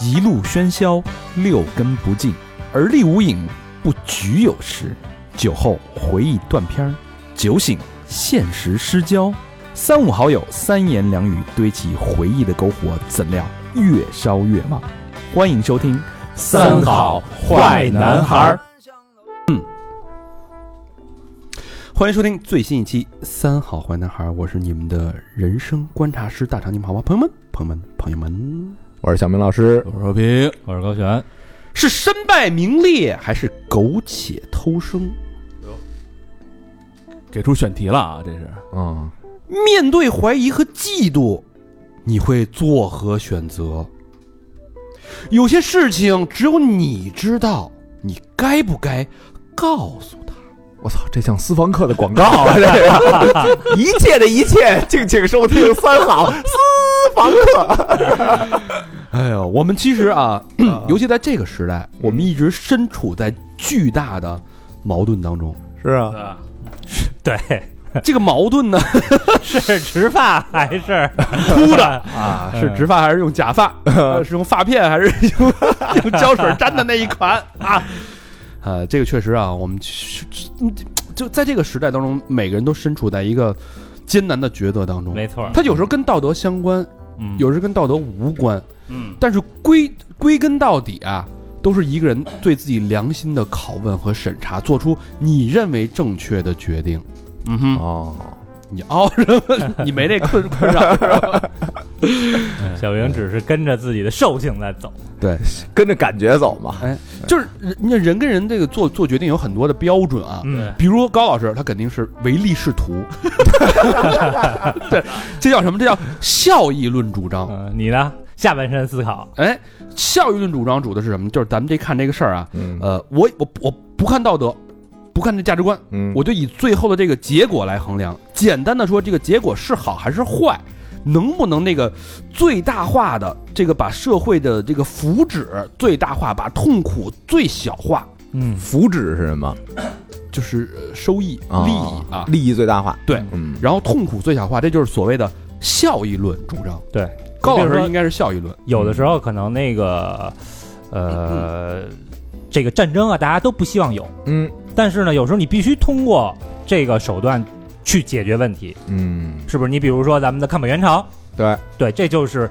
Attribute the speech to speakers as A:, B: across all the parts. A: 一路喧嚣，六根不净，而立无影，不局有时。酒后回忆断片儿，酒醒现实失焦。三五好友，三言两语堆起回忆的篝火，怎料越烧越旺。欢迎收听《
B: 三好坏男孩儿》。
C: 欢迎收听最新一期《三好坏男孩》，我是你们的人生观察师大长，你们好吗？朋友们，朋友们，朋友们，
B: 我是小明老师，
D: 我是和平，我是高璇。
C: 是身败名裂还是苟且偷生？
D: 给出选题了啊，这是
B: 嗯，
C: 面对怀疑和嫉妒，你会作何选择？有些事情只有你知道，你该不该告诉他？
B: 我操，这像私房课的广告 啊！这个一切的一切，敬请收听三好私房课。
C: 哎呦，我们其实啊，嗯尤其在这个时代，我们一直身处在巨大的矛盾当 中。
B: 是啊，
E: 对，
C: 这个矛盾呢，
E: 是植发还是
C: 秃的啊，是直发还是用假 发？呃是用发片还是 用用胶水粘的那一款啊？呃，这个确实 啊，我们去嗯就在这个时代当中，每个人都身处在一个艰难的抉择当中。
E: 没错，
C: 它有时候跟道德相关，
E: 嗯
C: 有时候跟道德无关，
E: 嗯
C: 但是归归根到底啊，都是一个人对自己良心的拷问和审查，做出你认为正确的决定。嗯哼，
B: 哦，
C: 你哦什么？ 你没这困困扰是吧？
E: 小明只是跟着自己的兽性在走，
B: 跟着感觉走嘛。
C: 就是人人家人跟人这个做做决定有很多的标准啊，
E: 嗯，
C: 比如高老师他肯定是唯利是图， 对，这叫什么？这叫效益论主张。
E: 嗯，你呢？下半身思考，
C: 哎，效益论主张主的是什么？就是咱们这看这个事儿啊，
B: 嗯
C: 呃，我我我不看道德，不看这价值观，
B: 嗯
C: 我就以最后的这个结果来衡量。简单的说，这个结果是好还是坏，能不能那个最大化的这个把社会的这个福祉最大化，把痛苦最小化。
E: 嗯，
B: 福祉是什么？
C: 就是呃收益、
B: 啊
C: 利益啊，
B: 利益最大化。
C: 对
B: 嗯，
C: 然后痛苦最小化，这就是所谓的效益论主张。
E: 对，
C: 高老
E: 比如
C: 师
E: 说
C: 应该是效益论，
E: 有的时候可能那个，呃，这个战争啊，大家都不希望有，
B: 嗯
E: 但是呢，有时候你必须通过这个手段去解决问题，
B: 嗯，
E: 是不是？你比如说咱们的抗美援朝，
B: 对，
E: 对，这就是。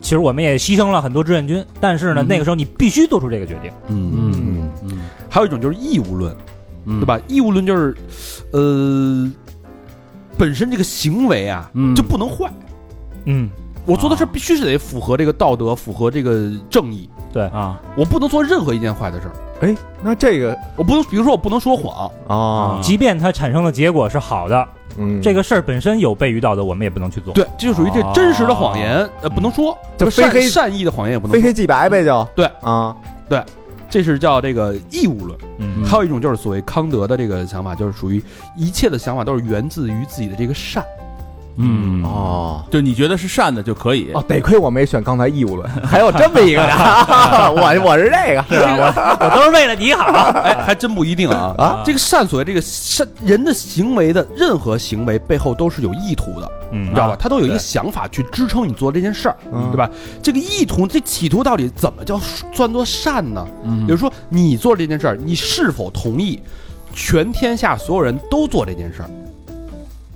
E: 其实我们也牺牲了很多志愿军，但是
C: 嗯
E: 呢，
C: 哼
E: 那个时候你必须做出这个决定。
C: 嗯
B: 嗯
C: 嗯，还有一种就是义务论，
D: 嗯
C: 对吧？义务论就是，呃，本身这个行为啊
D: 嗯
C: 就不能坏，
E: 嗯，
C: 我做的事儿必须是得符合这个道德，符合这个正义，
D: 啊，
C: 我不能做任何一件坏的事儿，
B: 哎，那这个
C: 我不能，比如说我不能说谎，
B: 啊，
E: 即便它产生的结果是好的，
B: 嗯，
E: 这个事儿本身有悖于道德，我们也不能去做。
C: 对，这就属于这真实的谎言，呃，不能说，
B: 这
C: 不是
B: 啊非
C: 善
B: 黑
C: 善意的谎言也不能
B: 非
C: 说，
B: 黑即白呗，就
C: 对
B: 啊，
C: 这是叫这个义务论。
E: 嗯，
C: 还有一种就是所谓康德的这个想法，就是属于一切的想法都是源自于自己的这个善。
D: 嗯
B: 哦。
D: 就你觉得是善的就可以
B: 哦，得亏我没选刚才义务论，还有这么一 个呢，哎我我是这个，是吧？
E: 我都是为了你好。
C: 哎，还真不一定啊
B: 啊！
C: 这个善，所谓这个善，人的行为的任何行为背后都是有意图的，你
E: 嗯
C: 知道吧？
D: 啊
C: 他都有一个想法去支撑你做这件事儿，
B: 嗯
C: 对吧？这个意图，这企图到底怎么叫算作善呢？
D: 嗯
C: 比如说，你做这件事儿，你是否同意全天下所有人都做这件事儿？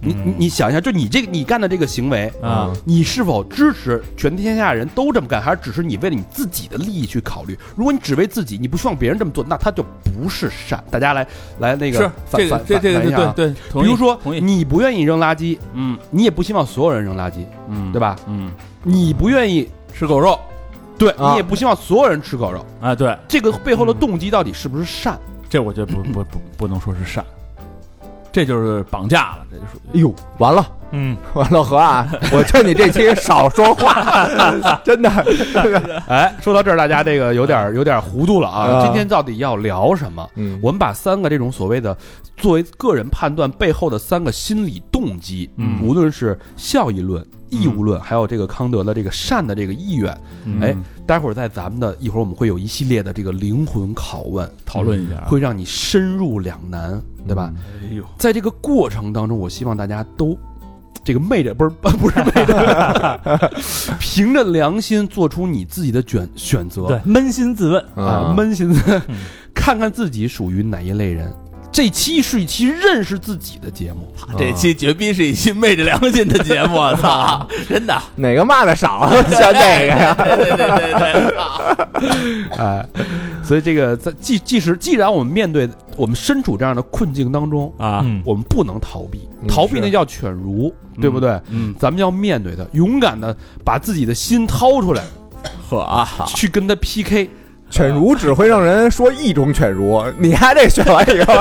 C: 你
D: 嗯
C: 你你想一下，就你这个你干的这个行为，
E: 啊，
C: 你是否支持全天下人都这么干，还是只是你为了你自己的利益去考虑？如果你只为自己，你不希望别人这么做，那他就不是善。大家来来那个
D: 是
C: 反
D: 这个
C: 反
D: 这这个
C: 反反一下
D: 对
C: 啊。
D: 对，同
C: 比
D: 意
C: 如说
D: 同，意，
C: 你不愿意扔垃圾，
D: 嗯
C: 你也不希望所有人扔垃圾，
D: 嗯
C: 对？吧？
D: 嗯，
C: 你不愿意，
D: 吃狗肉
C: 对
B: 啊
C: 你也不希望所有人吃狗肉。
D: 啊，对，
C: 这个背后的动机到底是不是善？
D: 这我觉得不不不不能说是善，这就是绑架了，这就属于
B: 哎呦，完了
E: 嗯，
B: 完了，何啊，我劝你这期少说话，真 的，
D: 嗯
C: 哎，说到这儿，大家这个有点有点糊涂了啊！
B: 啊
C: 今天到底要聊什么？
B: 嗯
C: 我们把三个这种所谓的作为个人判断背后的三个心理动机，
D: 嗯
C: 无论是效益论、义务论，还有这个康德的这个善的这个意愿，
D: 嗯
C: 哎，待会儿在咱们的一会儿我们会有一系列的这个灵魂拷问
D: 讨论一下啊，
C: 会让你深入两难，对吧？
D: 哎呦，
C: 在这个过程当中，我希望大家都这个昧着不是 不是昧着， 凭着良心做出你自己的选选择。
E: 对，扪心自问，
C: 啊，
B: 闷
C: 扪心自问
E: 嗯，
C: 看看自己属于哪一类人。这期是一期认识自己的节目，
E: 啊
F: 这期绝逼是一期昧着良心的节目，我操，真 的，
B: 哪个骂的少啊？像哪个呀？
F: 对对对对，操
C: 哎，所以这个在即即使既然我们面对我们身处这样的困境当中，
D: 啊，
E: 嗯，
C: 我们不能逃避，
B: 嗯
C: 逃避
B: 是
C: 那叫犬儒，对不对？
D: 嗯，
C: 咱们要面对它，勇敢的把自己的心掏出来，
F: 呵啊，
C: 去跟 它 PK。
B: 犬儒只会让人说一种犬儒，你还得选完以后，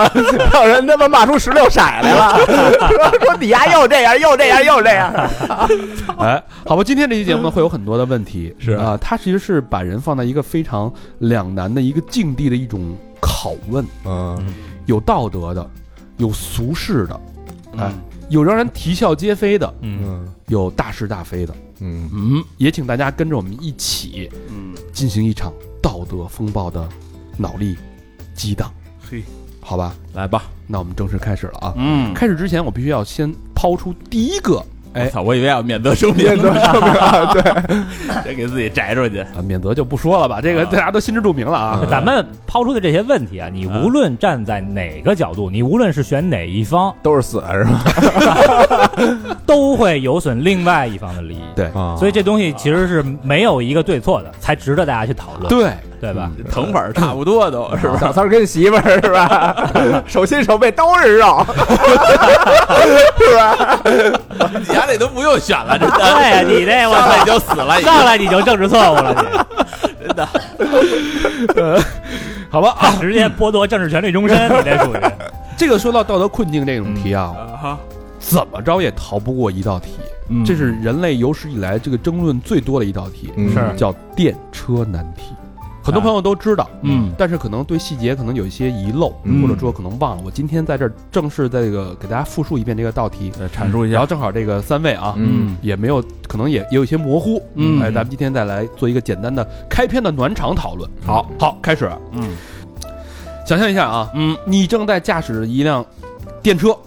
B: 让人他妈骂出十六色来了， 说说你丫又这样，又这样，又这样。
C: 哎，好吧，今天这期节目呢，会有很多的问题，
D: 是
C: 啊，它其实是把人放在一个非常两难的一个境地的一种拷问，
B: 嗯，
C: 有道德的，有俗世的，
F: 嗯
C: 哎，有让人啼笑皆非的，
E: 嗯，
B: 嗯
C: 有大是大非的，
B: 嗯，
C: 嗯，也请大家跟着我们一起
F: 嗯，
C: 进行一场道德风暴的脑力激荡，
F: 嘿，
C: 好吧，
F: 来吧，
C: 那我们正式开始了啊。
F: 嗯，
C: 开始之前，我必须要先抛出第一个哎
F: 我操，我以为要免责声明，
B: 面对上面啊，对，
F: 先给自己摘出去，
C: 啊，免责就不说了吧，这个
F: 啊
C: 大家都心知肚明了啊。
E: 咱们抛出的这些问题啊，你
D: 嗯
E: 无论站在哪个角度，你无论是选哪一方，
B: 都是死是吧？
E: 都会有损另外一方的利益。
C: 对
B: 啊
E: 所以这东西其实是没有一个对错的，才值得大家去讨论，
C: 对，
E: 对吧？
F: 疼法儿差不多都是吧？
B: 小三儿跟媳妇儿是吧？ 手心手背都是肉，是吧？
F: 你家这都不用选了，真的，
E: 啊对你这我
F: 上来
E: 操，
F: 就死了，已经
E: 上来你就政治错误了， 呃
C: 好吧啊，
E: 你直接剥夺政治权利终 身，你这属于。
C: 这个说到道德困境这种题啊，
F: 啊哈，
C: 怎么着也逃不过一道题，
D: 嗯
C: 这是人类有史以来这个争论最多的一道题，
B: 嗯是
C: 叫电车难题。很多朋友都知道，
D: 啊嗯
C: 但是可能对细节可能有一些遗漏，
B: 嗯
C: 或者说可能忘了。我今天在这儿正式在这个给大家复述一遍这个道题，
D: 再呃阐述一
C: 然
D: 下
C: 后，正好这个三位啊，
D: 嗯
C: 也没有可能也也有一些模糊，
D: 嗯
C: 哎，咱们今天再来做一个简单的开篇的暖场讨论。好，好，开始，嗯，想象一下啊，
F: 嗯，
C: 你正在驾驶一辆电车，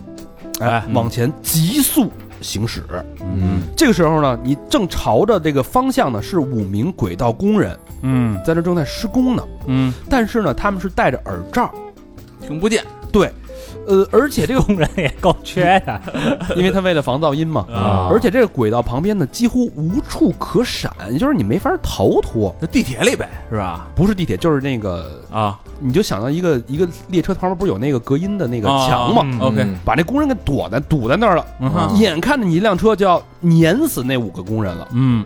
C: 哎
D: 哎，
C: 往前急速行驶，
B: 嗯
C: 这个时候呢，你正朝着这个方向呢是五名轨道工人
D: 嗯
C: 在那正在施工呢，
D: 嗯，
C: 但是呢，他们是戴着耳罩，
F: 听不见，
C: 呃，而 且这个
E: 工人也够缺的，
C: 因为他为了防噪音嘛。
F: 啊
C: 而且这个轨道旁边呢，几乎无处可闪，也就是你没法逃脱。
F: 那地铁里呗，是吧？
C: 不是地铁，就是那个，
F: 啊，
C: 你就想到一个一个列车旁边不是有那个隔音的那个
F: 啊
C: 墙吗？
E: 嗯
F: ，OK，
B: 嗯
C: 把那工人给躲在堵在那儿了，
F: 嗯哼，
C: 眼看着你一辆车就要碾死那五个工人了。
D: 嗯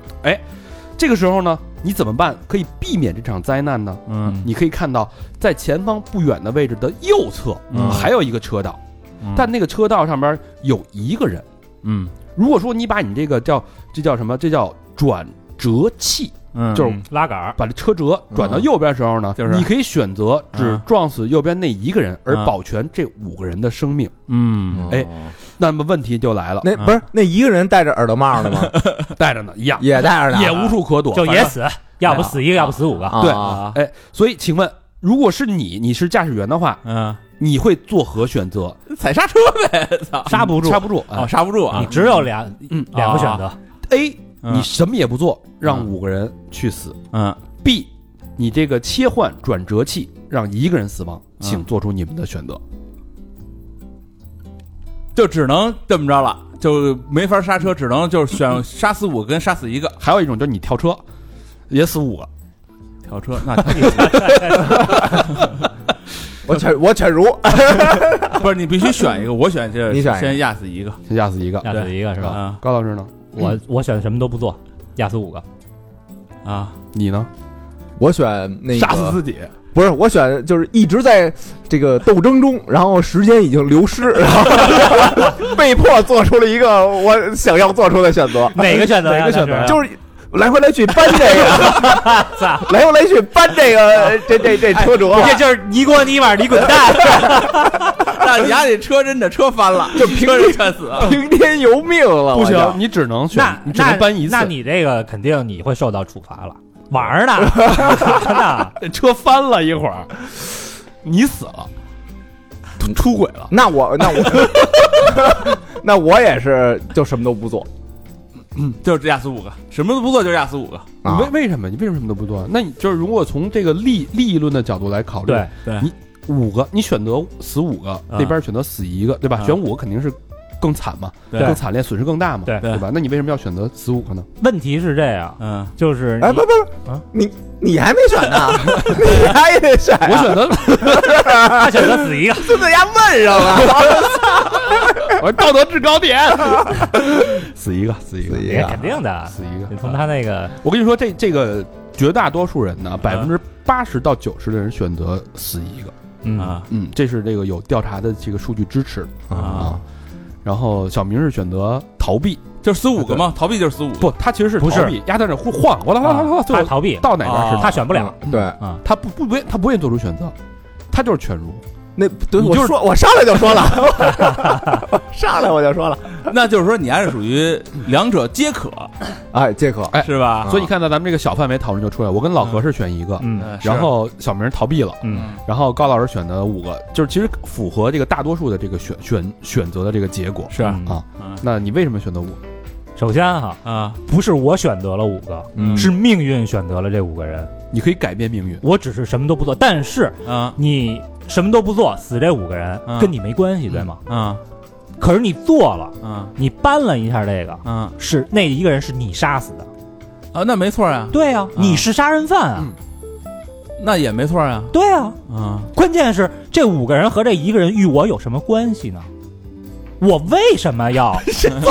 C: 这个时候呢，你怎么办可以避免这场灾难呢？
D: 嗯
C: 你可以看到，在前方不远的位置的右侧、
D: 嗯
C: 还有一个车道，
D: 嗯
C: 但那个车道上边有一个人。
D: 嗯
C: 如果说你把你这个叫这叫什么？这叫转折器，
D: 嗯，
C: 就是
E: 拉杆儿，
C: 把这车辙转到右边的时候呢，
D: 就是
C: 你可以选择只
D: 啊
C: 撞死右边那一个人，而
D: 啊
C: 保全这五个人的生命。
D: 嗯
C: 哎，
B: 哦
C: 那么问题就来了，
B: 那不是那一个人戴着耳朵帽呢吗？
C: 带着呢一样，
B: 也戴着呢，
C: 也无处可躲，
E: 就
C: 反
E: 也
C: 正
E: 死，要不死一个，要不死五个。
B: 啊
C: 对
B: 啊
C: 哎，所以请问，如果是你，你是驾驶员的话，
D: 嗯
C: 你会做何选择？
F: 踩刹车呗，操，
E: 刹不住
C: 刹，不住
F: 啊，
C: 啊。
F: 刹不住
E: 你
F: 啊，
E: 只有两
C: 嗯
E: 两个选择，
C: A，
D: 嗯
C: 你什么也不做，让
D: 嗯
C: 五个人去死
D: 嗯
C: ；B，你这个切换转折器让一个人死亡，请做出你们的选择。
D: 就只能这么着了，就没法刹车，只能就是选杀死五个跟杀死一个
C: 还有一种就是你跳车，也死五个。
D: 跳车，那
B: 我犬我犬儒，
D: 不是你必须选一个，我选这
B: 你选一个
D: 先压死一个
C: 先压死一个。
E: 压死一个是吧？
D: 啊
C: 高老师呢？
E: 我我选什么都不做，压死五 个。
D: 啊，
C: 你呢？
B: 我选那个
C: 杀死自己。
B: 不是，我选就是一直在这个斗争中，然后时间已经流失，然后 被迫做出了一个我想要做出的选择，
E: 哪个选择呀？
C: 哪个选择
E: 那是
B: 就是来回来去搬这 个，来回来去搬这个这这
D: 哎
B: 这车啊辙，
C: 啊
E: 这就是你给我尼玛，你滚蛋！
F: 那你家这车真的车翻了，
B: 就平
F: 车就全死了，
B: 听天由命了，
C: 不
B: 我就
C: 行，你只能选
E: 那，
C: 你只能搬一次。
E: 那你这个肯定你会受到处罚了。玩儿呢，玩儿呢，
C: 车翻了一会儿，你死了，
D: 出轨了，
B: 那我那我那我 也是就什么都不做
D: 就是压死五个，什么都不做就压死五个。
B: 啊
C: 为为什么？你为什么都不做？那你就是如果从这个利利益论的角度来考虑，
E: 对，
C: 五个你选择死五个，那边选择死一个，对吧？
D: 啊
C: 选五个肯定是更惨嘛，
D: 对
C: 更惨烈，损失更大嘛，
E: 对
C: 对吧？那你为什么要选择死五个呢？
E: 问题是这样，
D: 嗯，
E: 就是
B: 哎
E: 你
B: 不不
E: 啊
B: 你你还没选 呢，你还也得选啊，
C: 我选择，
E: 他选择死 一个，
B: 就在家问上了，
C: 我道德制高点，死一个，死一个，
E: 也肯定的。
C: 死一个啊
E: 你。从他那个
C: 我跟你说，这这个绝大多数人呢，百分之八十到九十的人选择死一个，
E: 嗯
D: 啊
C: 嗯，这是这个有调查的这个数据支持
D: 啊，
C: 然后小明是选择逃避，啊
D: 就是死五个嘛，逃避就是死啊五个。
C: 不，他其实是
E: 不是
C: 逃避，压在那儿忽晃，我来，我来，我来，啊最
E: 他
C: 后
E: 逃避，
C: 到哪边
D: 啊
C: 是
E: 他选不了，
B: 对，
C: 他不不不愿，他不愿意做出选择，他就是犬儒。
B: 那对
C: 你
B: 我
C: 就是
B: 说我上来就说了， 我上来我就说了，
D: 那就是说你还是属于两者皆可，
B: 哎，杰克，
C: 哎
D: 是吧？
C: 所以你看到咱们这个小范围讨论就出来，我跟老何是选一个，
E: 嗯
D: 啊嗯，
C: 然后小明逃避了，
E: 嗯
C: 然后高老师选的五个，就是其实符合这个大多数的这个选选选择的这个结果。
D: 是啊
E: 嗯
C: 啊那你为什么选择五？
E: 首先哈，
D: 啊，
E: 不是我选择了五个，
D: 嗯
E: 是命运选择了这五个人。
C: 你可以改 变命运。
E: 我只是什么都不做，但是
D: 啊
E: 你什么都不做，死这五个人
D: 嗯
E: 跟你没关系，对吗？
D: 啊
E: 可是你做了，
D: 啊
E: 你搬了一下这个，
D: 啊
E: 是那一个人是你杀死的，
D: 啊，那没错啊，
E: 对呀、你是杀人犯啊，
C: 嗯
D: 那也没错啊
E: 对啊。
D: 啊
E: 关键是这五个人和这一个人与我有什么关系呢？我为什么 要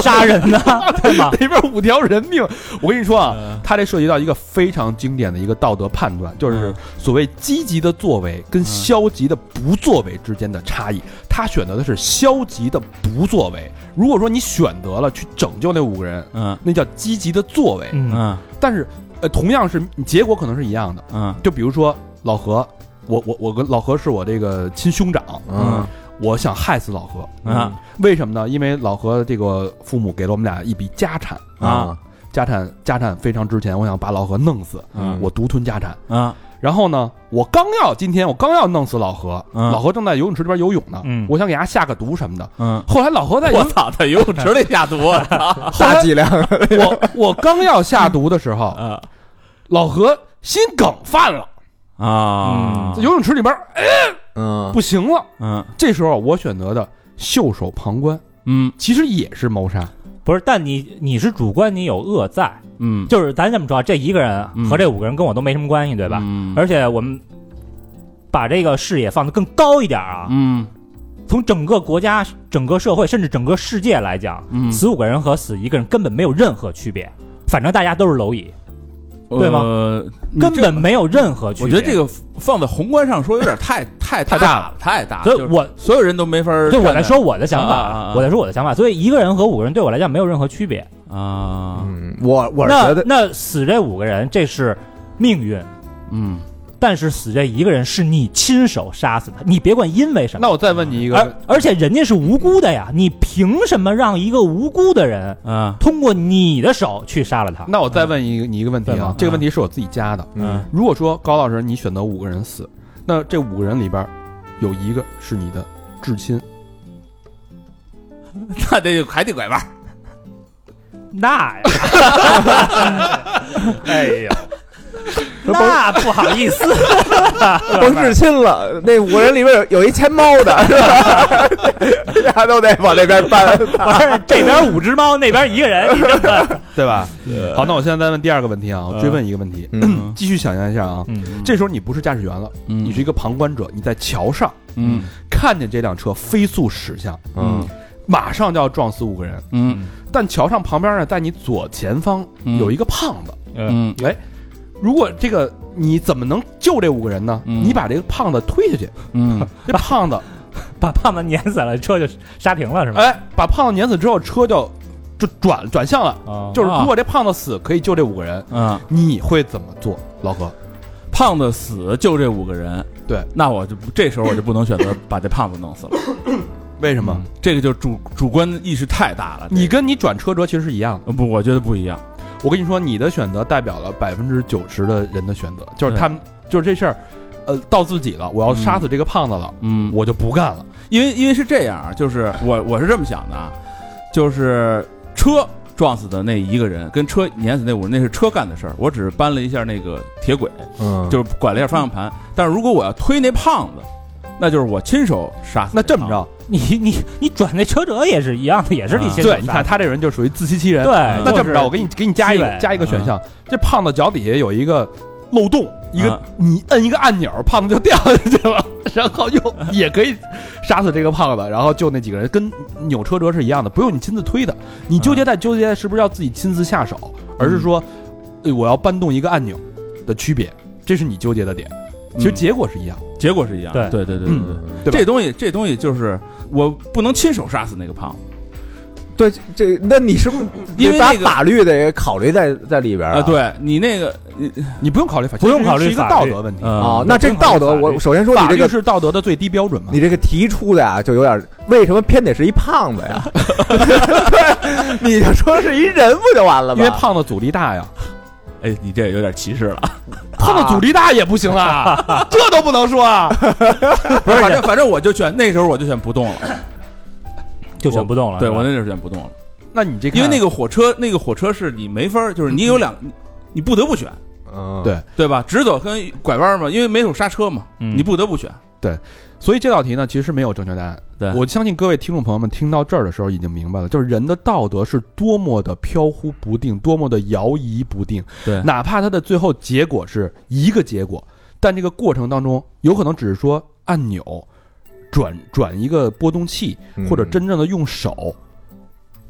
E: 杀人呢？对吗？
C: 里边五条人命，我跟你说啊，
D: 啊
C: 他这涉及到一个非常经典的一个道德判断，就是
D: 嗯
C: 所谓积极的作为跟消极的不作为之间的差异。他选择的是消极的不作为。如果说你选择了去拯救那五个人，
D: 嗯
C: 那叫积极的作为。
E: 嗯，
D: 嗯
C: 但是，呃，同样是结果可能是一样的。
D: 嗯
C: 就比如说老何，我我我跟老何是我这个亲兄长，
D: 嗯
C: 我想害死老何，嗯
D: 啊
C: 为什么呢？因为老何这个父母给了我们俩一笔家产，
D: 啊
C: 家产家产非常值钱，我想把老何弄死，
D: 嗯
C: 我独吞家产。
D: 啊
C: 然后呢，我刚要今天我刚要弄死老何，
D: 嗯
C: 老何正在游泳池里边游泳呢，
E: 嗯
C: 我想给他下个毒什么的。
D: 嗯，
C: 后来老何在游
D: 我操，在游泳池里下毒 啊
C: 后
B: 大
C: 来
B: 剂量，
C: 我我刚要下毒的 时候，老何心梗犯了，
D: 啊
C: 在游泳池里边哎
B: 嗯，
C: 不行了。
D: 嗯
C: 这时候我选择的袖手旁观，
D: 嗯
C: 其实也是谋杀。
E: 不是，但你你是主观，你有恶在，
D: 嗯，
E: 就是咱这么说，这一个人
D: 嗯
E: 和这五个人跟我都没什么关系，对
D: 对
E: 吧？？而且我们把这个视野放得更高一点啊，
D: 嗯
E: 从整个国家、整个社会，甚至整个世界来讲，
D: 嗯，
E: 死五个人和死一个人根本没有任何区别，反正大家都是蝼蚁，对吗
D: 呃？你
E: 根
D: 这
E: 本没有任何区别。
D: 我觉得这，个放在宏观上说有点太太太大了，太大了，
E: 所以
D: 就是
E: 我
D: 所有人都没法儿
E: 对我
D: 站
E: 来
D: 在
E: 说我的想
D: 啊啊
E: 法
D: 啊，
E: 我来说我的想法，所以一个人和五个人对我来讲没有任何区别。
D: 啊，
B: 嗯，我我是
E: 那
B: 觉得，
E: 那死这五个人，这是命运。
D: 嗯
E: 但是死这一个人是你亲手杀死的，你别管因为什么。
C: 那我再问你一
E: 而
C: 个，
E: 而且人家是无辜的呀，你凭什么让一个无辜的人
D: 啊
E: 通过你的手去杀了他？
C: 那我再问一个你一个问题
E: 对
C: 啊
E: 吗，
C: 这个问题是我自己加的。
B: 嗯，
C: 如果说高老师你选择五个人死，那这五个人里边有一个是你的至亲，
D: 那这就还得拐弯儿，
E: 那呀， 哎呀，那不好意思，
B: 甭至亲了，那五个人里面有有一钱 猫的，是吧？大家都得往那边搬，
E: 不是这边五只猫，那边一个人， 你这么
C: 对吧？好，那我现在再问第二个问题啊，我追问一个问题，
B: 嗯
C: 继续想象一下啊，
E: 嗯
C: 这时候你不是驾驶员了，你
D: 你
C: 是一个旁观者，你在桥上
D: 嗯
C: 看见这辆车飞速驶向，
D: 嗯
C: 马上就要撞死五个人，
D: 嗯
C: 但桥上旁边呢，在你左前方
D: 嗯
C: 有一个胖子，
D: 嗯
C: 哎，如果这个你怎么能救这五个人呢？
D: 嗯
C: 你把这个胖子推下去，
D: 嗯
C: 这胖子
E: 把胖子碾死了，车就刹停了是吗？
C: 哎，把胖子碾死之后，车就就转转向了。
E: 啊
C: 就是如果这胖子死，可以救这五个人，
D: 啊，
C: 你会怎么做，老何？
D: 胖子死就这五个人，
C: 对，
D: 那我就不这时候我就不能选择把这胖子弄死了，
C: 为什么？
D: 嗯这个就主主观意识太大了。这个
C: 你跟你转车辙其实是一样的。
D: 呃不，我觉得不一样。
C: 我跟你说，你的选择代表了百分之九十的人的选择，就是他们，就是这事儿，呃到自己了，我要杀死这个胖子了，
D: 嗯，
C: 我就不干了。
D: 因为因为是这样啊，就是我我是这么想的啊，就是车撞死的那一个人跟车碾死那五人，那是车干的事儿，我只是搬了一下那个铁轨，
C: 啊
B: 嗯，
D: 就是拐了一下方向盘。但是如果我要推那胖子，那就是我亲手杀死。
C: 那这么，着，
E: 你你你转那车辙也是一样的，也是你
D: 啊
E: 先
C: 对，你看他这人就属于自欺欺人。
E: 对，
C: 那这么着，我给
E: 你
C: 你给你加一
E: 虚
C: 个
E: 伪
C: 加一个选项，这胖子脚底下有一个漏洞，一个
E: 嗯
D: 啊
C: 你摁一个按钮，胖子就掉下去了，然后又
E: 嗯
C: 也可以杀死这个胖子，然后救那几个人，跟扭车辙是一样的，不用你亲自推的，你
E: 嗯
C: 纠结在纠结在是不是要自己亲自下手，而是说呃我要搬动一个按钮的区别，这是你纠结的点，其实
D: 嗯
C: 结果是一样的。
D: 结果是一样。
E: 对
D: 对对对对
C: 嗯对
D: 对，
C: 吧
D: 这东西这东西就是我不能亲手杀死那个胖子。
B: 对，这那你是不是
D: 因为
B: 把
D: 那个
B: 法律得考虑在在里边
D: 啊，？对你那个，你
C: 你不用考虑法，
E: 不用考虑
C: 是一个
E: 法
C: 道
E: 律嗯
C: 德问题。
D: 呃
E: 哦
B: 啊，那这
E: 正好
B: 道
E: 是
B: 德，
E: 法律
B: 我首先说
C: 法
B: 你这
C: 律
B: 个
C: 是道德的最低标准嘛？
B: 你这个提出的啊，就有点为什么偏得是一胖子呀？ 你就说是一人不就完了
C: 因
B: 吗？
C: 为胖子阻力大呀，
D: 哎，你这有点歧视了。
C: 胖子阻力大也不行啊， 这都不能说 啊。
D: 不是，反正反正我就选那时候我就选不动了。
E: 就选不动了。
D: 对
E: 是吧
D: 我那时候选不动了，
C: 那你这
D: 因为那
C: 个
D: 个火车那个火车是你没法儿，就是你有两，你你不得不选，
B: 嗯，
C: 对
D: 对吧？直走跟拐弯嘛，因为没有刹车嘛，
E: 嗯
D: 你不得不选。
C: 看，所以这道题呢其实没有正确答案。
D: 对
C: 我相信各位听众朋友们听到这儿的时候已经明白了，就是人的道德是多么的飘忽不定，多么的摇移不定。
D: 对
C: 哪怕它的最后结果是一个结果，但这个过程当中有可能只是说按钮转转一个波动器，
B: 嗯
C: 或者真正的用手，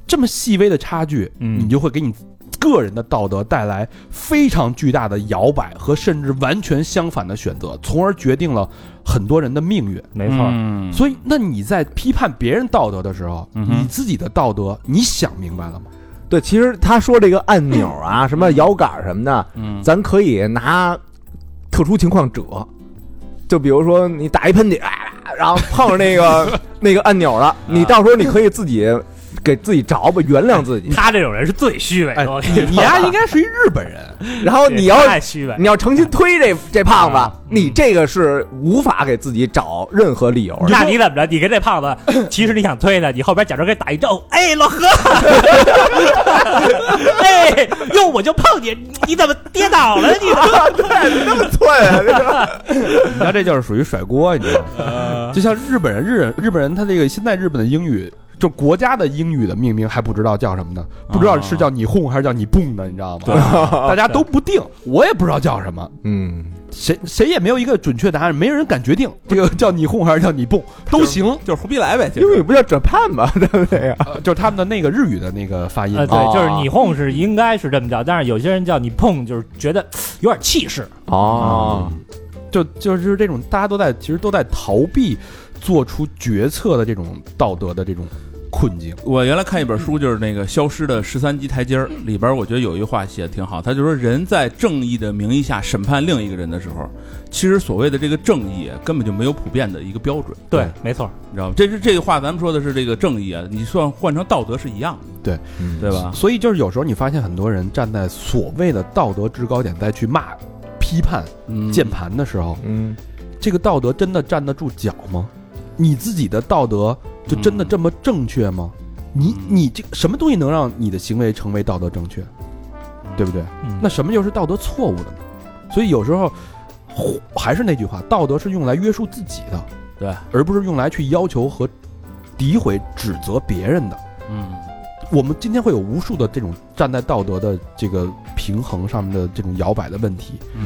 C: 这么细微的差距，
E: 嗯
C: 你就会给你个人的道德带来非常巨大的摇摆和甚至完全相反的选择，从而决定了很多人的命运。
E: 没
D: 没
E: 错，
D: 错
C: 所以，那你在批判别人道德的时候，
D: 嗯哼
C: 你自己的道德，你想明白了吗？
B: 嗯对。其实他说这个按钮啊，什么摇杆什么的，
D: 嗯
B: 咱可以拿特殊情况折，就比如说你打一喷嚏，啊然后碰上那 个那个按钮了，你到时候你可以自己给自己找吧，原谅自己。
E: 他这种人是最虚伪的。我跟
C: 你
E: 说
C: 呀、应该是一日本人，
B: 然后 哦你啊要
E: 太虚伪
B: 你，要诚心推这这胖子，你这个是无法给自己找任何理由的。
E: 那你怎么着？你跟这胖子，其实你想推他，你后边假装给他打一招呼，哎，老何，哎，哟，我就碰你，你怎么跌倒了？你
B: 对，
C: 你看这就是属于甩锅，你知道吗？就像日本人，日日本人他这个现在日本的英语，就国家的英语的命名还不知道叫什么呢？不知道是叫你哄还是叫你蹦呢？你知道吗？ 大家都不定，我也不知道叫什么，
B: 嗯，
C: 谁谁也没有一个准确答案，没人敢决定这个叫你哄还是叫你蹦都行，
D: 就是胡逼来呗，其
B: 英语
D: 实
B: 不叫转判 吗？对不对呀？
C: 呃就是他们的那个日语的那个发音
E: 呃，。
B: 哦
E: 对，就是你哄是应该是这么叫，但是有些人叫你碰，就是觉得有点气势。
B: 哦，
C: 啊就就是这种大家都在其实都在逃避做出决策的这种道德的这种困境。
D: 我原来看一本书，就是那个《消失的十三级台阶儿》里边，我觉得有一句话写的挺好，他就说人在正义的名义下审判另一个人的时候，其实所谓的这个正义根本就没有普遍的一个标准，
E: 对，没错，
D: 你知道吗？这是这句话咱们说的是这个正义啊，你算换成道德是一样的，
C: 对
D: 对吧？
C: 所以就是有时候你发现很多人站在所谓的道德制高点再去骂、批判、
D: 嗯
C: 键盘的时候，
B: 嗯，
C: 这个道德真的站得住脚吗？你自己的道德就真的这么正确吗？你
D: 嗯
C: 你这什么东西能让你的行为成为道德正确，对不对？
E: 嗯
C: 那什么又是道德错误的呢？所以有时候呼还是那句话，道德是用来约束自己的，
D: 对，
C: 而不是用来去要求和诋毁、指责别人的。
D: 嗯，
C: 我们今天会有无数的这种站在道德的这个平衡上面的这种摇摆的问题。
D: 嗯，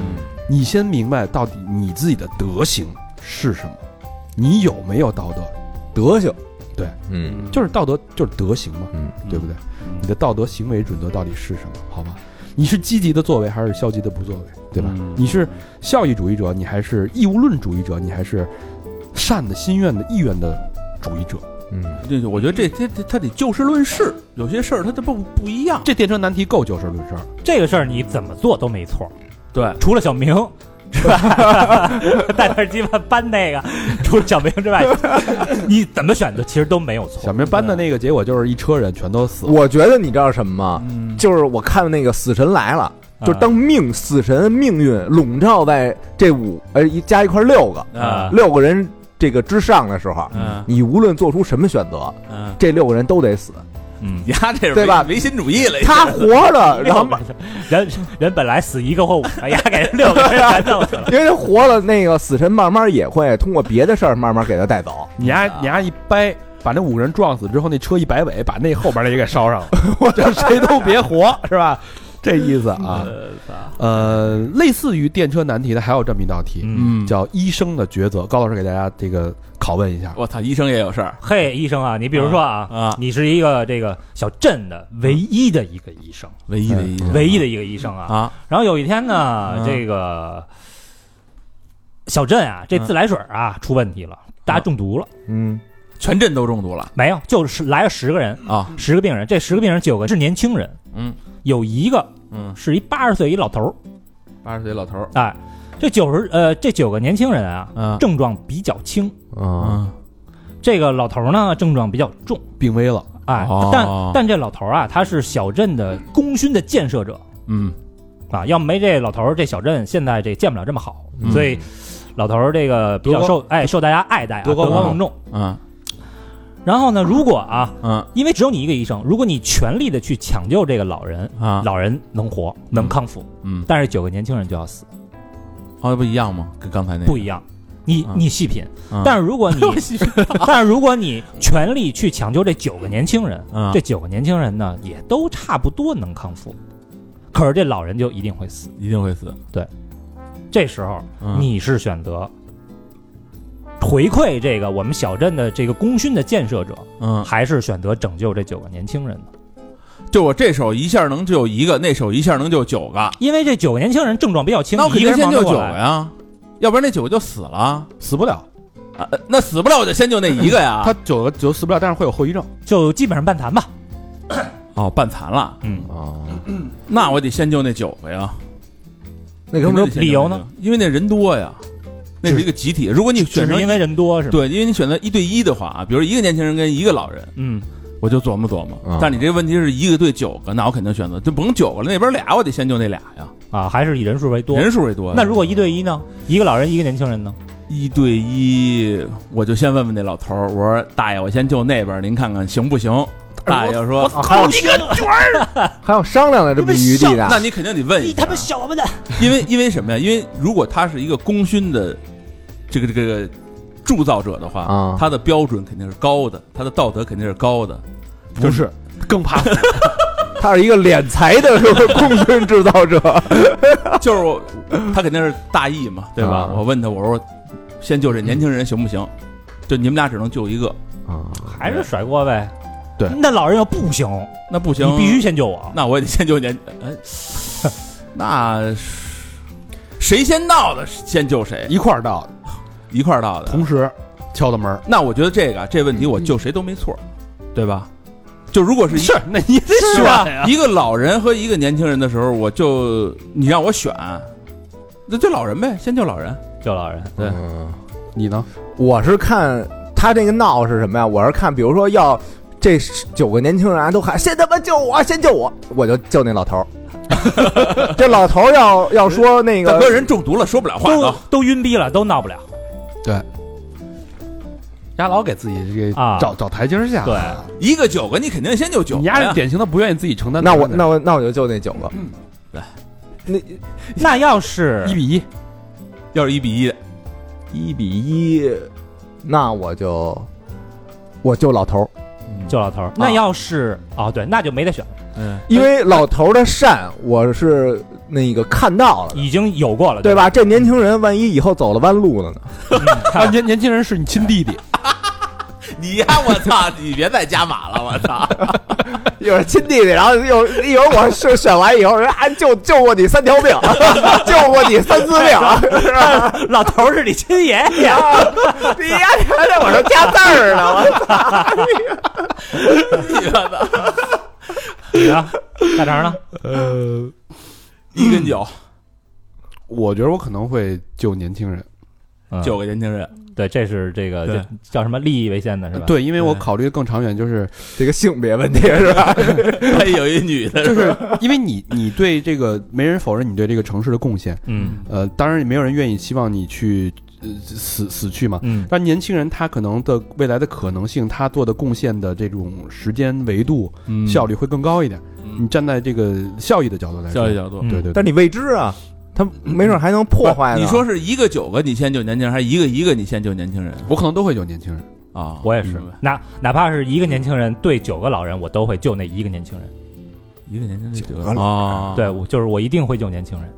C: 你先明白到底你自己的德行是什么，你有没有道德？
B: 德行，
C: 对，
B: 嗯
C: 就是道德，就是德行嘛，
B: 嗯，
C: 对不对？你的道德行为准则到底是什么？好吧，你是积极的作为还是消极的不作为？对吧？
D: 嗯
C: 你是效益主义者，你还是义务论主义者，你还是善的心愿的意愿的主义者？
B: 嗯，
D: 对，我觉得这这这他得就事论事，有些事儿他都不不一 样。
C: 这电车难题够就事论事儿了。
E: 这个事儿你怎么做都没错，
D: 对，
E: 除了小明，是吧？ 带点鸡巴搬那个，除了小明之外，你怎么选择其实都没有
C: 小
E: 错。
C: 明搬的那个结果就是一车人全都死了，
B: 我觉得你知道什么吗？
D: 嗯
B: 就是我看那个《死神来了》，
D: 啊
B: 就是当命、死神、命运笼罩在这五呃一加一块儿六个
E: 啊
B: 六个人这个之上的时候，啊
D: 嗯
B: 你无论做出什么选择，
D: 嗯，
B: 这六个人都得死。
E: 嗯，
F: 你丫这是
B: 对吧
F: 唯心主义
D: 哎
F: 了，
B: 他活 着，然后
E: 人人本来死一个或五个，呀，给人六个人全弄 死了。
B: 因为他活了，那个死神慢慢也会通过别的事儿慢慢给他带走。
C: 你
E: 嗯
C: 丫
E: 啊
C: 你丫一掰，把那五个人撞死之后，那车一摆尾，把那后边那也给烧上了， 这谁都别活，是吧？这意思啊，
E: 嗯
C: 呃，类似于电车难题的还有这么一道题，
E: 嗯，
C: 叫医生的抉择。高老师给大家这个拷问一下，
E: 哦
D: 我操，医生也有事儿
E: 嘿，医生啊，你比如说啊，
D: 啊，
E: 你是一个这个小镇的唯一的一个医生，
D: 唯一的医生，
E: 唯一的一个医生啊。
D: 嗯啊，
E: 然后有一天呢，
D: 嗯
E: 这个小镇啊，
D: 嗯
E: 这自来水啊、出问题了，大家中毒了。
D: 啊
B: 嗯，
D: 全镇都中毒了
E: 没有，就是来了十个人，
D: 啊，
E: 十个病人，这十个病人九个是年轻人，
D: 嗯，
E: 有一个
D: 嗯，
E: 是一八十岁一老头儿，
D: 八十岁老头儿，
E: 哎，这九十呃这九个年轻人啊，
D: 嗯
E: 症状比较轻，
B: 啊，
E: 这个老头儿呢症状比较重，
C: 病危了，
E: 哎，
D: 哦
E: 但但这老头儿啊，他是小镇的功勋的建设者，
D: 嗯
E: 啊，要没这老头儿，这小镇现在这建不了这么好，
D: 嗯
E: 所以老头儿这个比较
C: 德高
E: 受哎受大家爱戴啊，
C: 德
E: 德
C: 高
E: 高
C: 望
E: 望重。
D: 嗯
E: 然后呢，如果啊，
D: 嗯
E: 因为只有你一个医生，如果你全力的去抢救这个老人，
D: 啊，
E: 老人能活能康复，
D: 嗯，
E: 但是九个年轻人就要死，
D: 好不一样吗？跟刚才那个
E: 不一，样。你
D: 嗯
E: 你细品
D: 嗯，
E: 但是 如果你但是如果你全力去抢救这九个年轻人，
D: 嗯
E: 这九个年轻人呢也都差不多能康复，可是这老人就一定会死。
D: 一定会死。
E: 这时候
D: 嗯
E: 你是选择回馈这个我们小镇的这个功勋的建设者，
D: 嗯，
E: 还是选择拯救这九个年轻人呢？
D: 就我这手一下能救一个，那手一下能救九个，
E: 因为这九个年轻人症状比较轻，
D: 那我肯
E: 你一个
D: 定
E: 人
D: 先
E: 忙
D: 救
E: 不
D: 九
E: 过
D: 个
E: 来。
D: 呀，要不然那九个就死了啊，
C: 死不了，
D: 呃那死不了我就先救那一个
E: 啊
D: 呀。
C: 他九个九死不了，但是会有后遗症。
E: 就基本上半残吧。
D: 哦，半残了，
E: 嗯，
B: 哦
D: 那我得先救那九个呀。
B: 那哥们儿
D: 得先救
E: 理由
D: 那
E: 呢
D: 九个？因为那人多呀，那是一个集体。如果你
E: 只
D: 选
E: 是
D: 成
E: 因为人多是吧？，
D: 对，因为你选择一对一的话啊，比如一个年轻人跟一个老人，
E: 嗯，
D: 我就琢磨琢磨
E: 啊
B: 嗯。
D: 但你这个问题是一个对九个，那我肯定选择就甭九个了，那边俩我得先救那俩呀，
E: 啊，还是以人数为多。
D: 人数也多呀。
E: 那如果一对一呢？一个老人，一个年轻人呢？
D: 一对一，我就先问问那老头儿，我说大爷，我先救那边儿，您看看行不行？
E: 哎
D: 大爷说，
B: 啊还有你个卷儿，还有商量的这么余地的，
D: 那你肯定得问一下，
E: 小王八蛋！
D: 因为 因为什么呀？因为如果他是一个功勋的这个这个铸造者的话，
B: 啊
D: 他的标准肯定是高的，他的道德肯定是高的。
C: 不是，更怕死
B: 他是一个敛财的功勋制造者，
D: 就是我，他肯定是大义嘛，对吧？
B: 啊
D: 我问他，我说先救这年轻人行不行？就你们俩只能救一个，
E: 还是甩锅呗。
C: 对
E: 那老人要不行，
D: 那不行，
E: 你必须先救我。
D: 那我也得先救年，哎，那是谁先到的先救谁，
C: 一块儿到，
D: 一块儿到的
C: 同。时敲的门儿。
D: 那我觉得这个这问题我救谁都没错，对吧？就如果是一
C: 是，那你得
D: 是
C: 选
D: 吧？一个老人和一个年轻人的时候，我就你让我选，那就老人呗，先救老人。
E: 救老人，
D: 对
B: 嗯
C: 你呢？
B: 我是看他这个闹是什么呀？我是看，比如说要这九个年轻人啊都喊先他妈救我，先救我，我就救那老头儿。这老头儿要要说那
D: 大哥，
B: 个，
D: 人中毒了，说不了话
E: 都
D: 了。
E: 都晕逼了，都闹不了。
C: 丫老给自己这个
E: 啊
C: 找找台阶儿下。
E: 对，啊
D: 一个九个，你肯定先救九
C: 你
D: 个
C: 丫是
D: 呀。
C: 典型的不愿意自己承担责
B: 那我
C: 任的人。
B: 那我那我就救那九个。
D: 来
B: 那
E: 那要是
C: 一比 一，
D: 要是一比一，
B: 一比一，那我就我救老头儿，
E: 救老
D: 啊
E: 头儿。那要是哦，对，那就没得选，
D: 嗯，
B: 因为老头儿的善我是那个看到了的，
E: 已经有过了，
B: 对
E: 吧？
B: 吧？这年轻人万一以后走了弯路了呢？
C: 啊，年年轻人是你亲弟弟，
D: 你呀，我操， 你别再加码了，我 操。
B: 一会儿亲弟弟，然后又一会儿我是选完以后说啊，救救过你三条命， 救过你三次命， 是吧？
E: 老头儿是你亲爷爷，
B: 你丫还在往上加字儿呢，我
D: 啊
E: 你呢？大肠呢？
D: 一跟九，
C: 我觉得我可能会救年轻人，
E: 嗯
D: 九个年轻人，
E: 对，这是这个
D: 对
E: 这叫什么利益为先的是吧？，
C: 对，因为我
D: 对
C: 考虑更长远，就是
B: 这个性别问题是吧？
E: 嗯
F: 还有一女的，
C: 就是因为你你对这个没人否认你对这个城市的贡献，
E: 嗯
C: 呃，当然也没有人愿意希望你去呃死死去嘛。
E: 嗯
C: 但年轻人他可能的未来的可能性，他做的贡献的这种时间维度、
D: 嗯
C: 效率会更高一点。你站在这个效益的角度来说，
D: 效益角度。
E: 嗯
C: 对对对
B: 但你未知啊，他没准还能破坏呢。
D: 你说是一个九个你先救年轻人，还是一个一个你先救年轻人
C: 我可能都会有年轻人。
D: 啊？
E: 我也是
D: 明白，
E: 哪哪怕是一个年轻人对九个老人，我都会救那一个年轻人。
D: 一个年轻人九
B: 九个
D: 啊，，
E: 对，我就是我一定会救年轻人，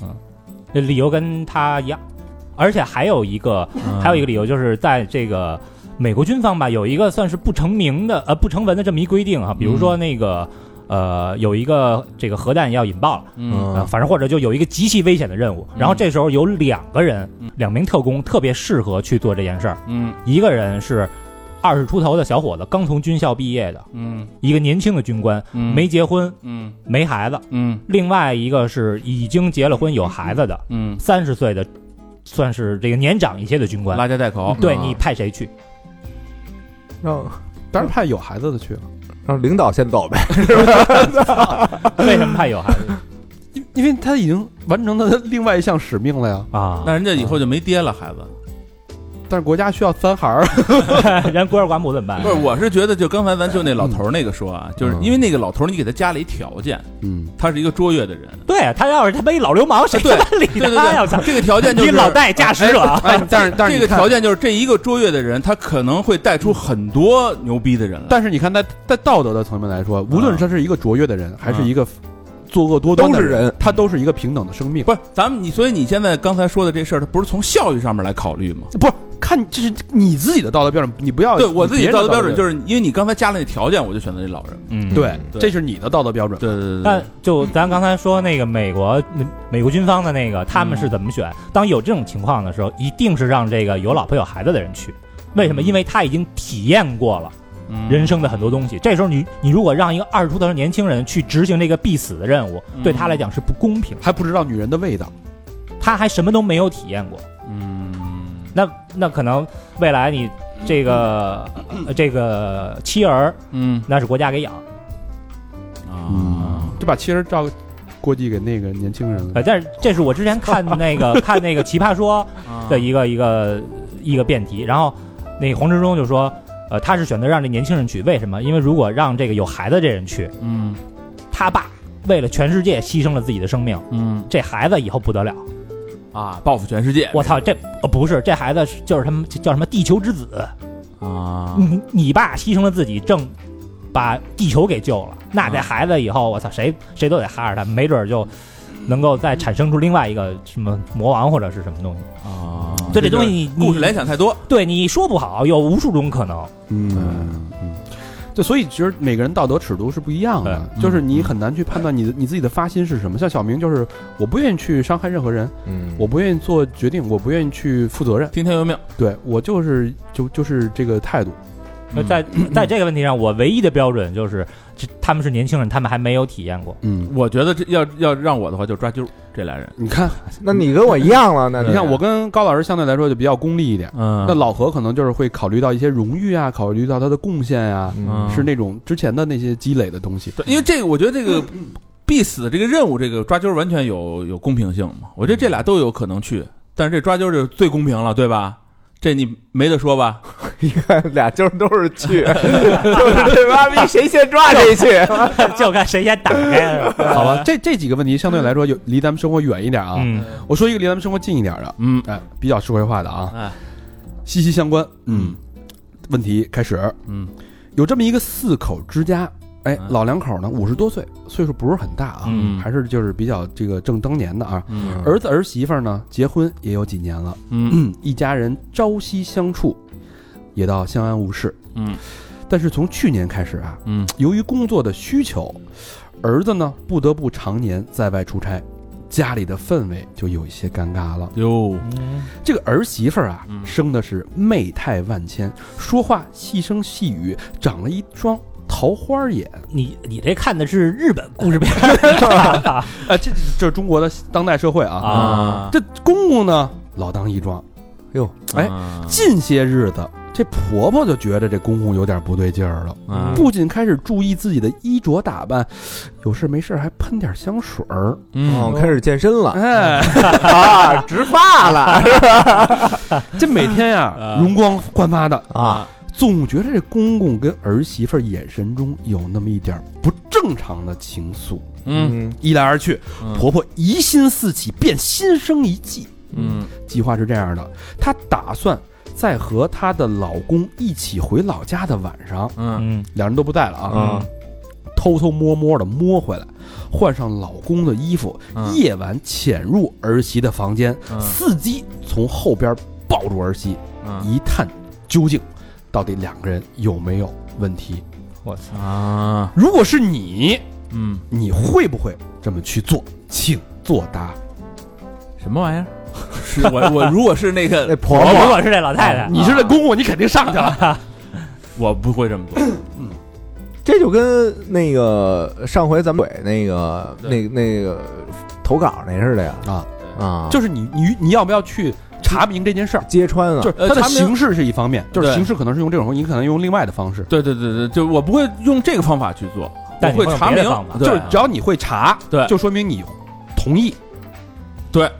D: 嗯，
E: 这理由跟他一样。而且还有一个，嗯还
D: 嗯
E: 有一个理由就是在这个美国军方吧，有一个算是不成名的呃不成文的这么一规定啊哈，比如
D: 嗯
E: 说那个。呃，有一个这个核弹要引爆了，
D: 嗯
E: 呃，反正或者就有一个极其危险的任务，然后这时候有两个人，两名特工特别适合去做这件事儿，
D: 嗯
E: 一个人是二十出头的小伙子，刚从军校毕业的，
D: 嗯
E: 一个年轻的军官，
D: 嗯，
E: 没结婚，
D: 嗯
E: 没孩子，
D: 嗯
E: 另外一个是已经结了婚有孩子的
D: 嗯，
E: 三十岁的，算是这个年长一些的军官。
D: 拉家带口，
E: 对
D: 啊
E: 你派谁去？
B: 让
C: 当然派有孩子的去了，
B: 让领导先走呗，
E: 为什么派有孩子
C: 因因为他已经完成他的另外一项使命了呀。
E: 啊？
D: 那人家以后就没爹
E: 嗯
D: 了，孩子。
C: 但是国家需要三孩儿，
E: 人孤儿寡母怎么办
D: 不？是，我是觉得就刚才咱就那老头儿那个说
E: 嗯
D: 啊，就是因为那个老头儿，你给他加了一条件，
C: 嗯，
D: 他是一个卓越的人。
E: 对啊他要是他妈一老流氓，谁
D: 对
E: 他妈理
D: 对对
E: 他呀？我操
D: 对，！这个条件就
E: 你
D: 是
E: 老带驾驶者啊，
C: 哎，但是但是
D: 这
C: 你
D: 个
C: 看
D: 条件就是这一个卓越的人，他可能会带出很多牛逼的人来。
C: 但是你看在，在道德的层面来说，无论他是一个卓越的人，还是一个作恶多端
B: 都
C: 的
B: 是人。
C: 他都是一个平等的生命。
D: 不是咱们你，所以你现在刚才说的这事儿，它不是从效益上面来考虑吗？
C: 不是，看这是你自己的道德标准，你不要
D: 对我自己道德标准，就是是因为你刚才加了那条件，我就选择这老人。
E: 嗯
C: 对，
D: 对
C: 这是你的道德标准。
D: 对对对
E: 但
D: 对，
E: 就咱刚才说那个美国美国军方的那个，他们是怎么选？当有这种情况的时候，一定是让这个有老婆有孩子的人去。为什么？因为他已经体验过了人生的很多东西。这时候你你如果让一个二十出头的年轻人去执行这个必死的任务，对他来讲是不公平。
C: 还不知道女人的味道，
E: 他还什么都没有体验过，
D: 嗯
E: 那那可能未来你这个、呃这个妻儿
D: 嗯
E: 那是国家给养，
D: 啊，
C: 就把妻儿照过继给那个年轻人了。
E: 呃，但是这是我之前看那个看那个《奇葩说》的
D: 嗯
E: 一个一个一个辩题，然后那黄执中就说，呃，他是选择让这年轻人去，为什么？因为如果让这个有孩子这人去，
D: 嗯
E: 他爸为了全世界牺牲了自己的生命，
D: 嗯
E: 这孩子以后不得了。
D: 啊，报复全世界
E: 我操，这呃不是这孩子是就是他们叫什么地球之子，
D: 啊！
E: 你你爸牺牲了自己，正把地球给救了，那这
D: 啊
E: 孩子以后我操谁谁都得哈着他，没准儿就。能够再产生出另外一个什么魔王或者是什么东西，
D: 啊，
E: 对这东西你你
D: 故事联想太多，
E: 对你说不好，有无数种可能。
C: 嗯嗯，就所以其实每个人道德尺度是不一样的，
D: 对
C: 就是你很难去判断你的你自己的发心是什么。像小明就是我不愿意去伤害任何人，
B: 嗯
C: 我不愿意做决定，我不愿意去负责任。
D: 听天由命。
C: 对我就是就就是这个态度，
E: 那在 在这个问题上，我唯一的标准就是，这他们是年轻人，他们还没有体验过。
C: 嗯，
D: 我觉得这要要让我的话，就抓阄这俩人。
C: 你看，
B: 那嗯你跟我一样了，那
C: 你看，
B: 是
C: 我跟高老师相对来说就比较功利一点，
D: 嗯
C: 那老何可能就是会考虑到一些荣誉啊，考虑到他的贡献呀、
B: 嗯
C: 是那种之前的那些积累的东西。
D: 对，因为这个，我觉得这个必死的这个任务，这个抓阄完全有有公平性嘛。我觉得这俩都有可能去，但是这抓阄就是最公平了，对吧？这你没得说吧？
B: 一看俩就是都是 去，就是这妈逼谁先抓谁去，
E: 就看谁先打开了。
C: 好吧，这这几个问题相对来说有离咱们生活远一点啊。
E: 嗯，
C: 我说一个离咱们生活近一点的，
D: 嗯
C: 哎，比较社会化的啊，
D: 哎，
C: 息息相关。，嗯问题开始，
D: 嗯
C: 有这么一个四口之家。哎，
D: 嗯
C: 老两口呢，五十多岁，岁数不是很大啊，
D: 嗯
C: 还是就是比较这个正当年的啊。
D: 嗯
C: 儿子儿媳妇儿呢，结婚也有几年了，
D: 嗯
C: 一家人朝夕相处，也到相安无事。
D: 嗯，
C: 但是从去年开始啊，
D: 嗯
C: 由于工作的需求，儿子呢不得不常年在外出差，家里的氛围就有一些尴尬了。
D: 哟，
C: 这个儿媳妇儿啊，
D: 嗯
C: 生的是媚态万千，说话细声细语，长了一双。桃花眼》
E: 你你这看的是日本故事片儿
C: 啊，这这是中国的当代社会啊。
E: 啊？
C: 这公公呢，老当益壮。
B: 哟，
C: 哎，近些日子，这婆婆就觉得这公公有点不对劲儿了，
B: 嗯
D: 啊
C: 不仅开始注意自己的衣着打扮，有事没事还喷点香水儿。
D: 嗯
B: 哦，开始健身了
C: 哎，
B: 啊，植发了
C: 这每天呀、
D: 啊
C: 容光焕发的，
B: 啊，
C: 总觉得这公公跟儿媳妇儿眼神中有那么一点不正常的情愫。
D: 嗯
C: 一来二去，
D: 嗯
C: 婆婆疑心四起，便心生一计。
D: 嗯
C: 计划是这样的：她打算在和她的老公一起回老家的晚上，
D: 嗯
E: 嗯
C: 两人都不在了啊，
D: 嗯
C: 偷偷摸摸的摸回来，换上老公的衣服，
D: 嗯
C: 夜晚潜入儿媳的房间，
D: 嗯
C: 伺机从后边抱住儿媳，
D: 嗯
C: 一探究竟，到底两个人有没有问题？
D: 啊
C: 如果是你，
D: 嗯，
C: 你会不会这么去做？请作答。
D: 什么玩意儿？ 是我我如果是那
B: 那
D: 个，
B: 婆
E: 我如
B: 婆
E: 果是这老太太，
C: 啊哦你是这公公，你肯定上去了。
D: 我不会这么做。
B: 这就跟那个上回咱们鬼那个那那个投稿那似的呀
C: 啊
B: 啊，
C: 就是你你你要不要去查明这件事儿？
B: 揭穿啊，
C: 就是
D: 呃
C: 它的
D: 查明
C: 形式是一方面，就是
D: 对
C: 形式可能是用这种，你可能用另外的方式。
D: 对对对对，就我不会用这个方法去做，我
E: 但你
D: 会
E: 会有
D: 查
E: 别的
D: 明
E: 方法，
D: 对
C: 就是只要你会查，
D: 对
C: 就说明你同意。
D: 对，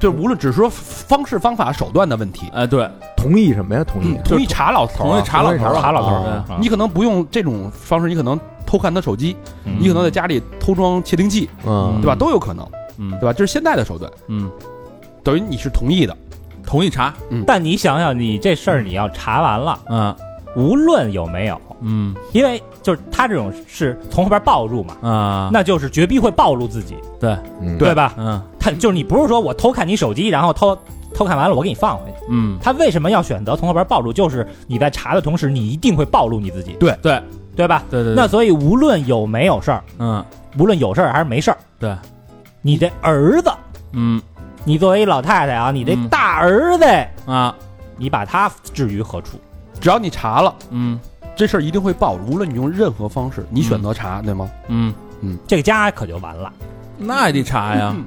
C: 就无论只是说方式、方法、手段的问题，
D: 哎对，
B: 同意什么呀？同意
C: 同意查老头
D: 嗯同
C: 儿
D: 意
C: 啊。
D: 查老头儿
E: 查老头
B: 啊
E: 儿，啊
C: 你可能不用这种方式，你可能偷看他手机，
E: 嗯
C: 你可能在家里偷装窃听器，
B: 嗯
C: 对吧？都有可能，
D: 嗯
C: 对吧？这是现在的手段，
D: 嗯，
C: 等于你是同意的。
D: 同意查，
E: 但你想想，你这事儿你要查完了，
D: 嗯
E: 无论有没有，
D: 嗯
E: 因为就是他这种是从后边暴露嘛，
D: 啊，
E: 那就是绝逼会暴露自己，
B: 嗯
E: 对吧？
D: 嗯
E: 他就是你不是说我偷看你手机，然后偷偷看完了我给你放回去。
D: 嗯
E: 他为什么要选择从后边暴露？就是你在查的同时，你一定会暴露你自己，
C: 对
D: 对
E: 对吧？
D: 对对，对
E: 那所以无论有没有事儿，
D: 嗯
E: 无论有事儿还是没事儿，
D: 对，
E: 你的儿子，
D: 嗯
E: 你作为一老太太啊，你这
D: 嗯
E: 大儿子，
D: 啊
E: 你把他置于何处？
C: 只要你查了，
D: 嗯
C: 这事儿一定会暴露，无论你用任何方式，你选择查，对吗？
D: 嗯，
E: 这个家可就完了。
D: 那也得查呀。
C: 嗯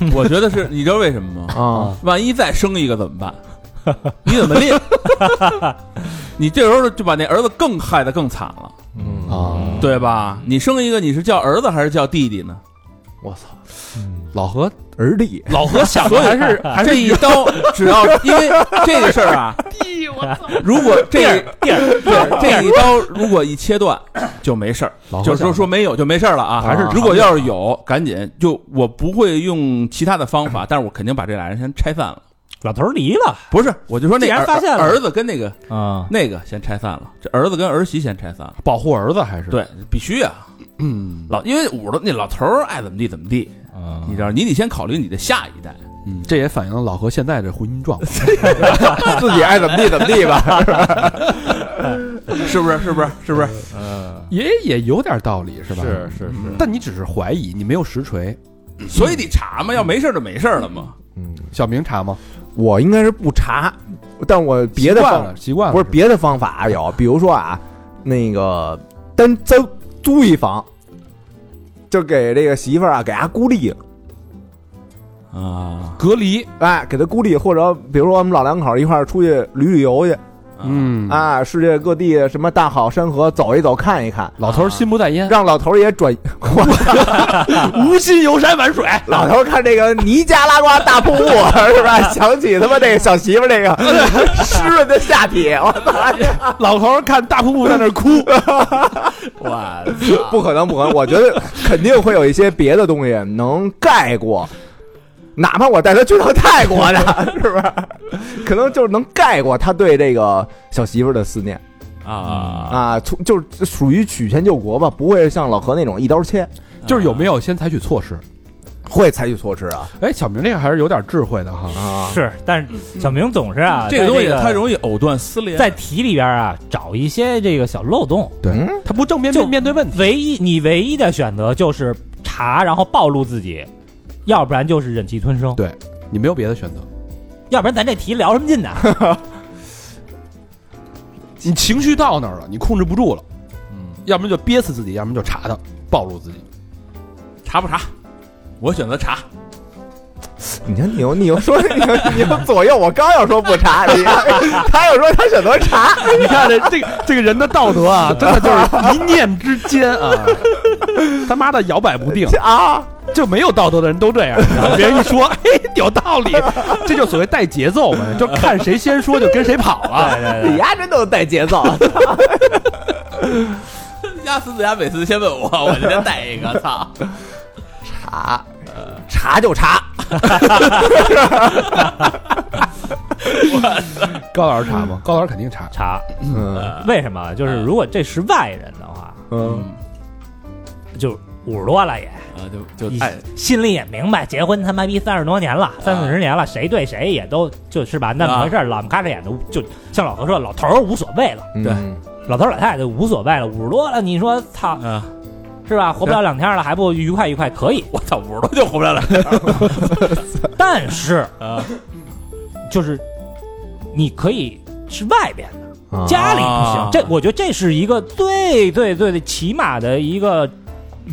D: 我觉得是，你知道为什么 吗？
B: 啊，
D: 万一再生一个怎么办？ 你怎么练？ 你这时候就把那儿子更害得更惨了，
B: 嗯
C: 啊，
D: 对吧？你生一个，你是叫儿子还是叫弟弟呢？
B: 我操，
C: 老何，
B: 儿弟
C: 老何想啊的还是还
D: 这
C: 是
D: 一刀， 只要因为这个事儿 啊，如果这
E: 第二，
D: 对这一刀如果一切断就没事儿，
C: 老
D: 就
C: 何
D: 是说
C: 想
D: 说没有就没事儿了啊。
B: 还是
D: 如果要是有，赶紧就我不会用其他的方 法，但是我肯定把这俩人先拆散了。
E: 老头儿离了，
D: 不是，我就说那
E: 既然
D: 儿
E: 发现了
D: 儿子跟那个
E: 啊，
D: 那个先拆散了，这儿子跟儿媳先拆散了。
C: 保护儿子还是
D: 对，必须啊，
C: 嗯
D: 老因为五十多那老头儿爱怎么地怎么地，你知道，你得先考虑你的下一代。
C: 嗯，这也反映了老何现在这婚姻状况。
B: 自己爱怎么地怎么地吧，
D: 是不是？是不是？是不是？
C: 也也有点道理， 是吧？是
B: 是嗯是，
C: 但你只是怀疑，你没有实锤。
D: 所以得查嘛，要没事儿就没事儿了嘛。
B: 嗯，
C: 小明查吗？
B: 我应该是不查，但我别的
C: 习惯
B: 方
C: 了，习惯了，
B: 不是别的方法有，比如说啊，那个单咱租一房，就给这个媳妇儿啊，给她孤立了，
D: 啊，
C: 隔离。
B: 哎，给她孤立，或者比如说我们老两口一块儿出去旅旅游去
C: 嗯，
B: 啊，世界各地什么大好山河走一走看一看，
C: 老头儿心不在焉，
B: 让老头儿也转，
D: 啊
C: 无心游山玩水。
B: 老头儿看这个尼加拉瓜大瀑布 是吧？想起他妈这个小媳妇儿这个湿润的下体，我操！
C: 老头儿看大瀑布在那儿 哭，
D: 哇，
B: 不可能，不可能！我觉得肯定会有一些别的东西能盖过，哪怕我带他去趟泰国呢， 是不是？可能就是能盖过他对这个小媳妇儿的思念
D: 啊，
B: 啊，从就是属于曲线救国吧，不会像老何那种一刀切，
C: 就是有没有先采取措施？
B: 会采取措施啊
C: 哎，小明这个还是有点智慧的哈。
B: 啊！
E: 是，但是小明总是啊，
D: 嗯这个东西
E: 在
D: 它容易藕断丝连。
E: 在题里边啊找一些这个小漏洞。
C: 对
B: 嗯，
C: 他不正面
E: 就
C: 面面对问题。
E: 唯一你唯一的选择就是查，然后暴露自己，要不然就是忍气吞声。
C: 对你没有别的选择，
E: 要不然咱这题聊什么劲呢？
C: 你情绪到那儿了，你控制不住了，要么就憋死自己，要么就查他，暴露自己。
D: 查不查？我选择查。
B: 你看，你又你又说你又你又左右，我刚要说不查，你 他又说他选择查，
C: 你看这这个这个人的道德啊，真的就是一念之间 啊，他妈的摇摆不定
B: 啊！
C: 就没有道德的人都这 样。然后别人一说，嘿，有道理，这就所谓带节奏嘛，就看谁先说就跟谁跑啊了。
E: 对对
B: 你
E: 对，
B: 丫真都带节奏，
F: 压死子牙每次先问 我，我就先带一个，操！
D: 啊
B: 查查就查，
C: 高老师查吗？高老师肯定查。
E: 查
B: 嗯
E: 为什么？就是如果这是外人的话，嗯
B: 嗯，
E: 就五十多了也，
F: 啊，就就哎，
E: 心里也明白，结婚他妈逼三十多年了，三四十年了，谁对谁也都就是吧，那么回事儿，老么咔嚓眼的，就像老何说，老头儿无所谓了，
B: 对，
E: 老头儿老太太无所谓了，五十多了，你说操
D: 啊，
E: 是吧？活不了两天了，还不愉快愉快？可以，
F: 我操，五十多就活不了了。
E: 但是就是你可以是外边的，
B: 啊
E: 家里不
D: 啊
E: 行。这我觉得这是一个最最最最起码的一个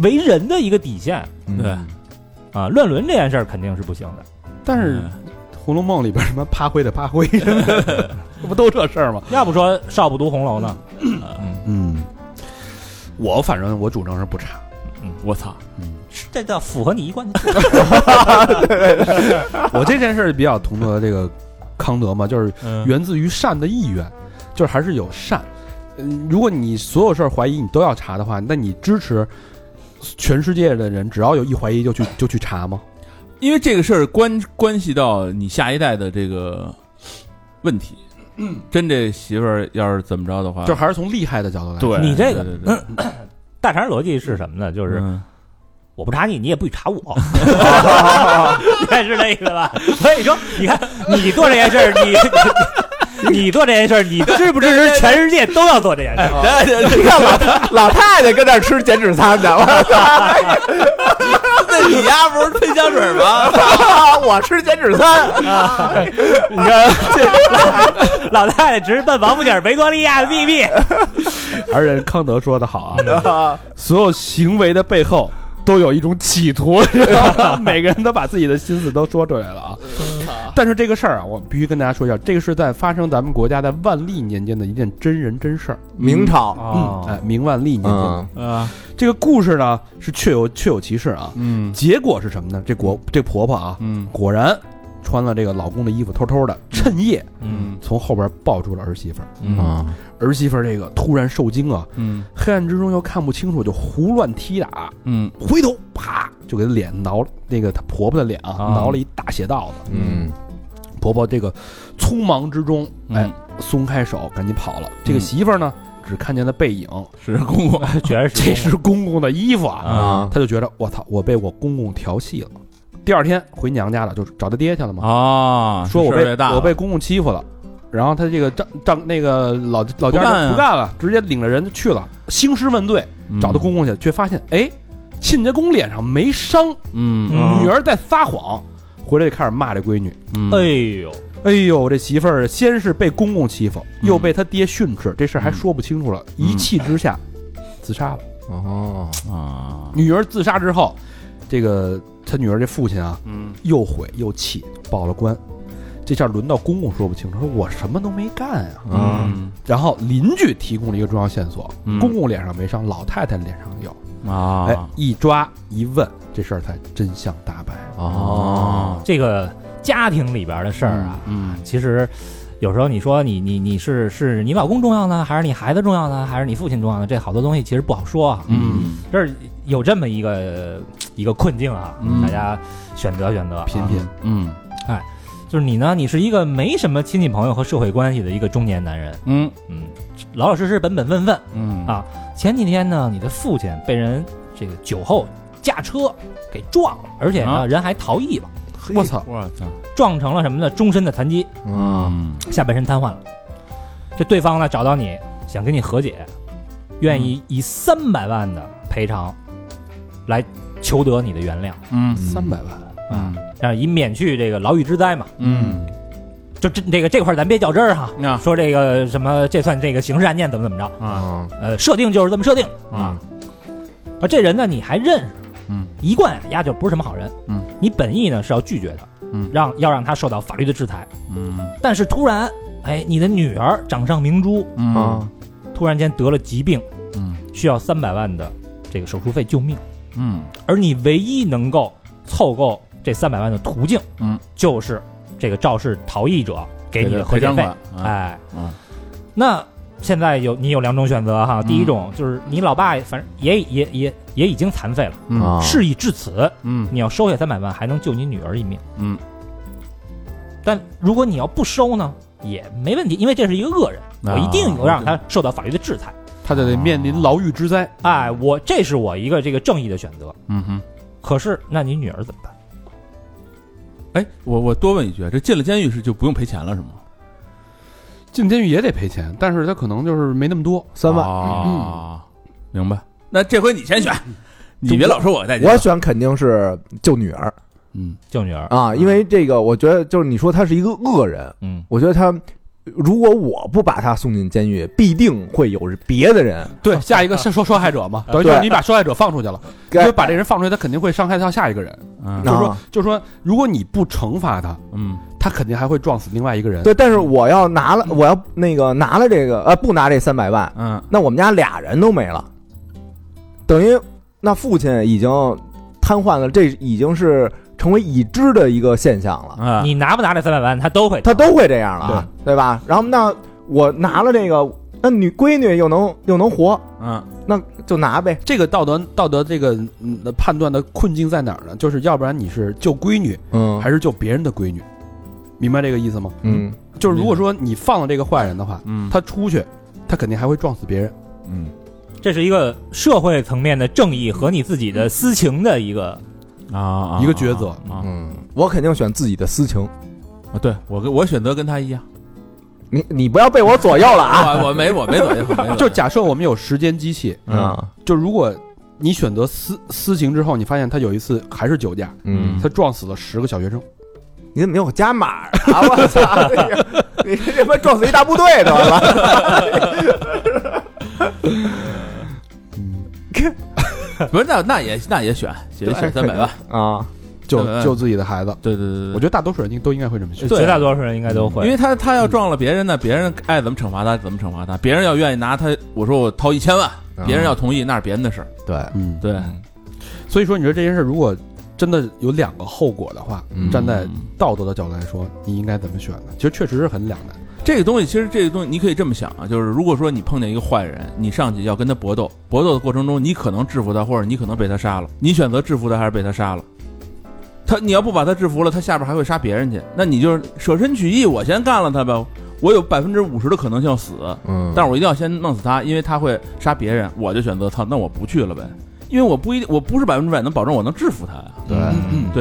E: 为人的一个底线
D: 对，
E: 啊。乱伦这件事儿肯定是不行的。
C: 但是
E: 嗯
C: 《红楼梦》里边什么趴灰的趴 灰，这不都这事儿吗？
E: 要不说少不读红楼呢？
C: 嗯，我反正我主张是不嗯查。
D: 我操，
E: 嗯 是这叫符合你一贯的。
C: 我这件事儿比较同德这个康德嘛，就是
E: 嗯
C: 源自于善的意愿，就是还是有善。嗯，如果你所有事儿怀疑你都要查的话，那你支持全世界的人只要有一怀疑就去就去查吗？
D: 因为这个事儿关关系到你下一代的这个问题。嗯，真这媳妇儿要是怎么着的话，
C: 就还是从厉害的角度来。
D: 啊对
E: 你这个
D: 对对对
E: 大肠逻辑是什么呢？就是
D: 嗯
E: 我不查你，你也不许查 我，你看是这意思吧？所以说，你看你做这件事儿，你你做这件事儿，你支不支持全世界都要做这件事儿？
F: 对对对，
B: 你看老太老太太跟那儿吃减脂餐去，我
F: 那你丫不是推香水吗？
B: 操， 我吃减脂餐，
E: 你看，这老太太直奔王府井维多利亚的秘密。
C: 而人康德说的好
B: 嗯
C: 啊，所有行为的背后都有一种企图，是吧每个人都把自己的心思都说出来了啊。但是这个事儿啊，我必须跟大家说一下，这个是在发生咱们国家在万历年间的一件真人真事儿。
B: 明朝，
E: 哦
C: 嗯，哎，明万历年间，
B: 嗯
D: 啊，
C: 这个故事呢是确有确有其事啊。
D: 嗯
C: 结果是什么呢？这国这婆婆啊，
D: 嗯
C: 果然穿了这个老公的衣服，偷偷的趁夜
D: 嗯
C: 从后边抱住了儿媳妇儿。
D: 嗯
B: 啊，
C: 儿媳妇儿这个突然受惊啊，
D: 嗯
C: 黑暗之中又看不清楚，就胡乱踢打，
D: 嗯
C: 回头啪就给脸挠了那个她婆婆的脸啊，
E: 啊
C: 挠了一大血道子。
B: 嗯
C: 婆婆这个匆忙之中，哎
D: 嗯，
C: 松开手，赶紧跑了。这
D: 嗯
C: 个媳妇儿呢，只看见了背影，
D: 是公公，
E: 哎确
C: 这
E: 实，
C: 是公公的衣服啊，
B: 啊，
C: 她就觉得我操，我被我公公调戏了。第二天回娘家了，就找她爹去了嘛，
D: 啊，
C: 说我
D: 事儿
C: 被
D: 越大了，
C: 我被公公欺负了。然后她这个丈丈那个老老家
D: 不干
C: 人
D: 啊
C: 不干了，直接领着人就去了，兴师问罪，
D: 嗯
C: 找她公公去，却发现哎，亲家公脸上没伤，
D: 嗯
E: 嗯
C: 女儿在撒谎，回来就开始骂这闺女。
D: 嗯
E: 哎呦，
C: 哎呦，这媳妇儿先是被公公欺负，
D: 嗯
C: 又被他爹训斥，这事儿还说不清楚了，
D: 嗯
C: 一气之下自杀了。
B: 哦，
D: 啊，
C: 女儿自杀之后，这个他女儿这父亲啊，
D: 嗯
C: 又悔又气，报了官。这下轮到公公说不清楚，说我什么都没干呀、啊。
D: 嗯
C: 然后邻居提供了一个重要线索，
D: 嗯
C: 公公脸上没伤，老太太脸上有。
D: 啊，
C: 哎，一抓一问，这事儿才真相大白。
D: 哦，
E: 这个家庭里边的事儿啊，
D: 嗯
E: 其实有时候你说你你你是是你老公重要呢，还是你孩子重要呢，还是你父亲重要呢？这好多东西其实不好说啊。
D: 嗯
E: 这儿有这么一个一个困境啊
D: 嗯，
E: 大家选择选择啊，
C: 品品，
D: 嗯
E: 就是你呢，你是一个没什么亲戚朋友和社会关系的一个中年男人，
D: 嗯
E: 嗯，老老实实本本分分。
D: 嗯
E: 啊前几天呢，你的父亲被人这个酒后驾车给撞了，而且呢、
D: 啊
E: 人还逃逸了，
C: 我操！
D: 我操，
E: 撞成了什么呢？终身的残疾，
B: 嗯
E: 下半身瘫痪了。这对方呢找到你，想跟你和解，愿
D: 嗯
E: 意以三百万的赔偿来求得你的原谅，
D: 嗯
C: 三百万，
D: 嗯
E: 啊让以免去这个牢狱之灾嘛。
D: 嗯
E: 就这这个这块儿咱别较真儿哈，
D: 啊
E: 说这个什么这算这个刑事案件怎么怎么着，
D: 啊
B: 啊
E: 呃，设定就是这么设定啊。而这人呢，你还认识，
D: 嗯，
E: 一贯呀就不是什么好人，
D: 嗯，
E: 你本意呢是要拒绝的，
D: 嗯
E: 让要让他受到法律的制裁，
D: 嗯
E: 但是突然，哎，你的女儿掌上明珠
D: 嗯
B: 啊
E: 突然间得了疾病，
D: 嗯
E: 需要三百万的这个手术费救命，
D: 嗯
E: 而你唯一能够凑够这三百万的途径，
D: 嗯，
E: 就是这个肇事逃逸者给你的和
D: 赔
E: 解
D: 偿
E: 费，
D: 款，啊
E: 哎，
D: 嗯
E: 那现在有你有两种选择哈，
D: 嗯
E: 第一种就是你老爸反正也也也也已经残废了，
D: 嗯
E: 事已至此，
D: 嗯
E: 你要收下三百万还能救你女儿一命，
D: 嗯，
E: 但如果你要不收呢，也没问题，因为这是一个恶人，
D: 啊嗯
E: 我一定要让他受到法律的制裁，
C: 他就得面临牢狱之灾。
E: 哎，我这是我一个这个正义的选择。
D: 嗯哼。
E: 可是，那你女儿怎么
D: 啊
E: 办？
D: 哎，我我多问一句，这进了监狱是就不用赔钱了是吗？
C: 进监狱也得赔钱，但是他可能就是没那么多。
B: 三万，
D: 啊，明白。那这回你先选，你
B: 就
D: 别
B: 我
D: 老说我在
B: 我选肯定是救女儿
D: 嗯
E: 救女儿？
B: 啊，因为这个我觉得就是你说他是一个恶人，
E: 嗯，
B: 我觉得他如果我不把他送进监狱，必定会有别的人
C: 对，下一个是受受害者嘛，等于就是
B: 对
C: 你把受害者放出去了，因
B: 该
C: 为把这人放出去，他肯定会伤害到下一个人。
D: 嗯
C: 就是说
B: 啊，
C: 就是说，如果你不惩罚他，
D: 嗯
C: 他肯定还会撞死另外一个人。
B: 对，但是我要拿了，我要那个拿了这个，呃，不拿这三百万，
D: 嗯
B: 那我们家俩人都没了，等于那父亲已经瘫痪了，这已经是成为已知的一个现象了，
D: 啊
E: 你拿不拿这三百万，他都会
B: 他都会这样了啊，对吧？然后那我拿了这个，那女闺女又能又能活，
D: 嗯
B: 那就拿呗。
C: 这个道德道德这个嗯判断的困境在哪儿呢？就是要不然你是救闺女，
B: 嗯
C: 还是救别人的闺女，明白这个意思吗？
B: 嗯
C: 就是如果说你放了这个坏人的话，
D: 嗯
C: 他出去，他肯定还会撞死别人。
B: 嗯，
E: 这是一个社会层面的正义和你自己的私情的一个，
D: 啊啊
C: 一个抉择
D: 啊
B: 嗯，我肯定选自己的私情。
D: 啊！对我跟我选择跟他一样
B: 你你不要被我左右了 啊！
D: 啊，我没我没左右，我没左右
C: 就假设我们有时间机器，
B: 啊
C: 就如果你选择私私情之后，你发现他有一次还是酒驾，
B: 嗯，
C: 他撞死了十个小学生。
B: 你怎么没有加码啊？ 我操！你 这他妈撞死一大部队得了！
D: 不是那那也那也选也选三百万，
B: 啊，
C: 救
D: 对
C: 救自己的孩子。
D: 对对对对
C: 我觉得大多数人应都应该会这么选。
E: 绝大多数人应该都
D: 对，
E: 会，
D: 因为他他要撞了别人呢，别人爱怎么惩罚他怎么惩罚他，别人要愿意拿他，我说我掏一千万，别人要同意那是别人的事儿，
B: 对，
C: 嗯，
D: 嗯对，
C: 所以说你说这件事如果真的有两个后果的话，
B: 嗯
C: 站在道德的角度来说，你应该怎么选呢？其实确实是很两难。
D: 这个东西，其实这个东西你可以这么想啊，就是如果说你碰见一个坏人，你上去要跟他搏斗，搏斗的过程中，你可能制服他，或者你可能被他杀了，你选择制服他还是被他杀了？他你要不把他制服了，他下边还会杀别人去，那你就是舍身取义，我先干了他呗，我有百分之五十的可能性要死，
B: 嗯
D: 但
B: 是
D: 是我一定要先弄死他，因为他会杀别人，我就选择他，那我不去了呗，因为我不一定我不是百分之百能保证我能制服他呀，
B: 对，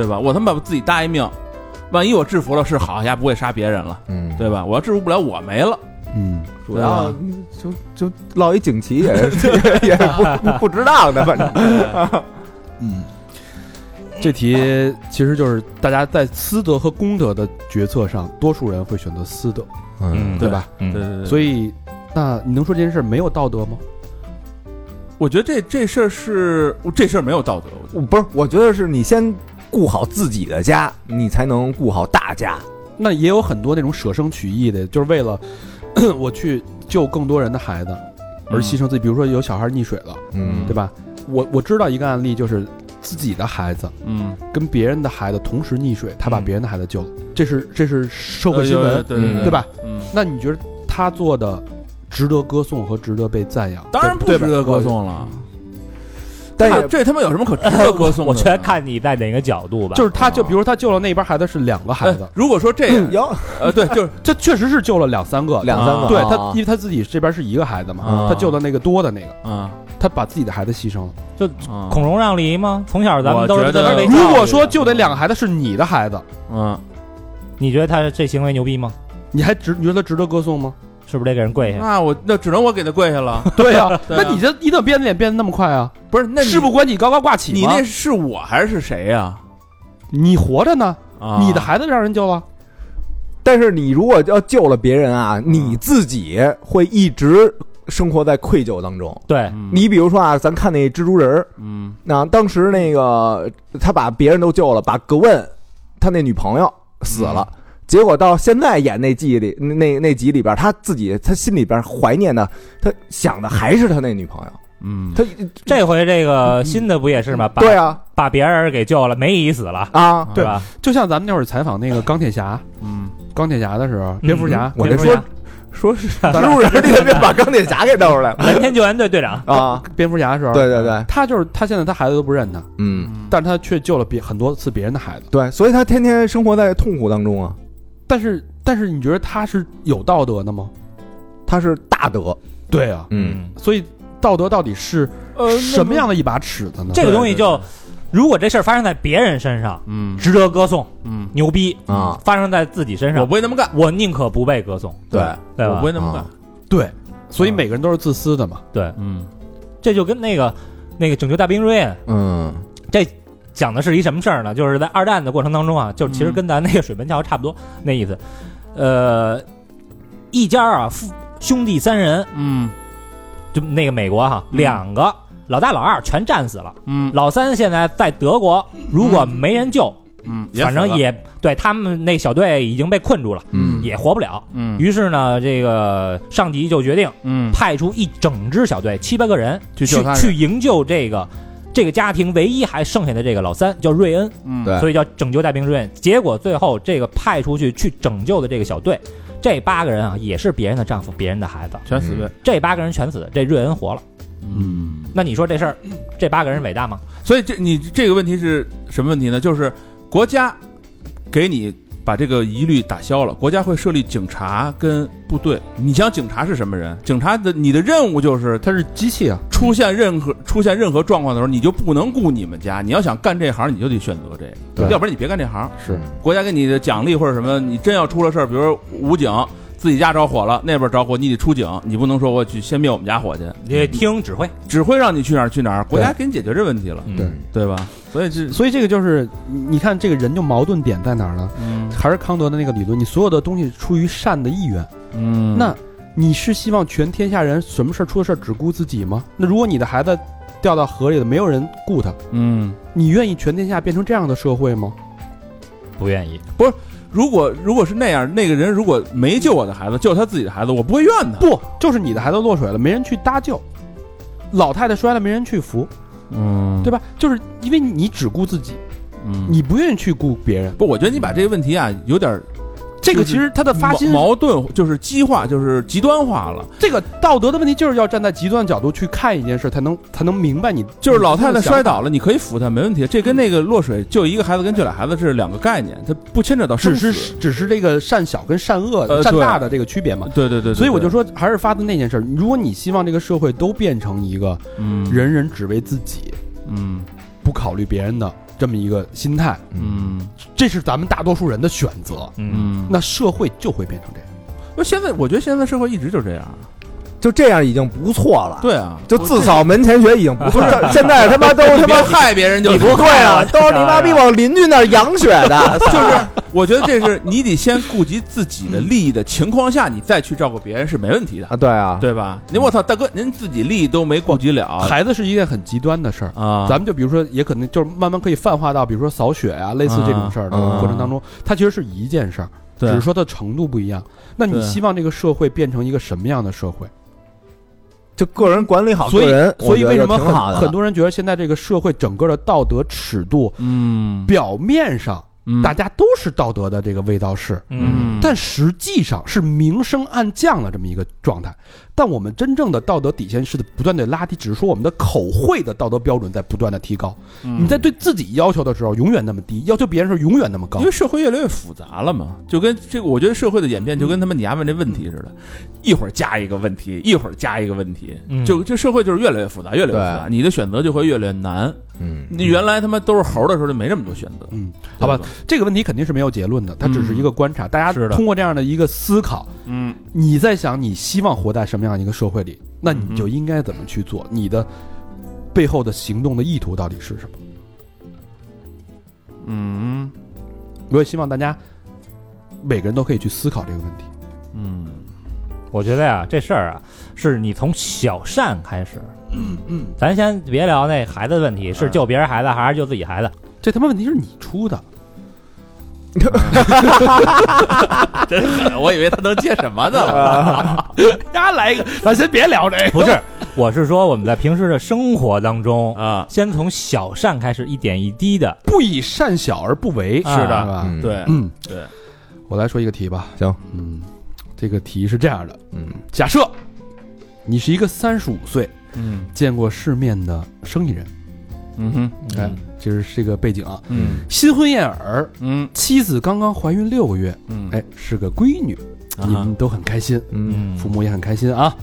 D: 对吧？我他妈把自己搭一命，万一我制服了是好家伙不会杀别人了，
B: 嗯，
D: 对吧？我要制服不了我没了。
C: 嗯，
B: 主要就就落一锦旗也是 也是不不值当的，反正
C: 这题其实就是大家在私德和公德的决策上，多数人会选择私德，
E: 嗯，
C: 对吧？
E: 嗯
D: 对对对，
C: 所
D: 以
C: 以，那你能说这件事没有道德吗？
D: 我觉得这这事儿是这事儿没有道德，我觉得
B: 不是，我觉得是你先顾好自己的家，你才能顾好大家。
C: 那也有很多那种舍生取义的，就是为了 我去救更多人的孩子而牺牲自己。比如说有小孩溺水了，
B: 嗯
C: 对吧？我我知道一个案例，就是自己的孩子
D: 嗯，
C: 跟别人的孩子同时溺水，他把
E: 嗯
C: 别人的孩子救了，这是这是社会新闻，
D: 对对
B: 嗯
C: 对？吧？
D: 嗯，
C: 那你觉得他做的值得歌颂和值得被赞扬？
D: 当然不
C: 对
D: 值
C: 吧
D: 得歌。颂了，
B: 但
D: 看
B: 也
D: 这他妈有什么可值得歌颂的呢？
E: 我觉得看你在哪个角度吧，
C: 就是他，就比如说他救了那边孩子是两个孩
D: 哎
C: 子，，
D: 如果说这样，
B: 有
D: 呃，对，就是
C: 这确实是救了两三个，
B: 两三个，
C: 对他
B: 啊，
C: 因为他自己这边是一个孩子嘛
D: 啊，
C: 他救的那个多的那个，
D: 啊
C: 他把自己的孩子牺牲了。
D: 啊，
E: 孔融让梨吗？从小咱们都
D: 我觉
E: 是
D: 得
E: 都是被教育的
C: 如果说救的两个孩子是你的孩子，
D: 嗯，
E: 嗯你觉得他这行为牛逼吗？
C: 你还值你觉得他值得歌颂吗？
E: 是不是得给人跪下？
D: 那我那只能我给他跪下了，
C: 对呀，
D: 对啊
C: 那你这一定变脸变得那么快啊？
D: 不是？那你
C: 事不关己高高挂起
D: 你
C: 吗
D: 那是我还是谁呀？
C: 你活着呢，
D: 啊，
C: 你的孩子让人救了，
B: 但是你如果要救了别人啊，你自己会一直生活在愧疚当中。
E: 对，
B: 你比如说啊，咱看那蜘蛛人儿，
D: 嗯
B: 那当时那个他把别人都救了，把格问他那女朋友死了，结果到现在演那季里那那集里边，他自己他心里边怀念的，他想的还是他那女朋友。
D: 嗯，
B: 他
E: 这回这个新的不也是吗？把
B: 对啊
E: 把别人给救了，梅姨死了，
B: 啊，
E: 对吧？
C: 就像咱们那会儿采访那个钢铁侠，
D: 嗯，
C: 钢铁侠的时候，
E: 嗯
C: 蝙蝠侠，
B: 我这
C: 蝙蝠侠
B: 说说是蜘蛛人，你怎么把钢铁侠给带出 来了
E: 蓝天救援队队长，
B: 啊？
C: 蝙蝠侠的时候，
B: 对对嗯对
C: 他就是他现在他孩子都不认他，
B: 嗯，
C: 但是他却救了别很多次别人的孩子。
B: 对，所以他天天生活在痛苦当中啊，
C: 但是但是你觉得他是有道德的吗？
B: 他是大德，
C: 对啊，
B: 嗯，
C: 所以道德到底是
D: 呃
C: 什么样的一把尺子呢？
E: 这个东西就，如果这事儿发生在别人身上，
D: 嗯
E: 值得歌颂，
D: 嗯，
E: 牛逼
B: 啊！
E: 发生在自己身
D: 我
E: 上，
D: 不会那么干，
E: 我宁可不被歌颂，
B: 对，
E: 对
D: 我
E: 吧
D: 不？会那么干
B: 啊，
C: 对，所以每个人都是自私的嘛。
E: 对，
D: 嗯
E: 这就跟那个那个《拯救大兵瑞恩》
B: 嗯
E: 讲的是一什么事儿呢？就是在二战的过程当中啊，就其
D: 嗯
E: 实跟咱那个水门桥差不多那意思。呃，一家啊，夫兄弟三人，
D: 嗯
E: 就那个美国哈，两个老大老二全战死了，
D: 嗯
E: 老三现在在德国，如果没人救，
D: 嗯，
E: 反
D: 死
E: 正
D: 了
E: 也对他们那小队已经被困住了，
B: 嗯
E: 也活不了。
D: 嗯
E: 于是呢，这个上级就决定
D: 嗯
E: 派出一整支小队，七八个人
D: 去
E: 去
D: 救他人
E: 去营救这个这个家庭唯一还剩下的这个老三，叫瑞恩，
D: 嗯
B: 对
E: 所以叫拯救大兵瑞恩。结果最后这个派出去去拯救的这个小队，这八个人啊也是别人的丈夫、别人的孩子，
D: 全死呗，
E: 这八个人全死，这瑞恩活了。
D: 嗯，
E: 那你说这事儿，这八个人伟大吗？
D: 所以这你这个问题是什么问题呢？就是国家给你把这个疑虑打消了，国家会设立警察跟部队。你想警察是什么人？警察的你的任务就是
C: 他是机器啊，
D: 出现任何出现任何状况的时候，你就不能雇你们家。你要想干这行，你就得选择这
B: 对
D: 个，要不然你别干这行。
C: 是
D: 国家给你的奖励或者什么，你真要出了事儿，比如说武警自己家着火了，那边着火，你得出警，你不能说我去先灭我们家火去，
E: 你得听指挥。
D: 只会让你去哪儿去哪儿。国家给你解决这问题了，
B: 对，
D: 对吧？所以这，
C: 所以这个就是你你看这个人就矛盾点在哪儿呢？
D: 嗯
C: 还是康德的那个理论，你所有的东西出于善的意愿，
D: 嗯
C: 那你是希望全天下人什么事儿出了事儿只顾自己吗？那如果你的孩子掉到河里了，没有人顾他，
D: 嗯，
C: 你愿意全天下变成这样的社会吗？
E: 不愿意，
D: 如果如果是那样，那个人如果没救我的孩子，救他自己的孩子，我不会怨他。
C: 不，就是你的孩子落水了，没人去搭救，老太太摔了没人去扶，
D: 嗯
C: 对吧？就是因为你只顾自己，
D: 嗯
C: 你不愿意去顾别人。
D: 不，我觉得你把这个问题啊，有点
C: 这个其实它的发
D: 矛
C: 心，
D: 矛盾，就是激化，就是极端化了。
C: 这个道德的问题，就是要站在极端角度去看一件事，才能才能明白你
D: 就是老太太摔
C: 倒。
D: 倒了，你可以扶她，没问题。这跟那个落水救一个孩子跟救俩孩子是两个概念，它不牵扯到生死。
C: 只是只是这个善小跟善恶、
D: 呃
C: 善
D: 对
C: 大的这个区别嘛。
D: 对对对对
C: 所以我
D: 对
C: 就说，还是发自那件事儿。如果你希望这个社会都变成一个
D: 嗯
C: 人人只为自己，
D: 嗯
C: 不考虑别人的这么一个心态，
D: 嗯
C: 这是咱们大多数人的选择，
E: 嗯，
D: 嗯。
C: 那社会就会变成这样。
D: 那现在我觉得现在社会一直就这样。啊
B: 就这样已经不错了。
D: 对啊，
B: 就自扫门前雪已经不错了，现在他妈都他妈
D: 害别人就
B: 对啊，都是你妈逼往邻居那儿养雪的，
D: 就是，我觉得这是你得先顾及自己的利益的情况下，你再去照顾别人是没问题的，
B: 啊，对啊，
D: 对吧？您我操，大哥，您自己利益都没顾及了
C: 孩子是一件很极端的事儿。
D: 啊，
C: 咱们就比如说，也可能就是慢慢可以泛化到，比如说扫雪啊，类似这种事儿的
B: 啊
C: 过程当中，它其实是一件事儿，只
D: 对
C: 是说它程度不一样。那你
D: 对
C: 希望这个社会变成一个什么样的社会？
B: 就个人管理好
C: 所
B: 啊个
C: 以
B: 人，，
C: 所以
B: 我觉
C: 为
B: 得
C: 什么
B: 挺好
C: 很
B: 的
C: 很多人觉得现在这个社会整个的道德尺度，
D: 嗯，
C: 表面上
B: 嗯
C: 大家都是道德的这个味道是，
E: 嗯，
C: 但实际上是明升暗降的这么一个状态。但我们真正的道德底线是不断的拉低，只是说我们的口惠的道德标准在不断的提高。
B: 嗯
C: 你在对自己要求的时候永远那么低，要求别人时候永远那么高
D: 因。为社会越来越复杂了嘛，就跟这个，我觉得社会的演变就跟他们你丫问这问题似的，一会儿加一个问题，一会儿加一个问题，
E: 嗯
D: 就这社会就是越来越复杂，越来越复杂，你的选择就会越来越难。
B: 嗯
D: 你原来他妈都是猴的时候就没这么多选择，
C: 嗯，好吧，这个问题肯定是没有结论的，它
B: 嗯
C: 只是一个观察。大家
D: 是的
C: 通过这样的一个思考，
D: 嗯
C: 你在想你希望活在什么样一个社会里，那你就应该怎么去做？你的背后的行动的意图到底是什么？
D: 嗯
C: 我也希望大家每个人都可以去思考这个问题。
B: 嗯，
E: 我觉得呀、这事儿啊，是你从小善开始。嗯嗯，嗯咱先别聊那孩子的问题，是救别人孩子还是救自己 孩子？
C: 这他妈问题是你出的，
D: 我以为他能接什么呢？
C: 呀，啊来一个，咱先别聊这个。
E: 不是，我是说我们在平时的生活当中，
D: 啊，
E: 先从小善开始，一点一滴的。
C: 不以善小而不为，
E: 是的
C: 是吧？
B: 嗯
D: 对，
C: 嗯，
D: 对。
C: 我来说一个题吧。
B: 行，
C: 嗯，这个题是这样的：
B: 嗯
C: 假设你是一个三十五岁
D: 嗯
C: 见过世面的生意人，
D: 嗯哼，
C: 哎，这是这个背景啊，
D: 嗯
C: 新婚燕尔，
D: 嗯
C: 妻子刚刚怀孕六个月，
D: 嗯，
C: 哎，是个闺女，
D: 啊哈
C: 你们都很开心，
B: 嗯
C: 父母也很开心啊。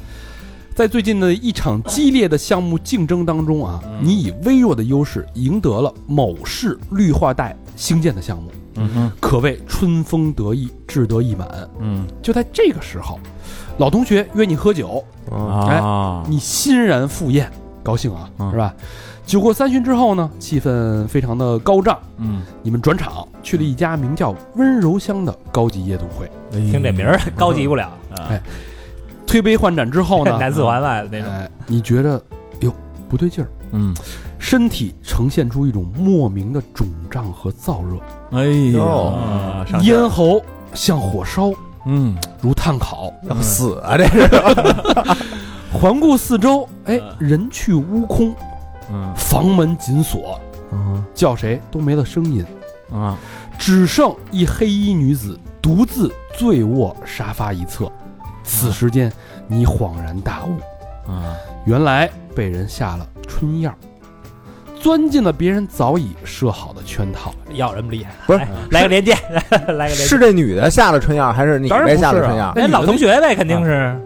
C: 在最近的一场激烈的项目竞争当中啊，
D: 嗯
C: 你以微弱的优势赢得了某市绿化带兴建的项目，
D: 嗯哼，
C: 可谓春风得意，志得意满。
D: 嗯
C: 就在这个时候，老同学约你喝酒，
B: 啊
D: 啊，
C: 你欣然赴宴，高兴啊，
D: 嗯
C: 是吧？酒过三巡之后呢，气氛非常的高涨，
D: 嗯，
C: 你们转场去了一家名叫温柔乡的高级夜总会。
E: 听这名儿 高级不了，
C: 推杯换盏之 后 呢，
E: 南四环外的那种。
C: 哎，你觉得，哟，不对劲儿，
D: 嗯，
C: 身体呈现出一种莫名的肿胀和燥热，
D: 哎
B: 哟
E: 哦
D: 呦，上劲儿
C: 咽喉像火烧，
D: 嗯
C: 如炭烤。
B: 要死啊！这是
C: 环顾四周，哎，
D: 嗯
C: 人去屋空，
D: 嗯
C: 房门紧锁，叫谁都没了声音，
D: 啊，
C: 只剩一黑衣女子独自醉卧沙发一侧。此时间，你恍然大悟，
D: 啊，
C: 原来被人下了春药，钻进了别人早已设好的圈套。
E: 要人不厉害，
B: 不是
E: 来来个连接， 来来个连接
B: 是，这女的下了春药，还是你
C: 当然
B: 没下
C: 不
B: 了
C: 是啊
B: 春药？
E: 人老同学呗，肯定是。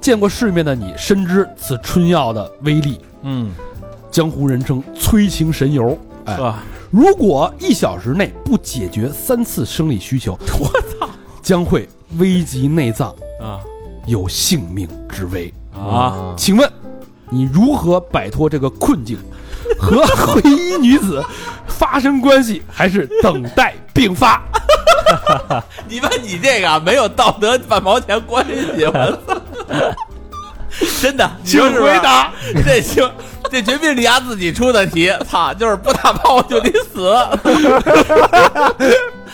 C: 见过世面的你，深知此春药的威力，
D: 嗯，
C: 江湖人称“催情神油”。哎，
D: 呵，
C: 如果一小时内不解决三次生理需求， 我操，将会危及内脏，
D: 啊
C: 有性命之危。
D: 啊，
C: 请问，你如何摆脱这个困境？和灰衣女子发生关系，还是等待病发？
D: 你问你这个啊没有道德半毛钱关系，我操！真的，你
C: 请
D: 说是吧
C: 回答。
D: 这行，这绝壁是丫自己出的题，操，就是不打炮就得死，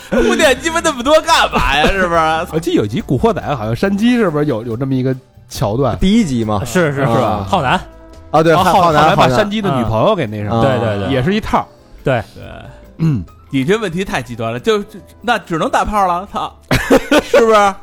D: 铺垫鸡巴那么多干嘛呀？是不是？
C: 我记得有一集《古惑仔》，好像山鸡是不是有有这么一个桥段？
B: 第一集嘛，
E: 啊是是
B: 是吧
E: 浩南，
B: 啊，对，
C: 啊
B: 浩浩
C: 后来
B: 南，
C: 把
B: 浩
C: 山
B: 南，
C: 鸡的女朋友给那什么
B: 啊
E: 对对嗯对，
C: 也是一套。
D: 对，
C: 嗯，
D: 你这问题太极端了，就就那只能打炮了， 操，是不是？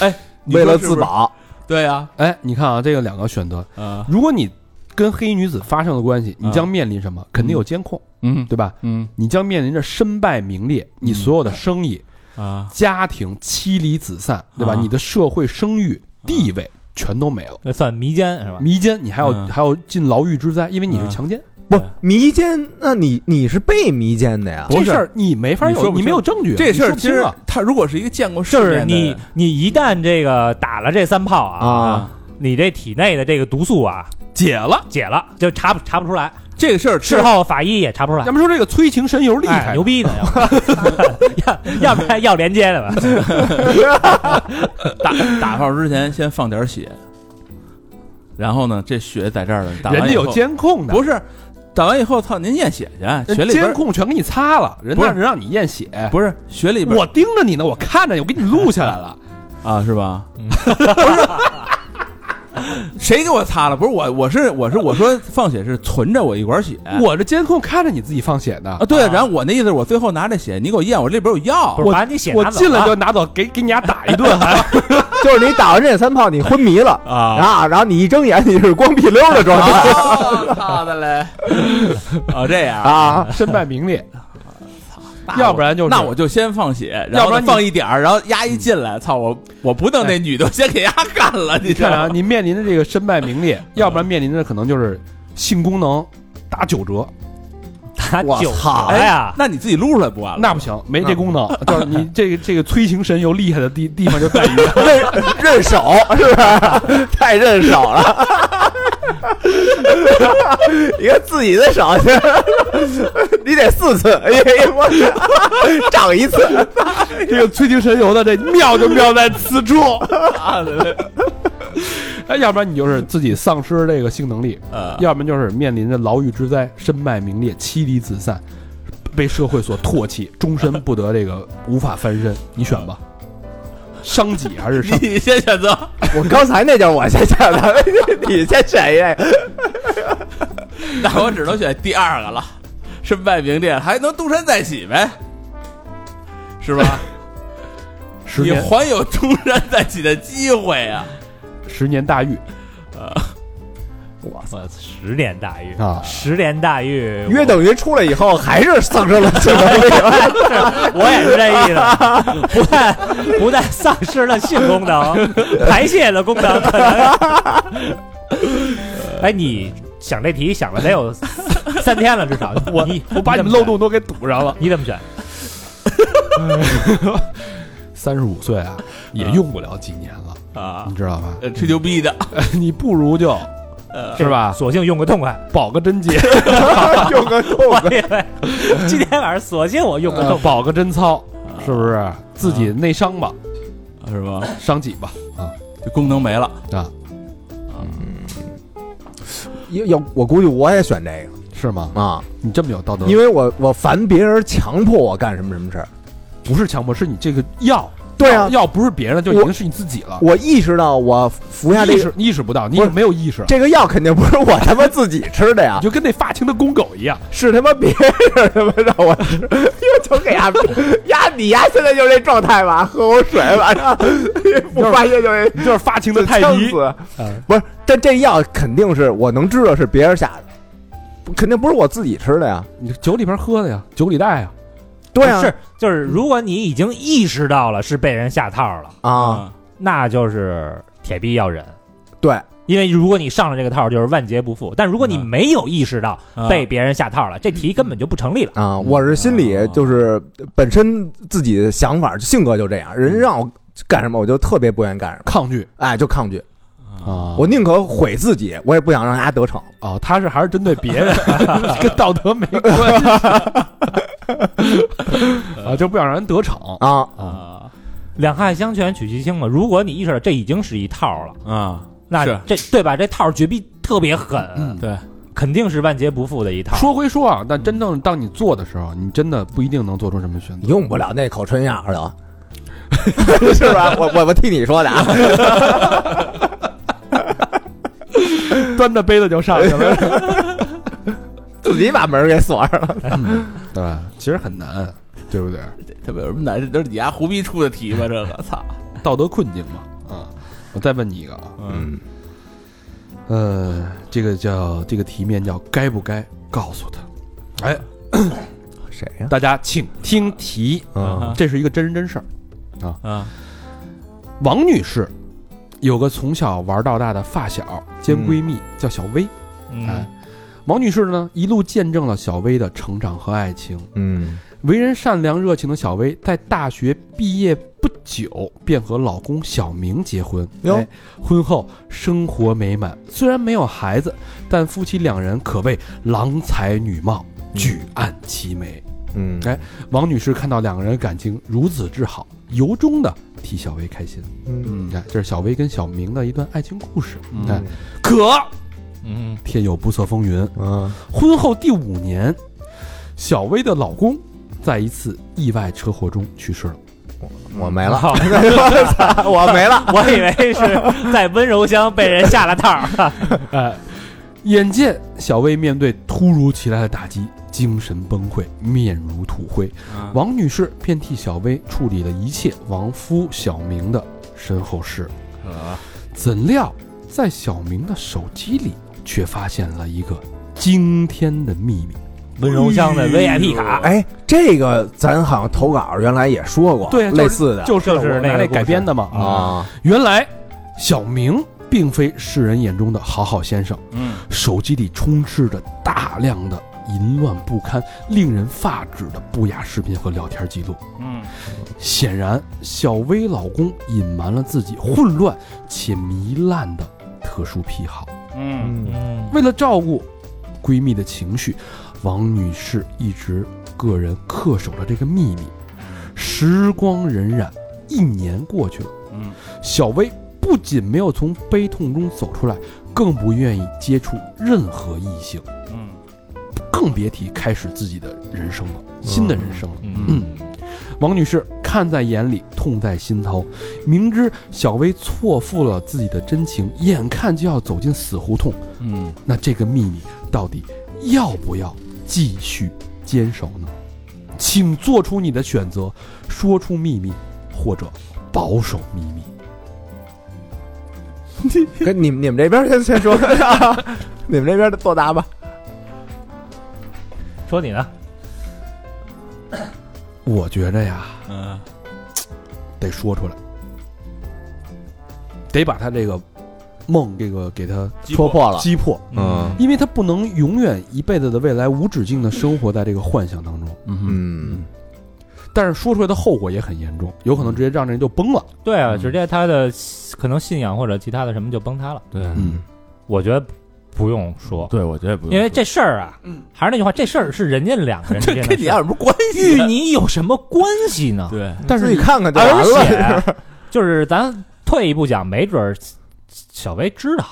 D: 哎，你说
B: 为了
D: 是不
B: 自
D: 是，
B: 保，
D: 对呀，
C: 哎，你看啊，这个两个选择，
D: 啊，
C: 如果你跟黑衣女子发生了关系，你
E: 嗯
C: 将面临什么？肯定有监控，
D: 嗯
C: 对吧？
D: 嗯
C: 你将面临着身败名裂，
E: 嗯
C: 你所有的生意、
D: 啊，
C: 家庭妻离子散，对吧？
D: 啊
C: 你的社会声誉、地位全都没了。
E: 那算迷奸是吧？
C: 迷奸，你还要
D: 嗯
C: 还要进牢狱之灾，因为你是
D: 嗯
C: 强奸，
B: 不迷奸？那你你是被迷奸的呀？
C: 这事儿你没法
D: 你说
C: 有，
D: 不
C: 你没有
D: 清
C: 证据，
D: 这事儿
C: 你说不
D: 其
C: 清
D: 实
C: 啊
D: 他如果是一个见过世
E: 就
D: 面
E: 是
D: 的
E: 你
D: 人
E: 你一旦这个打了这三炮啊，
B: 啊，
E: 你这体内的这个毒素啊
C: 解了。
E: 解了，就查不查不出来，
D: 这个事儿，
E: 事后法医也查不出来
C: 咱。们说这个催情神油厉
E: 哎
C: 害，
E: 牛逼的，要要要不然要连接的吧？
D: 打打炮之前先放点血，然后呢，这血在这儿了，打完
C: 人家
D: 以后
C: 有监控的，呃
D: 不是，打完以后，操，您验血去，啊血里边
C: 监
D: 儿
C: 控全给你擦了，人
D: 不
C: 那
D: 是
C: 是让你验血，
D: 不是血里边儿
C: 我盯着你呢，我看着你，我给你录下来 了。
D: 啊，是吧？ 不是，谁给我擦了？不是我，我是我是我说放血是存着我一管血，
C: 我这监控看着你自己放血
D: 哎啊
C: 的，
D: 对，然后我那意思是我最后拿这血，你给我验，我这里边有药
E: 不，是把你血
C: 我
D: 啊
E: 拿走
C: 进来
E: 了啊
C: 就拿走，给给你俩打一顿，还
B: 就是你打完这三炮，你昏迷了
D: 啊
B: 啊，然后你一睁眼，你是光屁溜儿的 状态
D: 啊操的嘞！ 哦，这样，
B: 啊。
C: 身败名裂。
D: 那
C: 要
D: 我
C: 不然就是
D: 那我就先放血，然
C: 要
D: 后
C: 不
D: 呢
C: 然你
D: 放一点儿，然后丫一进来，操我，我不弄那女的，我先给丫干了，你
C: 你
D: 知道
C: 看啊，
D: 吗？
C: 你面临的这个身败名裂，要不然面临的可能就是性功能打九折，
E: 打
B: 我
E: 九
B: 操
E: 折呀！
D: 那你自己录出来不完
F: 啊
D: 了？
C: 那不行，没这功能。就是你这个这个催情神油厉害的地 地方就在于，
B: 认认手是不是？太认手了，一个自己的手 去，你得四次，哎呀，我长一次，
F: 哎
C: 这个催情神游的这妙就妙在此处。
F: 啊
C: 哎，要不然你就是自己丧失这个性能力，
F: 呃，
C: 要不然就是面临着牢狱之灾，身败名裂，妻离子散，被社会所唾弃，终身不得这个无法翻身。你选 吧，伤己还是伤？
F: 你先选择，
B: 我刚才那就是我先选的， 你先选一个。
F: 那我只能选第二个了。身败名裂还能东山再起呗，是吧？
C: 十
F: 你
C: 年
F: 还有东山再起的机会啊！
C: 十年大狱，
E: 我操，十年大狱
C: 啊
E: 十年大狱，
B: 约等于出来以后还是丧失了 性能力，
E: 我我也是这意思，不但不但丧失了性 功能，排泄的功能可能。 哎，你想这题想了得有三天了，至少我你
C: 我把你们漏洞都给堵上了。
E: 你怎么选？
C: 三十五岁啊，也用不了几年了，
F: 啊
C: 你，知道吧？
F: 呃吹牛逼的，
C: 你不如就
E: 这
C: 呃是吧
E: 索性用个痛快。
C: 保个贞洁，
B: 用个动
E: 我以为今天晚上索性我用个
C: 呃
E: 痛快。
C: 保个贞操，是不是？自己内伤吧，
F: 是吧？
C: 伤己吧，
F: 这功能没了，
C: 啊，
B: 要要，我估计我也选这
C: 是吗？
B: 个啊，
C: 你这么有道德，
B: 因为我我烦别人强迫我干什么什么事儿。
C: 不是强迫，是你这个药。
B: 对啊，
C: 药不是别人的，就已
B: 我
C: 经是你自己了。
B: 我意识到我服下这
C: 意
B: 个
C: 识意识不到，你
B: 不
C: 也
B: 是
C: 没有意识，
B: 这个药肯定不是我他妈自己吃的呀
C: 你，就跟那发情的公狗一样，
B: 是他妈别人他妈让我吃，又就给丫 丫你丫现在就是这状态吧，喝口水晚上不发现 就这
C: 你就是发情的泰
B: 呛
C: 迪。
B: 死
C: 嗯。
B: 不是，但这药肯定是我能知道是别人下的，不肯定不是我自己吃的呀。
C: 你酒里边喝的呀，酒里带呀，呃
B: 对啊，
E: 是就是，如果你已经意识到了是被人下套了，
B: 啊，
E: 那就是铁臂要忍。
B: 对，
E: 因为如果你上了这个套，就是万劫不复。但如果你
F: 嗯
E: 没有意识到
F: 啊
E: 被别人下套了，这题根本就不成立了。
B: 啊，我是心里就是本身自己的想法性格就这样，人让我干什么我就特别不愿意干什么，
C: 抗拒
B: 哎，就抗拒，
C: 啊
B: 我宁可毁自己，我也不想让大家得逞。
C: 哦，他是还是针对别 人，跟道德没 关系啊，就不想让人得逞
B: 啊，
C: 啊。
F: 啊
E: 两害相权取其轻嘛。如果你意识到这已经是一套了，
F: 啊！
E: 那
F: 是
E: 这对吧？这套绝壁特别狠，
F: 对，
E: 肯定是万劫不复的一套。
C: 说归说啊，但真正当你做的时候，你真的不一定能做出什么选择。
B: 用不了那口春药了，是吧？我我我替你说的啊，
C: 端着杯子就上去 了，
B: 自己把门给锁上了。
C: 对吧，其实很难，对不对？
F: 特别有什么难？这都是你丫胡逼出的题吧？这个操！
C: 道德困境嘛。啊，我再问你一个啊，
B: 嗯，
C: 呃，这个叫这个题面叫该不该告诉他？哎，
B: 谁呀？
C: 大家请听题，啊
B: 嗯
C: 这是一个真人真事儿。
F: 啊
C: 王女士有个从小玩到大的发小兼闺蜜，叫小薇。
E: 嗯
C: 哎，王女士呢，一路见证了小薇的成长和爱情。
B: 嗯
C: 为人善良热情的小薇，在大学毕业不久便和老公小明结婚。
B: 哟
C: 哎婚后生活美满，虽然没有孩子，但夫妻两人可谓郎才女貌，举案齐眉。
B: 嗯
C: 哎王女士看到两个人感情如此之好，由衷的替小薇开心。
B: 嗯
C: 嗯，哎，这是小薇跟小明的一段爱情故事。
F: 嗯
C: 哎，可
E: 嗯，
C: 天有不测风云，
B: 嗯
C: 婚后第五年，小薇的老公在一次意外车祸中去世了。
B: 我没了，
E: 好
B: 我没了。
E: 哦 我以为是在温柔乡被人下了套。啊
C: 眼见小薇面对突如其来的打击，精神崩溃，面如土灰，
F: 啊
C: 王女士便替小薇处理了一切亡夫小明的身后事。怎料，在小明的手机里却发现了一个惊天的秘密。
E: 温柔乡的 VIP 卡，
B: 哎，这个咱好像投稿原来也说过，
C: 对就是
B: 类似的
C: 就是
E: 就是
C: 我
E: 那
C: 拿
E: 个
C: 来
E: 故
C: 改
E: 事
C: 编的嘛。
B: 啊。
C: 原来，小明并非世人眼中的好好先生，
F: 嗯
C: 手机里充斥着大量的淫乱不堪、令人发指的不雅视频和聊天记录。
F: 嗯
C: 显然，小薇老公隐瞒了自己混乱且糜烂的特殊癖好。
F: 嗯
D: 嗯，
E: 嗯，
C: 为了照顾闺蜜的情绪，王女士一直个人恪守着这个秘密。时光荏苒，一年过去了，
D: 嗯，
C: 小薇不仅没有从悲痛中走出来，更不愿意接触任何异性，
D: 嗯，
C: 更别提开始自己的人生了，新的人生了。
E: 嗯
C: 王女士看在眼里，痛在心头。明知小薇错付了自己的真情，眼看就要走进死胡同，
D: 嗯，
C: 那这个秘密到底要不要继续坚守呢？请做出你的选择，说出秘密，或者保守秘密。
B: 跟你们你们这边先先说，你们这边作答吧。
E: 说你呢？
C: 我觉着呀，
D: 嗯，
C: 得说出来，得把他这个梦这个给他
B: 戳破了，
C: 击破，
B: 嗯
C: 因为他不能永远一辈子的未来无止境的生活在这个幻想当中。
B: 嗯
C: 但是说出来的后果也很严重，有可能直接让这人就崩了。
E: 对啊，直接他的可能信仰或者其他的什么就崩塌了。
D: 对，
C: 嗯，
E: 我觉得不用说，
D: 对，我觉得不用
E: 因为这事儿啊，
C: 嗯
E: 还是那句话，这事儿是人家两个人之
F: 这
E: 间 的
F: 跟你
E: 事
F: 有
E: 儿，
F: 什么关系
E: 与？你有什么关系呢？
D: 对，
C: 但
B: 自
C: 是
B: 己看看就完了。
E: 而且啊就是咱退一步讲，没准儿小薇知道，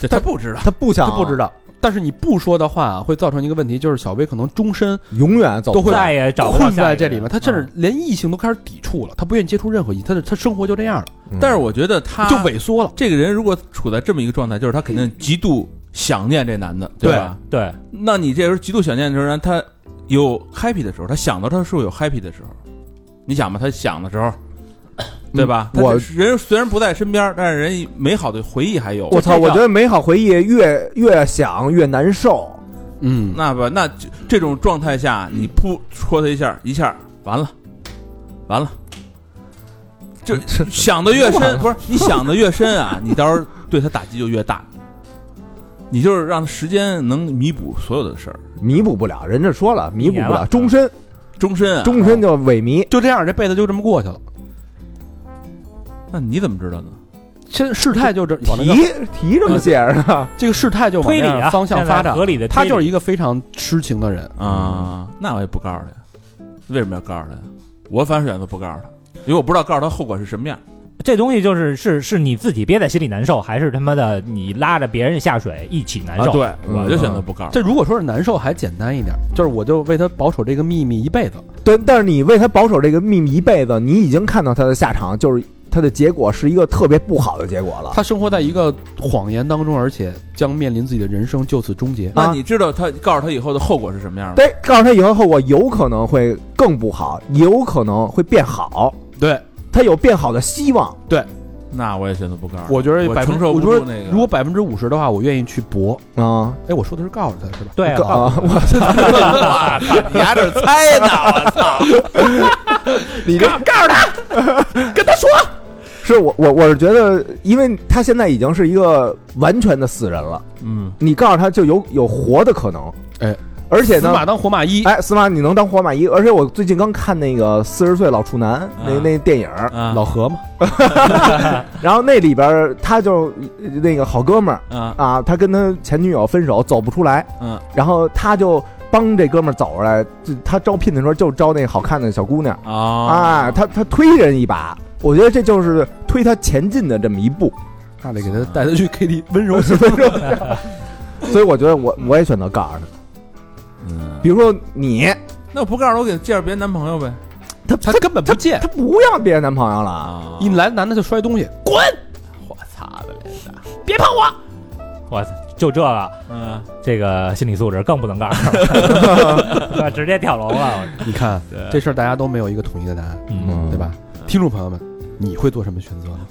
D: 这他不知道，
B: 他不想，
C: 他不知，道。但是你不说的话，会造成一个问题，就是小薇可能终身
B: 永远走
C: 都会
E: 再也找不到
C: 困
E: 下一个
C: 在
E: 人
C: 这里面，她甚至
E: 嗯
C: 连异性都开始抵触了，她不愿意接触任何异，她的她生活就这样了，
B: 嗯
D: 但是我觉得
E: 啊
D: 他
C: 就萎缩了。
D: 这个人如果处在这么一个状态，就是他肯定极度想念这男的，吧？
E: 嗯对
D: 那你这时候极度想念的时候，让他有 happy 的时候，他想到他是不是有 happy 的时候？你想吧，他想的时 候，对吧？
B: 我
D: 他是人虽然不在身边，但是人美好的回忆还有。
B: 我操，我觉得美好回忆越越想越难受。
C: 嗯，
D: 那吧，那这这种状态下，你噗戳他一下，一下完了，完了。 就想的越深，不是你想的越深啊，你到时候对他打击就越大。你就是让时间能弥补所有的事儿，
B: 弥补不了，人家说了弥补不
E: 一年
B: 了，
E: 了
B: 终身
D: 终身啊，
B: 终身就萎靡。
C: 就这样，这辈子就这么过去了。
D: 那你怎么知道呢？
C: 现在事态就这，往那个
B: 提提这么啊写着 呢，
C: 这个事态就往
E: 推理
C: 那
E: 啊
C: 样方向发
E: 现在
C: 展
E: 合。理的推
C: 他
E: 理，
C: 就是一个非常痴情的人，
D: 啊，那我也不告诉他呀。为什么要告诉他呀？我反正选择不告诉他，因为我不知道告诉他后果是什么样。
E: 这东西就是是是你自己憋在心里难受，还是他妈的你拉着别人下水一起难
D: 啊，
E: 受？
D: 对，
B: 嗯
D: 我就选择不告诉他。
C: 这如果说是难受还简单一点，就是我就为他保守这个秘密一辈
E: 啊
C: 子。
B: 但但是你为他保守这个秘密一辈子，你已经看到他的下场，就是他的结果是一个特别不好的结果了。
C: 他生活在一个谎言当中，而且将面临自己的人生就此终结。
D: 那你知道他告诉他以后的后果是什么样吗？
B: 对，告诉他以后后果有可能会更不好，有可能会变好，
C: 对，
B: 他有变好的希望。
D: 那我也选择不告诉他。
C: 我觉得
D: 我
C: 百分
D: 承
C: 之，
D: 受
C: 我
D: 不
C: 觉
D: 住
C: 得
D: 那个。
C: 如果百分之五十的话，我愿意去搏。
B: 啊
C: 哎，我说的是告诉他是吧？
E: 对啊，
B: 啊！我
F: 哇操你还这猜呢？我操！
B: 你告告诉他， 跟他说。是我我我是觉得，因为他现在已经是一个完全的死人了，
D: 嗯，
B: 你告诉他就有有活的可能。
C: 哎，
B: 而且
C: 死
B: 呢，
C: 马当活马医。
B: 哎，司马你能当活马医，而且我最近刚看那个《四十岁老处男》那
D: 啊
B: 那电影儿，
F: 哎
D: 啊
C: 老何嘛，
B: 然后那里边儿他就呃那个好哥们儿
D: 啊
B: 啊，他跟他前女友分手走不出来，
D: 嗯，
B: 然后他就帮这哥们儿走出来，就他招聘的时候就招那好看的小姑娘。
D: 啊
B: 啊，他他推人一把，我觉得这就是推他前进的这么一步。
C: 那得给他带他去 KT 温柔型。
B: 所以我觉得我我也选择告诉他，
D: 嗯，
B: 比如说你，
D: 那我不告诉他，我给他介绍别的男朋友呗。
B: 他
C: 他
B: 他
C: 根本不见，
B: 他不要别的男朋友了啊，
D: 啊
C: 一来男的就摔东西，滚！
F: 我操的嘞！
E: 我操就这个
D: 嗯，
E: 这个心理素质更不能告诉， 我 直接跳楼了。
C: 你看
D: 对
C: 这事儿大家都没有一个统一的答案，
E: 嗯，
C: 对吧？ 听众朋友们，你会做什么选择呢？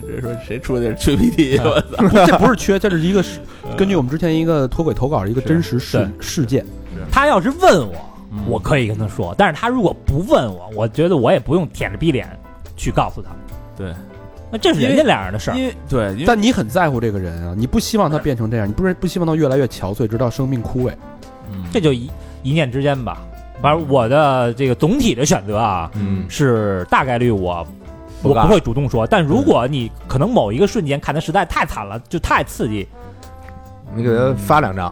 F: 这说谁出的吹鼻涕？我操！
C: 不这不是缺，这是一个是根据我们之前一个脱轨投稿的一个真实事事件。
E: 他要是问我，我可以跟他说，但是他如果不问我，我觉得我也不用舔着逼脸去告诉他。
D: 对，
E: 那这是人家俩人的事儿。
D: 因为对，因为
C: 但你很在乎这个人啊，你不希望他变成这样，你不是不希望他越来越憔悴，直到生命枯萎。
D: 嗯
E: 这就一一念之间吧。反正我的这个总体的选择啊，
B: 嗯
E: 是大概率我我
B: 干
E: 不会主动说。但如果你可能某一个瞬间看他实在太惨了，就太刺激，
B: 你给他发两张，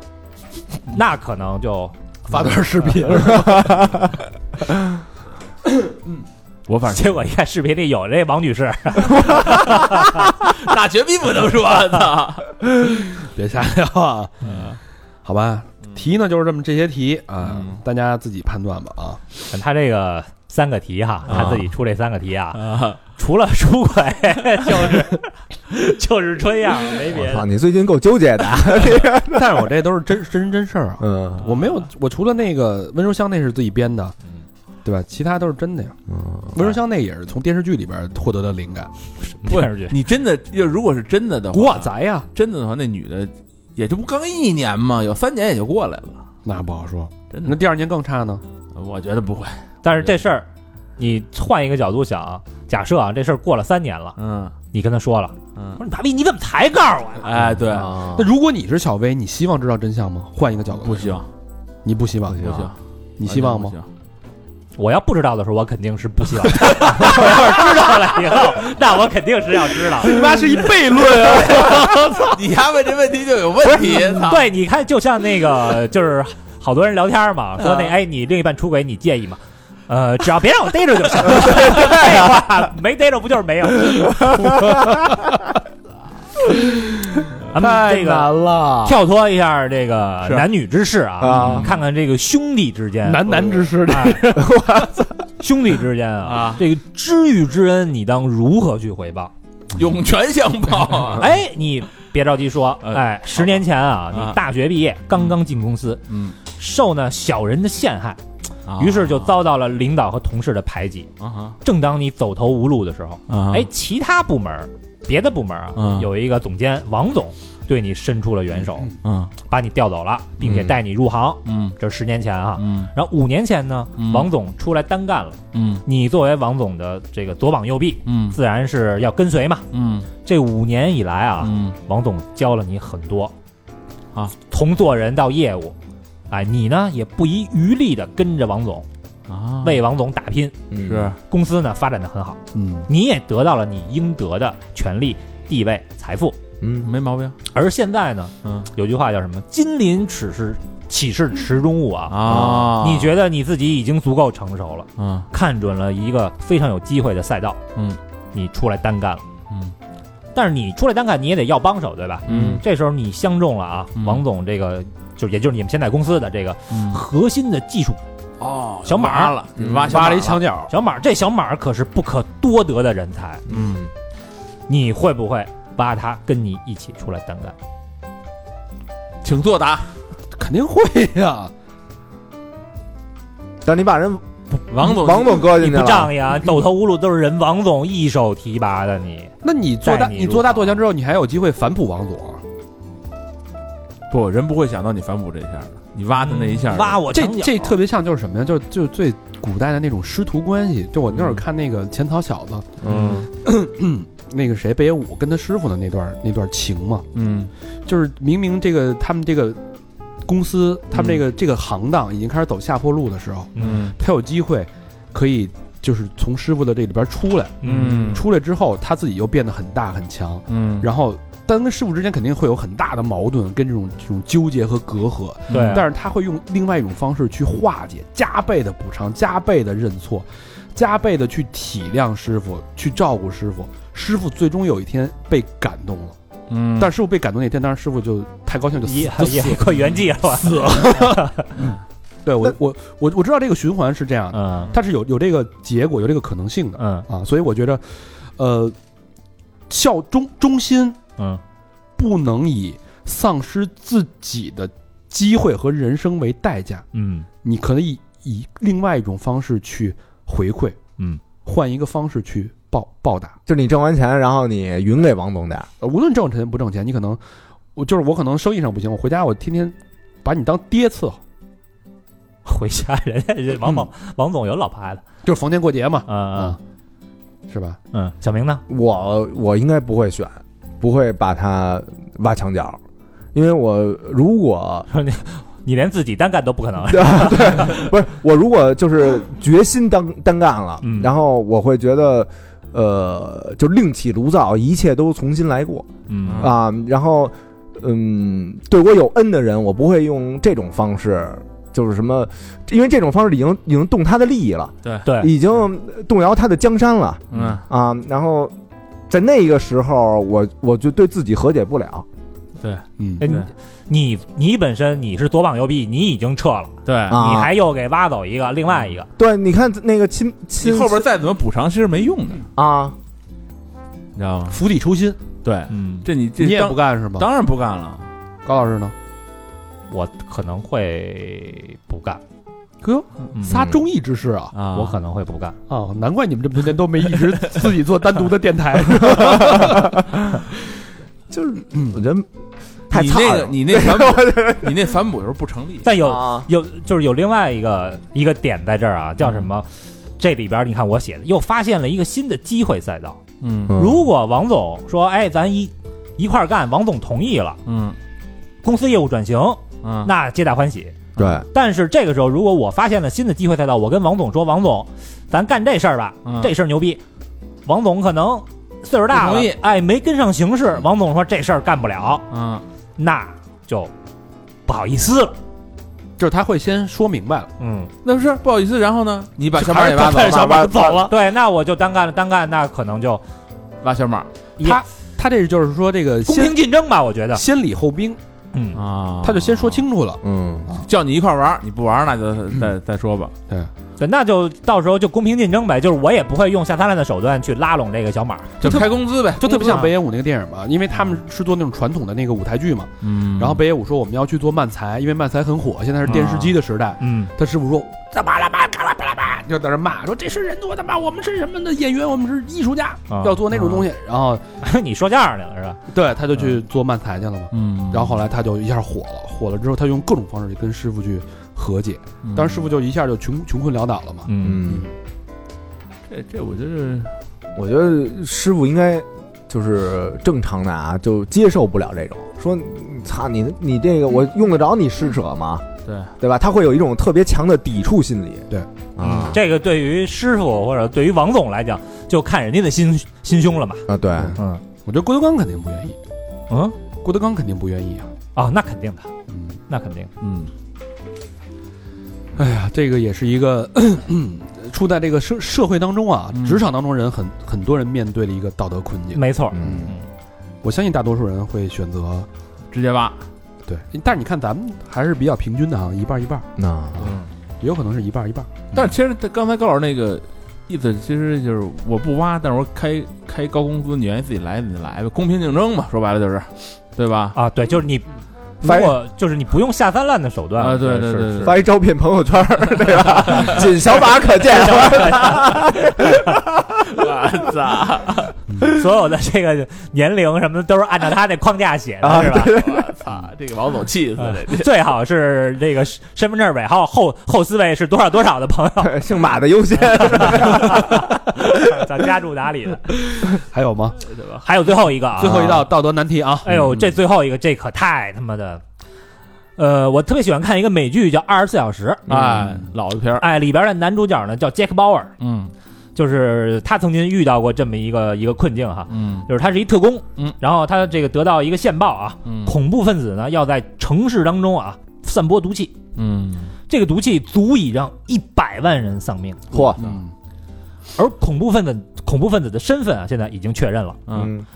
D: 嗯
E: 那可能就
C: 发段视频，
D: 我反正
E: 结果一看视频里有这王女 士，
F: 那绝逼不能说，啊操！
C: 别瞎聊啊，好吧。题呢就是这么这些题啊，大家自己判断吧啊。
E: 他这个三个题哈，
D: 啊
E: 他自己出这三个题啊，
F: 啊
E: 除了出轨 就是 就是这样，没别
B: 我操，
E: 的。
B: 你最近够纠结的，
C: 但是我这都是真真人真事儿啊，嗯
B: 嗯
C: 我没有，我除了那个温柔乡那是自己编的，对吧？其他都是真的呀。
B: 嗯，
C: 温柔乡那也是从电视剧里边获得的灵感，
E: 电视剧
D: 你真的要如果是真的的
C: 《古惑
D: 话，
C: 仔》呀，
D: 真的的话，那女的
F: 也就不刚一年嘛，有三年也就过来了。
C: 那不好说。
D: 嗯
F: 真
C: 那
F: 的，
C: 第二年更差呢？
F: 我觉得不会。
E: 但是这事儿，你换一个角度想，假设啊，这事儿过了三年了，
F: 嗯
E: 你跟他说了，我
F: 嗯，
E: 说你爸逼，你怎么啊才告诉我呀？
F: 哎，对，
E: 啊
C: 那如果你是小薇，你希望知道真相吗？换一个角度，
F: 不行，
C: 你不希望，
F: 不行，
C: 你希望吗
F: 完？全
E: 我要不知道的时候，我肯定是不希望。 我要是知道了以后，那我肯定是要知道。
C: 妈是一悖论啊！
F: 不行？你丫问这问题就有问题，
D: 啊
F: 操！
E: 对，你看，就像那个，就是好多人聊天嘛，说那哎，你另一半出轨，你介意吗？呃，只要别让我逮着就行。废话，没逮着不就是没有？咱们这个
B: 了，
E: 跳脱一下这个男女之事啊，
B: 啊
E: 看看这个兄弟之间，
C: 男男之师的，
E: 哎兄弟之间啊
F: 啊，
E: 这个知遇之恩，你当如何去回报？
F: 涌泉相报。
D: 嗯
F: 啊
E: 哎，你别着急说，
F: 呃
E: 哎，十年前啊，
F: 啊
E: 你大学毕业，刚刚进公司，
F: 嗯，
E: 受呢小人的陷害，于是就遭到了领导和同事的排挤。
F: 啊
E: 正当你走投无路的时候，
F: 啊
E: 哎，其他部门儿，别的部门儿啊
F: 嗯，
E: 有一个总监王总对你伸出了援手，
F: 嗯
E: 把你调走了，并且带你入行。
F: 嗯
E: 这是十年前啊，
F: 嗯
E: 然后五年前呢，
F: 嗯
E: 王总出来单干了，
F: 嗯
E: 你作为王总的这个左膀右臂，
F: 嗯
E: 自然是要跟随嘛。
F: 嗯
E: 这五年以来啊，
F: 嗯
E: 王总教了你很多
F: 啊，
E: 从做人到业务，哎，你呢也不遗余力的跟着王总，
F: 啊
E: 为王总打拼，
B: 是
E: 公司呢发展的很好，
C: 嗯，
E: 你也得到了你应得的权利、地位、财富。
B: 嗯，
F: 没毛病
E: 而现在呢，
F: 嗯，
E: 有句话叫什么？金鳞只是岂是池中物啊！
F: 啊
E: 你觉得你自己已经足够成熟了，
F: 嗯
E: 看准了一个非常有机会的赛道，
F: 嗯，
E: 你出来单干了，
F: 嗯，
E: 但是你出来单干，你也得要帮手，对吧？
F: 嗯
E: 这时候你相中了啊，
F: 嗯
E: 王总这个就也就是你们现在公司的这个
F: 嗯
E: 核心的技术
F: 哦
E: 小马
F: 挖了挖
C: 挖了一
F: 墙
C: 墙角，
E: 小马，这小马可是不可多得的人才，
B: 嗯，
E: 你会不会挖他跟你一起出来单干？
F: 请作答
C: 肯定会呀。
B: 但你把人
F: 王总
B: 王总搁进
E: 你
B: 去
E: 不
B: 了，
E: 仗义啊，走投无路都是人王总一手提拔的你，
C: 那你做大，
E: 带你
C: 你
E: 入
C: 做大
E: 行
C: 做强之后，你还有机会反哺王总啊。
D: 不人不会想到你反哺这一下的，你挖他那一下，
E: 挖我
C: 这
E: 墙角
C: 这特别像就是什么呀？就是就是最古代的那种师徒关系。就我那会儿看那个浅草小子，
B: 嗯
C: 那个谁北野武跟他师傅的那段那段情嘛，
F: 嗯
C: 就是明明这个他们这个公司，他们这
F: 嗯
C: 个、这个行当已经开始走下坡路的时候，
E: 嗯
C: 他有机会可以就是从师傅的这里边出来，
E: 嗯
C: 出来之后他自己又变得很大很强，
F: 嗯
C: 然后但跟师傅之间肯定会有很大的矛盾跟这种这种纠结和隔阂，
E: 对啊，
C: 但是他会用另外一种方式去化解，加倍的补偿，加倍的认错，加倍的去体谅师傅，去照顾师傅。师傅最终有一天被感动了，
F: 嗯
C: 但是师傅被感动那天，当然师傅就太高兴就死
E: 也
C: 就
E: 也
C: 死了。
E: 快圆寂了吧，
C: 嗯对我我我我知道这个循环是这样的，
E: 嗯
C: 它是有有这个结果，有这个可能性的
E: 嗯
C: 啊。所以我觉得，呃，效忠忠心
E: 嗯
C: 不能以丧失自己的机会和人生为代价。
E: 嗯
C: 你可以以另外一种方式去回馈，
E: 嗯，
C: 换一个方式去报报答。
B: 就是你挣完钱，然后你匀给王总点儿，
C: 呃无论挣钱不挣钱，你可能我就是我可能生意上不行，我回家我天天把你当爹伺候，
E: 回家人家人王总王总有老婆的，
C: 就是逢年过节嘛，啊
E: 嗯
C: 是吧？
E: 嗯嗯，小明呢？
B: 我我应该不会选，不会把他挖墙角，因为我如果
E: 你连自己单干都不 可能，
B: 不是我如果就是决心单单干了，
E: 嗯
B: 然后我会觉得呃，就另起炉灶，一切都重新来过
A: 嗯
B: 啊。然后，嗯，对我有恩的人，我不会用这种方式，就是什么，因为这种方式已经已经动他的利益了，
E: 对，
B: 已经动摇他的江山了
D: 嗯，
B: 啊。然后，在那个时候，我我就对自己和解不了，
C: 嗯
E: 哎你你你本身你是左膀右臂，你已经撤了，
D: 对，
B: 啊
E: 你还又给挖走一个另外一个，
B: 对，你看那个亲
D: 你
B: 亲
D: 后边再怎么补偿，其实没用的，
B: 啊，
D: 你知道吗？
C: 釜底抽薪，
D: 对，
E: 嗯，
D: 这你这
C: 你也
D: 当
C: 不干是吗？
D: 当然不干了。
C: 高老师呢？
E: 我可能会不干，
C: 哥，
E: 嗯
C: 仨忠义之士啊！
D: 啊，
E: 我可能会不干，
C: 哦，难怪你们这么多年都没一直自己做单独的电台。
B: 就是我觉得太
D: 嗯你
B: 差
D: 那
B: 了
D: 个你那反哺，你那反哺有时候不成立。
E: 但有
B: 啊
E: 有就是有另外一个一个点在这儿啊，叫什么？这里边你看我写的，又发现了一个新的机会赛道。
D: 嗯
E: 如果王总说，哎，咱一一块儿干，王总同意了，
D: 嗯
E: 公司业务转型，
D: 嗯，
E: 那皆大欢喜。
B: 对
E: 但是这个时候，如果我发现了新的机会赛道，我跟王总说，王总，咱干这事儿吧，
D: 嗯
E: 这事儿牛逼。王总可能岁数大
D: 不
E: 了
D: 同意，
E: 哎，没跟上形势。王总说这事儿干不了，
D: 嗯
E: 那就不好意思了。
C: 就是他会先说明白了，
E: 嗯，
D: 那不是不好意思，然后呢，你把小马
C: 还
D: 也
C: 是
D: 挖走
C: 他，
D: 挖
C: 上班走了。
E: 对，那我就单干了，单干那可能就
D: 挖小马
C: 他他这就是说这个
E: 公
C: 先
E: 平竞争吧，我觉得。
C: 先礼后兵，
E: 嗯，
D: 啊
C: 他就先说清楚了。
B: 嗯
D: 叫你一块玩儿，你不玩儿那就再再说吧。
E: 对，那就到时候就公平竞争呗，就是我也不会用下三滥的手段去拉拢这个小马。
D: 就开工资呗，
C: 就特别
D: 工资
C: 像北野武那个电影嘛，因为他
E: 嗯
C: 们是做那种传统的那个舞台剧嘛。
D: 嗯，
C: 然后北野武说我们要去做漫才，因为漫才很火，现在是电视机的时代。
E: 嗯，
C: 他师傅说干嘛啦嘛干嘛啦嘛，就在那骂说这是人做的吗？我们是什么的演员？我们是艺术家，
E: 啊
C: 要做那种东西。然后
E: 你说相声去了是吧？
C: 对他就去做漫才去了嘛。
D: 嗯，
C: 然后后来他就一下火了，火了之后他用各种方式跟师傅去和解，
D: 嗯
C: 当时师傅就一下就穷穷困潦倒了嘛。
B: 嗯，
E: 嗯，
D: 这这我觉得
B: 我觉得师傅应该就是正常的啊，就接受不了这种说，操你你这个我用得着你施舍吗？
D: 对
B: 对吧？他会有一种特别强的抵触心理。
C: 对
B: 啊
E: 这个对于师傅或者对于王总来讲，就看人家的心心胸了嘛。
B: 啊对，
D: 嗯
C: 我觉得郭德纲肯定不愿意，
E: 嗯，
C: 郭德纲肯定不愿意啊。
E: 哦，那肯定的，
C: 嗯，
E: 那肯定。
D: 嗯
C: 哎呀，这个也是一个 咳咳处在这个社社会当中啊，
D: 嗯
C: 职场当中人很很多人面对的一个道德困境。
E: 没错，
B: 嗯
C: 我相信大多数人会选择
D: 直接挖，
C: 对，但是你看咱们还是比较平均的啊，一半儿一半儿，
B: 那
C: 也有可能是一半儿一半儿。
D: 但是其实他刚才高老师那个意思，其实就是我不挖，但是我开开高工资，你愿意自己来你就来呗，公平竞争嘛，说白了就是，对吧？
E: 啊，对，就是你，如
B: 反
E: 果就是你不用下三滥的手段
D: 啊，对对
E: 是
D: 对
E: 是
D: 对，
B: 发一照片朋友圈儿，对吧？仅小马可见。啊
D: 我操！
E: 所有的这个年龄什么的都是按照他那框架写的，是吧？
D: 我操！这个王总气死
E: 啊
D: 了，
E: 最好是这个身份证尾号后后四位是多少多少的朋友，
B: 姓马的优先，
E: 咱家住 哪里的？
C: 还有吗？
D: 对吧？
E: 还有最后一个啊，
C: 最后一道道德难题啊，
E: 哎
D: 嗯
E: 呦，这最后一个这可太他妈的，呃，我特别喜欢看一个美剧叫《二十四小时》，
D: 哎，老一篇儿，
E: 哎，里边的男主角呢叫 Jack Bauer，
D: 嗯
E: 就是他曾经遇到过这么一个一个困境哈，
D: 嗯
E: 就是他是一特工，
D: 嗯，
E: 然后他这个得到一个线报啊，
D: 嗯
E: 恐怖分子呢要在城市当中啊散播毒气，
D: 嗯
E: 这个毒气足以让一百万人丧命，
B: 嚯，
D: 嗯
E: 而恐怖分子恐怖分子的身份啊现在已经确认了。
D: 嗯，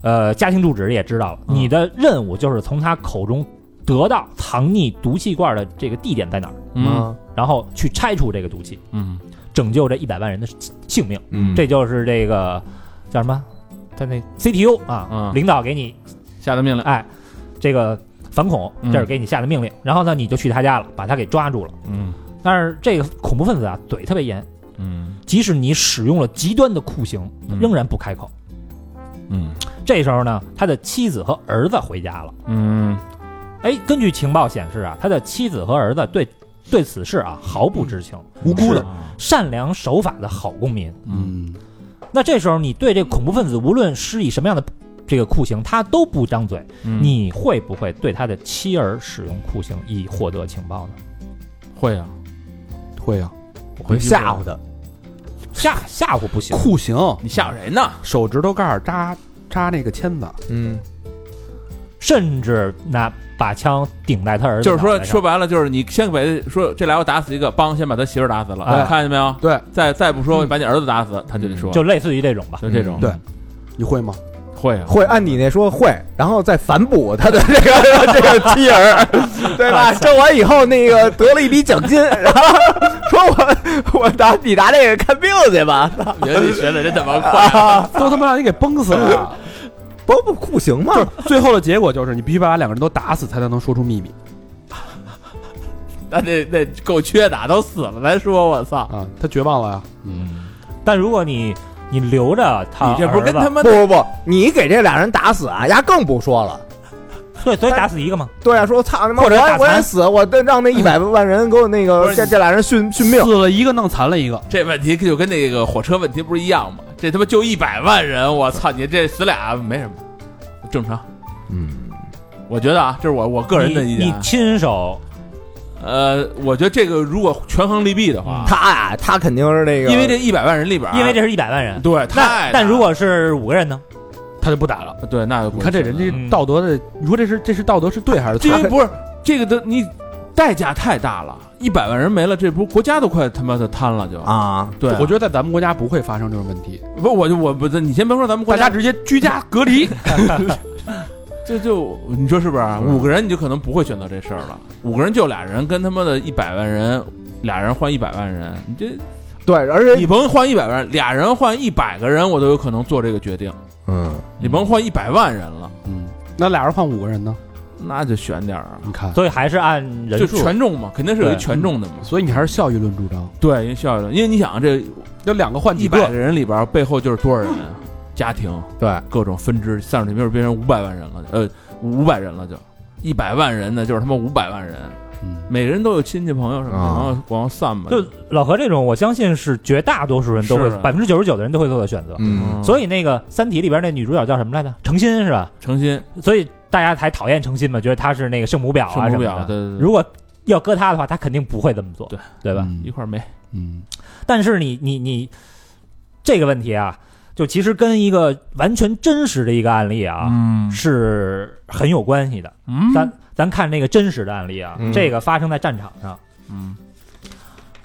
E: 呃，家庭住址也知道了。
D: 嗯
E: 你的任务就是从他口中得到藏匿毒气罐的这个地点在哪儿，
D: 嗯
E: 然后去拆除这个毒气，
D: 嗯
E: 拯救这一百万人的性命。
B: 嗯
E: 这就是这个叫什么？他那 CTO 啊，
D: 嗯
E: 领导给你
D: 下的命令，
E: 哎，这个反恐，
D: 嗯
E: 这是给你下的命令。然后呢，你就去他家了，把他给抓住了。
D: 嗯
E: 但是这个恐怖分子啊，嘴特别严，
D: 嗯
E: 即使你使用了极端的酷刑，
D: 嗯
E: 仍然不开口。
D: 嗯
E: 这时候呢，他的妻子和儿子回家了。
D: 嗯
E: 哎，根据情报显示啊，他的妻子和儿子对对此事啊毫不知情，
C: 无辜的，
E: 善良守法的好公民。
D: 嗯
C: 嗯，
E: 那这时候你对这个恐怖分子无论施以什么样的这个酷刑，他都不张嘴，
D: 嗯
E: 你会不会对他的妻儿使用酷刑以获
D: 嗯
E: 得情报呢？
D: 会啊，
C: 会啊，
B: 吓唬他，
E: 吓吓唬不行。
C: 酷刑，
D: 你吓唬谁呢？
C: 手指头盖儿扎扎那个签子，
B: 嗯，
E: 甚至拿把枪顶在他儿子，
D: 就是说，说，白了，就是你先给说这俩我打死一个，帮先把他媳妇儿打死了，
E: 哎
D: 看见没有？
C: 对，
D: 再再不说把你儿子打死，他就得说，
E: 就类似于这种吧。
D: 就这种，
C: 对你会吗？
D: 会啊，
B: 会按你那说会，然后再反哺他的 这个这个妻儿， 对吧？挣完以后那个得了一笔奖金， 然后说我我打你拿这个看病去吧，
D: 我觉得你学的真他妈快，
C: 都他妈让你给崩死 了！
B: 不不酷刑吗？
C: 最后的结果就是你必须把两个人都打死，才能说出秘密
D: 那那那够缺打，都死了再说，我操！
C: 啊！他绝望了呀！
E: 但如果你你留着他，
D: 你这不是跟他妈
B: 不不不，你给这俩人打死啊，丫更不说了。
E: 对，所以打死一个吗？
B: 对啊，说操他妈，
E: 或者打
B: 我
E: 残
B: 我也死，我得让那一百万人给我那
D: 不
B: 个
D: 是
B: 这这俩人殉殉命。
C: 死了一个，弄残了一个，
D: 这问题就跟那个火车问题不是一样吗？这他妈就一百万人，我操！你这死俩没什么，正常。
B: 嗯，
D: 我觉得啊，这是我我个人的意
E: 你
D: 见
E: 你
D: 啊。
E: 亲手
D: 呃，我觉得这个如果权衡利弊的话，
B: 他啊，他肯定是那个，
D: 因为这一百万人里边儿，啊
E: 嗯因为这是一百万人，
D: 对
E: 那
D: 太
E: 但如果是五个人呢？
C: 他就不打了。
D: 对那就不
C: 你看这人
D: 嗯
C: 这道德的，你说这是这是道德是对还是
D: 这因
C: 错？
D: 为不是这个的，你代价太大了，一百万人没了，这不是国家都快他妈的瘫了就。
B: 啊，
D: 对啊，
C: 我觉得在咱们国家不会发生这种问题，
D: 不，我就我不，你先别说咱们国
C: 大
D: 家
C: 家直接居家隔 离。
D: 这就你说是不是？啊五个人你就可能不会选择这事儿了。五个人就俩人，跟他妈的一百万人，俩人换一百万人，你这
B: 对，而且
D: 你甭换一百万人，俩人换一百个人，我都有可能做这个决定。
B: 嗯，
D: 你甭换一百万人了，
C: 嗯，那俩人换五个人呢？
D: 那就选点儿啊，
C: 你看，
E: 所以还是按
D: 就
E: 人数。
D: 权重嘛，肯定是有一
E: 对
D: 权重的嘛。
C: 所以你还是效益论主张，
D: 对，因为效率，因为你想啊这
C: 有两个换
D: 一
C: 几
D: 百个
C: 个，
D: 人里边儿背后就是多少人啊？家庭
B: 对，
D: 各种分支，三十里边变成五百万人了，呃，五百人了就，一百万人呢就是他妈五百万人，
C: 嗯，
D: 每个人都有亲戚朋友什么的，
B: 啊
D: 然后往后散吧。
E: 就老何这种，我相信是绝大多数人都会
D: 是，
E: 百分之九十九的人都会做的选择。
B: 嗯，
E: 所以那个《三体》里边那女主角叫什么来着？程心是吧？
D: 诚心
E: 所以大家才讨厌程心嘛，觉得她是那个圣母婊啊
D: 圣
E: 什
D: 母
E: 么
D: 婊，
E: 的。
D: 对对对，
E: 如果要搁她的话，她肯定不会这么做，
D: 嗯对
E: 对吧？
D: 一
C: 嗯
D: 块儿没。
C: 嗯，
E: 但是你你你这个问题啊，就其实跟一个完全真实的一个案例啊，
D: 嗯
E: 是很有关系的。
D: 嗯
E: 咱咱看那个真实的案例啊，
B: 嗯
E: 这个发生在战场上。
D: 嗯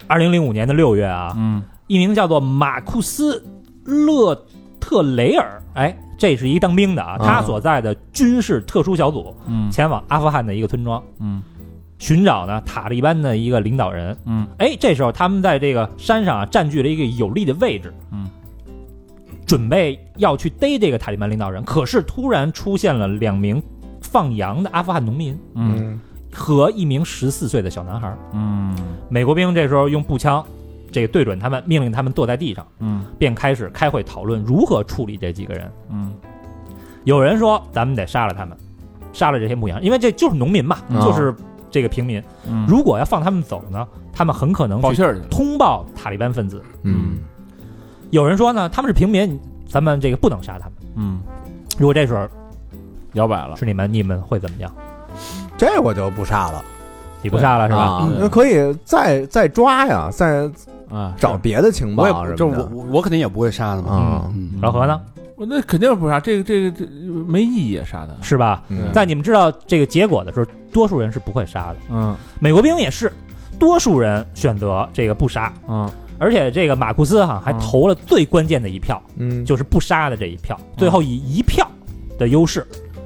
E: 二零零五年的六月啊，
D: 嗯
E: 一名叫做马库斯·勒特雷尔，哎，这是一当兵的啊，
B: 嗯
E: 他所在的军事特殊小组
D: 嗯
E: 前往阿富汗的一个村庄，
D: 嗯
E: 寻找呢塔利班的一个领导人。
D: 嗯
E: 哎，这时候他们在这个山上啊占据了一个有利的位置，
D: 嗯，
E: 准备要去逮这个塔利班领导人，可是突然出现了两名放羊的阿富汗农民
D: 嗯
E: 和一名十四岁的小男孩。
D: 嗯
E: 美国兵这时候用步枪，这个对准他们，命令他们坐在地上，
D: 嗯
E: 便开始开会讨论如何处理这几个人。
D: 嗯，
E: 有人说咱们得杀了他们，杀了这些牧羊，因为这就是农民嘛，
B: 嗯
E: 就是这个平民。
D: 嗯
E: 如果要放他们走呢，他们很可能
D: 报
E: 去
D: 信儿去了。
E: 通报塔利班分子。
B: 嗯
E: 有人说呢，他们是平民，咱们这个不能杀他们。
D: 嗯，
E: 如果这时候
D: 摇摆了。
E: 是你们，你们会怎么样？
B: 这我就不杀了，
E: 你不杀了是吧？
B: 啊
D: 对
B: 那可以再再抓呀，再
D: 啊，
B: 找别的情
C: 我
B: 报
C: 也
B: 什
C: 就
B: 么
C: 是我
B: 的
C: 我我肯定也不会杀的嘛。
B: 啊，
C: 嗯，
E: 老何呢？
D: 我那肯定不杀，啊这个这个这个没意义啊，杀他。
E: 是吧？
B: 嗯
E: 在你们知道这个结果的时候，多数人是不会杀的。
D: 嗯
E: 美国兵也是，多数人选择这个不杀，
D: 嗯
E: 而且这个马库斯哈还
D: 嗯
E: 投了最关键的一票，
B: 嗯，
E: 就是不杀的这一票，最后以一票的优势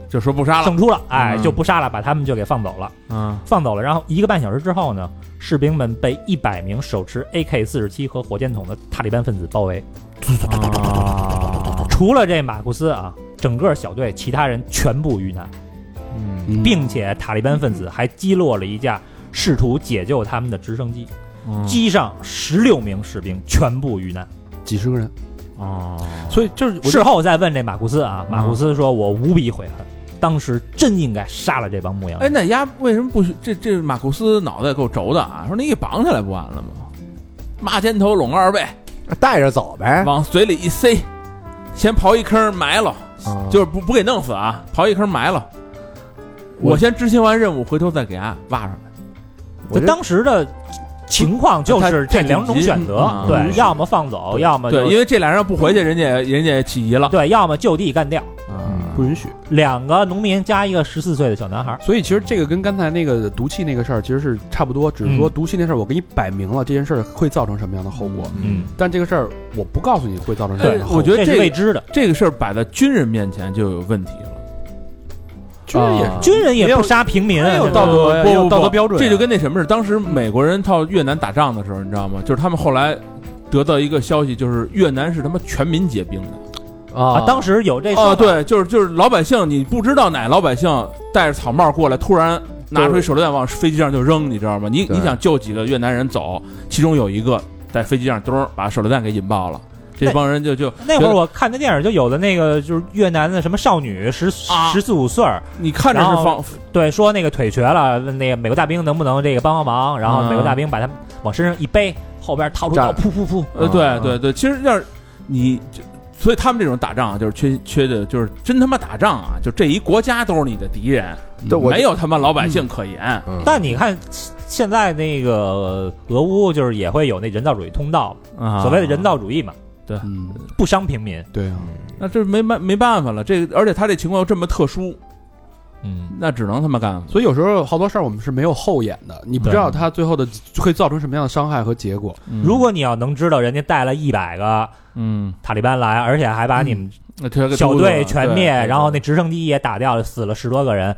D: 就说不杀了。
E: 胜出了，哎，
D: 嗯
E: 就不杀了，把他们就给放走了，
D: 嗯
E: 放走了。然后一个半小时之后呢，士兵们被一百名手持 AK 四十七和火箭筒的塔利班分子包围，
D: 啊，
E: 除了这马库斯啊，整个小队其他人全部遇难，
B: 嗯
C: 嗯
E: 并且塔利班分子还击落了一架试图解救他们的直升机。
D: 嗯
E: 机上十六名士兵全部遇难。
C: 几十个人，
D: 啊，
C: 所以就是我
E: 事后再问这马库斯啊，
D: 嗯
E: 马库斯说：“我无比悔恨，当时真应该杀了这帮牧羊
D: 哎，
E: 人。
D: 那丫为什么不许这这马库斯脑袋够轴的啊？说你给绑起来不完了吗？麻尖头拢二背，
B: 带着走
C: 哎
B: 呗，
D: 往嘴里一塞，先刨一坑埋了，
C: 哦
B: 啊
D: 就是不不给弄死啊，刨一坑埋了。我先执行完任务，回头再给俺挖上来。
B: 我觉
E: 就
B: 得
E: 当时的情况就是这两种选择
D: 嗯，
E: 对，要么放走，要
C: 啊
E: 么就
D: 对，因为这俩人要不回去，
C: 嗯
D: 人家也人家也起疑了。啊
E: 对，要么就地干掉。
B: 嗯
C: 不允许。
E: 两个农民加一个十四岁的小男孩，
C: 所以其实这个跟刚才那个毒气那个事儿其实是差不多，只是说毒气那事儿我给你摆明了这件事儿会造成什么样的后果，
E: 嗯，
C: 但这个事儿我不告诉你会造成什么样的
D: 呃
C: 后
D: 我
C: 果。
D: 觉得
E: 是
D: 这
E: 未
D: 个
E: 知的，
D: 这个事儿摆在军人面前就有问题了。
C: 军人也是
E: 啊军人也
C: 没有
E: 不杀平民啊，
C: 没有
E: 对吧
C: 道德
D: 不
C: 要
D: 不
C: 道德
D: 不
C: 标准啊
D: 这就跟那什么似的。当时美国人到越南打仗的时候，你知道吗？就是他们后来得到一个消息，就是越南是他妈全民皆兵的。
E: 啊
B: 啊！
E: 当时有这
D: 哦，
E: 说法，
D: 对，就是就是老百姓，你不知道哪老百姓戴着草帽过来，突然拿出一手榴弹往飞机上就扔，你知道吗？你
B: 对
D: 你想救几个越南人走，其中有一个在飞机上咚把手榴弹给引爆了，这
E: 哎
D: 帮人就就
E: 那会
D: 觉
E: 儿
D: 得
E: 我看的电影就有的那个就是越南的什么少女十
D: 啊
E: 十四五岁儿，
D: 你看着是
E: 然后
D: 放
E: 对，说那个腿瘸了，问那个美国大兵能不能这个帮帮忙？然后
D: 嗯
E: 美国大兵把他们往身上一背，后边掏出刀，
B: 站
E: 噗噗噗，
D: 呃，
B: 嗯
D: 对
B: 嗯
D: 对对，其实要是你，就所以他们这种打仗啊，就是缺缺的，就是真他妈打仗啊，就这一国家都是你的敌人，
B: 对我
D: 没有他妈老百姓可言。
E: 但你看现在那个俄乌就是也会有那人道主义通道，
D: 啊
E: 所谓的人，道主义嘛，
C: 嗯，
E: 不伤平民。
C: 对啊，
D: 那这没办没办法了。这而且他这情况又这么特殊，
E: 嗯，
D: 那只能他妈干了。
C: 所以有时候好多事儿我们是没有后眼的，你不知道他最后的会造成什么样的伤害和结果。
E: 如果你要能知道人家带了一百个
D: 嗯，
E: 塔利班来，而且还把你们
D: 那嗯这个
E: 小
D: 肚子
E: 队全灭，
D: 对对
E: 然后那直升机也打掉了，死了十多个人，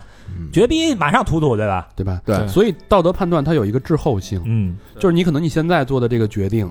E: 绝逼马上突突，对
C: 嗯
E: 吧？
C: 对吧？
B: 对
C: 所以道德判断它有一个滞后性，
E: 嗯
C: 就是你可能你现在做的这个决定，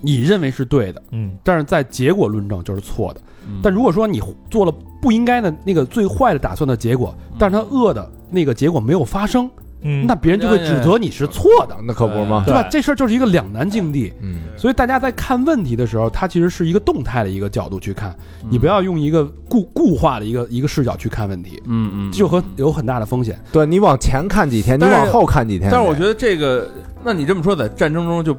C: 你认为是对的，
E: 嗯，
C: 但是在结果论证就是错的。
D: 嗯
C: 但如果说你做了不应该的那个最坏的打算的结果，但是他恶的那个结果没有发生，
E: 嗯，
C: 那别人就会指责你是错的，
B: 那可不是吗？
C: 对吧？
E: 对
C: 这事儿就是一个两难境地。
B: 嗯，
C: 所以大家在看问题的时候，它其实是一个动态的一个角度去看，
D: 嗯
C: 你不要用一个固固化的一个一个视角去看问题，
D: 嗯嗯，
C: 就和有很大的风险。
B: 对你往前看几天，你
D: 但是
B: 往后看几天。
D: 但是我觉得这个，那你这么说，在战争中就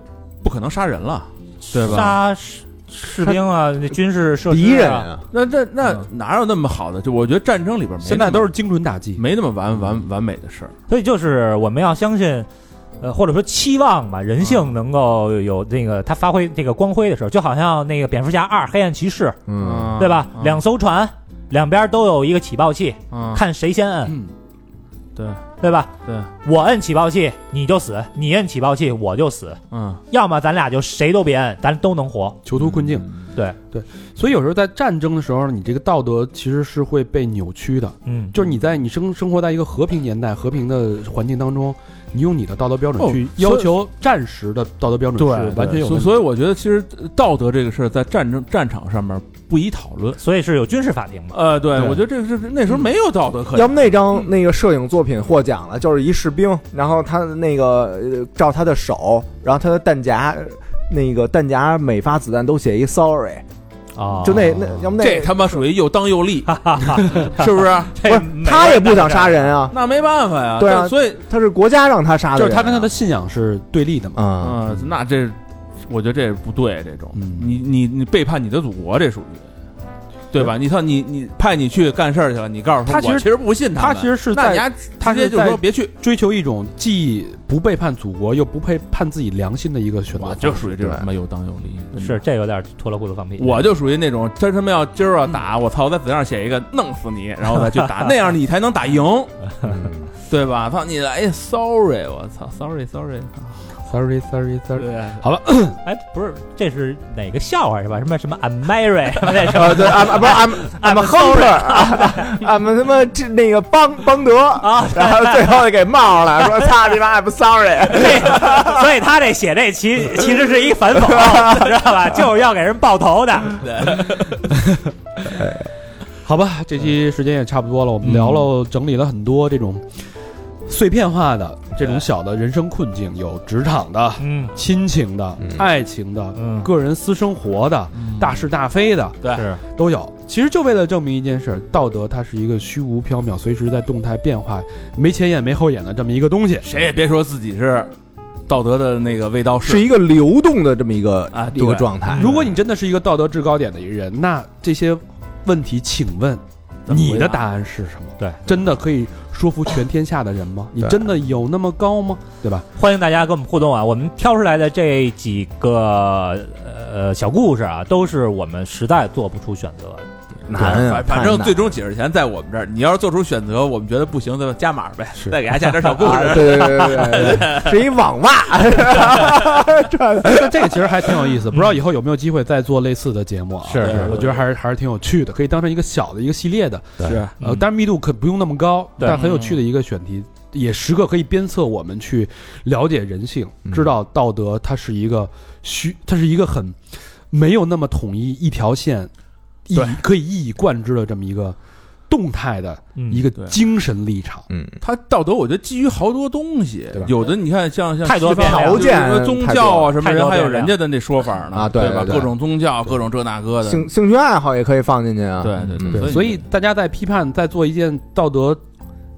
D: 不可能杀人了，对吧？呃
E: 杀士士兵啊，那军事设施、啊、
B: 敌人啊，
D: 那这那哪有那么好的？就我觉得战争里边没
C: 现在
D: 那么
C: 都是精准打击，
D: 没那么完完完美的事儿。
E: 所以就是我们要相信，呃，或者说期望吧，人性能够有那个它发挥这个光辉的时候，就好像那个蝙蝠侠二黑暗骑士，
B: 嗯，
E: 对吧？
D: 嗯
E: 两艘船两边都有一个起爆器，
D: 嗯
E: 看谁先摁，
C: 嗯，
E: 对吧？
D: 对，
E: 我摁起爆器你就死，你摁起爆器我就死，
D: 嗯，
E: 要么咱俩就谁都别摁，咱都能活。
C: 囚徒困境。
D: 嗯
E: 对
C: 对，所以有时候在战争的时候，你这个道德其实是会被扭曲的。
E: 嗯，
C: 就是你在你生生活在一个和平年代、和平的环境当中，你用你的道德标准
D: 哦
C: 去
D: 所以
C: 要求战时的道德标准是完全有
D: 所
C: 问题。
D: 所以我觉得，其实呃道德这个事儿在战争战场上面不宜讨论。
E: 所以是有军事法庭嘛？
D: 呃，对，
C: 对
D: 我觉得这个是那时候没有道德可
B: 要
D: 言。
B: 不那张那个摄影作品获奖了，就是一士兵，然后他那个呃照他的手，然后他的弹夹，那个弹夹每发子弹都写一 sorry，
E: 啊
B: 就那那要不那
D: 这他妈属于又当又 立，是不是？
E: 这
B: 不是
E: 美国
B: 他也
E: 人
B: 不想
E: 干
B: 杀人啊，
D: 那没办法呀。
B: 对啊
D: 但所以
B: 他是国家让他杀的
C: 就
B: 人啊，
C: 是他跟他的信仰是对立的嘛。
B: 啊
D: 嗯，那这我觉得这是不对，这种
C: 嗯
D: 你你你背叛你的祖国，这属于对吧？你操你你派你去干事儿去了，你告诉
C: 他
D: 我
C: 其实
D: 其实不信
C: 他
D: 们
C: 其实是
D: 那你
C: 在
D: 还
C: 他
D: 直接
C: 是
D: 就
C: 在
D: 说别去，
C: 追求一种既不背叛祖国又不背叛自己良心的一个选择
D: 我
C: 方
D: 就
C: 式。
D: 属于这种他妈又当又立。
E: 是这有点脱了裤子放屁。
D: 嗯我就属于那种，真他妈要今儿要打，我操，我在子弹上写一个弄死你，然后再去打，那样你才能打 赢，
B: 嗯
D: 对吧？操你来、哎、，sorry，我操，sorry sorry，
C: Sorry, sorry, sorry。
D: 对，
E: 哎，不是，这是哪个笑话是吧？什么什么 I'm Mary 什么那什么
D: 哎
B: 啊，对，I'm 不是 I'm I'm hunter，I'm 他妈这那个邦邦德啊，然后最后给冒了，说操你妈，I'm 哎 sorry，
E: 这所以他这写这其其实是一反讽，知道吧？就是要给人爆头的。
C: 好吧，这期时间也差不多了，我们聊了、整理了很多这种碎片化的这种小的人生困境，有职场的、
E: 嗯
C: 亲情的、
B: 嗯
C: 爱情的、
E: 嗯
C: 个人私生活的、大是大非的，
D: 对
E: 是
C: 都有。其实就为了证明一件事儿，道德它是一个虚无缥缈、随时在动态变化、没前眼没后眼的这么一个东西。
D: 谁也别说自己是道德的那个味道
B: 是一个流动的这么一个
D: 啊
B: 一
D: 对
B: 个状态。
C: 如果你真的是一个道德制高点的一个人，那这些问题，请问
D: 咱
C: 你的
D: 回
C: 答案是什么？
E: 对，
C: 真的可以说服全天下的人吗？你真的有那么高吗？对吧？
E: 欢迎大家跟我们互动啊！我们挑出来的这几个呃小故事啊，都是我们实在做不出选择的。
B: 难啊
D: 反，反正
B: 太难
D: 最终解释权在我们这儿。你要是做出选择，我们觉得不行，就加码呗， 再给他加点小故
B: 啊
D: 事。
B: 对对对 对对，是一网袜，
C: 那这个其实还挺有意思，不知道以后有没有机会再做类似的节目啊？
E: 嗯是
C: 对
E: 是
C: 我觉得还是还是挺有趣的，可以当成一个小的一个系列的，
E: 对
D: 是
C: 呃，
E: 嗯
C: 当然密度可不用那么高，
E: 对
C: 但很有趣的一个选题，也时刻可以鞭策我们去了解人性，
E: 嗯
C: 知道道德它是一个虚，它是一个很没有那么统一一条线，一
D: 对
C: 可以一以贯之的这么一个动态的
E: 嗯
C: 一个
D: 对
C: 精神立场。
B: 嗯，
D: 他道德，我觉得基于好多东西
C: 对吧，
D: 有的你看像像
E: 太
D: 西
E: 多
D: 方
E: 变量
D: 好多
B: 条件
D: 有的宗教啊什么
E: 太多
D: 人，还有
E: 变量
D: 人家的那说法呢
B: 啊对
D: 吧？
B: 对
D: 各种宗教，各种这那个的，
B: 兴兴趣爱好也可以放进去啊，
D: 对对对
B: 嗯
C: 所以大家在批判、在做一件道德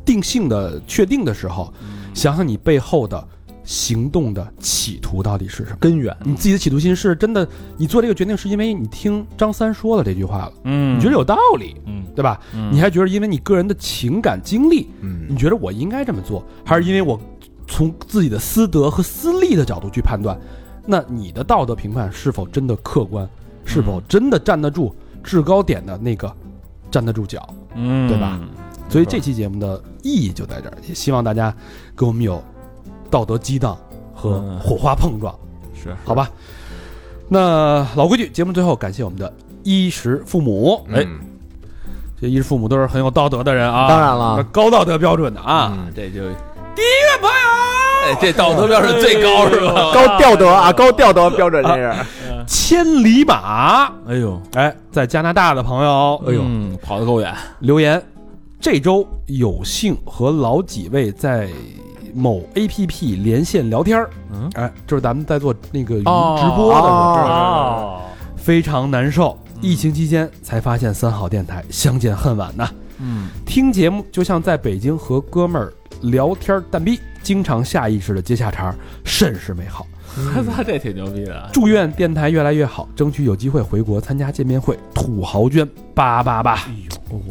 C: 定性的确定的时候，想想你背后的行动的企图到底是什么？
B: 根源
C: 你自己的企图心是真的？你做这个决定是因为你听张三说了这句话了，
D: 嗯，
C: 你觉得有道理，
E: 嗯，
C: 对吧？
D: 嗯
C: 你还觉得因为你个人的情感经历，
B: 嗯
C: 你觉得我应该这么做，还是因为我从自己的私德和私利的角度去判断？那你的道德评判是否真的客观？是否真的站得住制高点的那个站得住脚？
D: 嗯
C: 对吧？所以这期节目的意义就在这儿，也希望大家跟我们有道德激荡和
D: 嗯
C: 火花碰撞，
D: 是
C: 好吧？那老规矩，节目最后感谢我们的衣食父母，哎，
B: 嗯
C: 这衣食父母都是很有道德的人啊，
B: 当然了，
C: 高道德标准的啊。
B: 嗯
D: 这就第一个朋友，哎，这道德标准最高是吧？
B: 高调德啊，高调德标准这是，
C: 千里马，
D: 哎呦，
C: 哎，在加拿大的朋友，
B: 哎呦
D: 嗯，跑得够远，
C: 留言，这周有幸和老几位在某 APP 连线聊天儿，
D: 嗯，
C: 哎，就是咱们在做那个云直
D: 哦嗯
C: 播的时候，
B: 哦
E: 哦，
C: 非常难受。疫情期间才发现三好电台，相见恨晚呐。
D: 嗯，
C: 听节目就像在北京和哥们儿聊天儿蛋逼，经常下意识的接下茬儿，甚是美好。
D: 他这挺牛逼的，
C: 祝愿电台越来越好，争取有机会回国参加见面会。土豪捐八八八，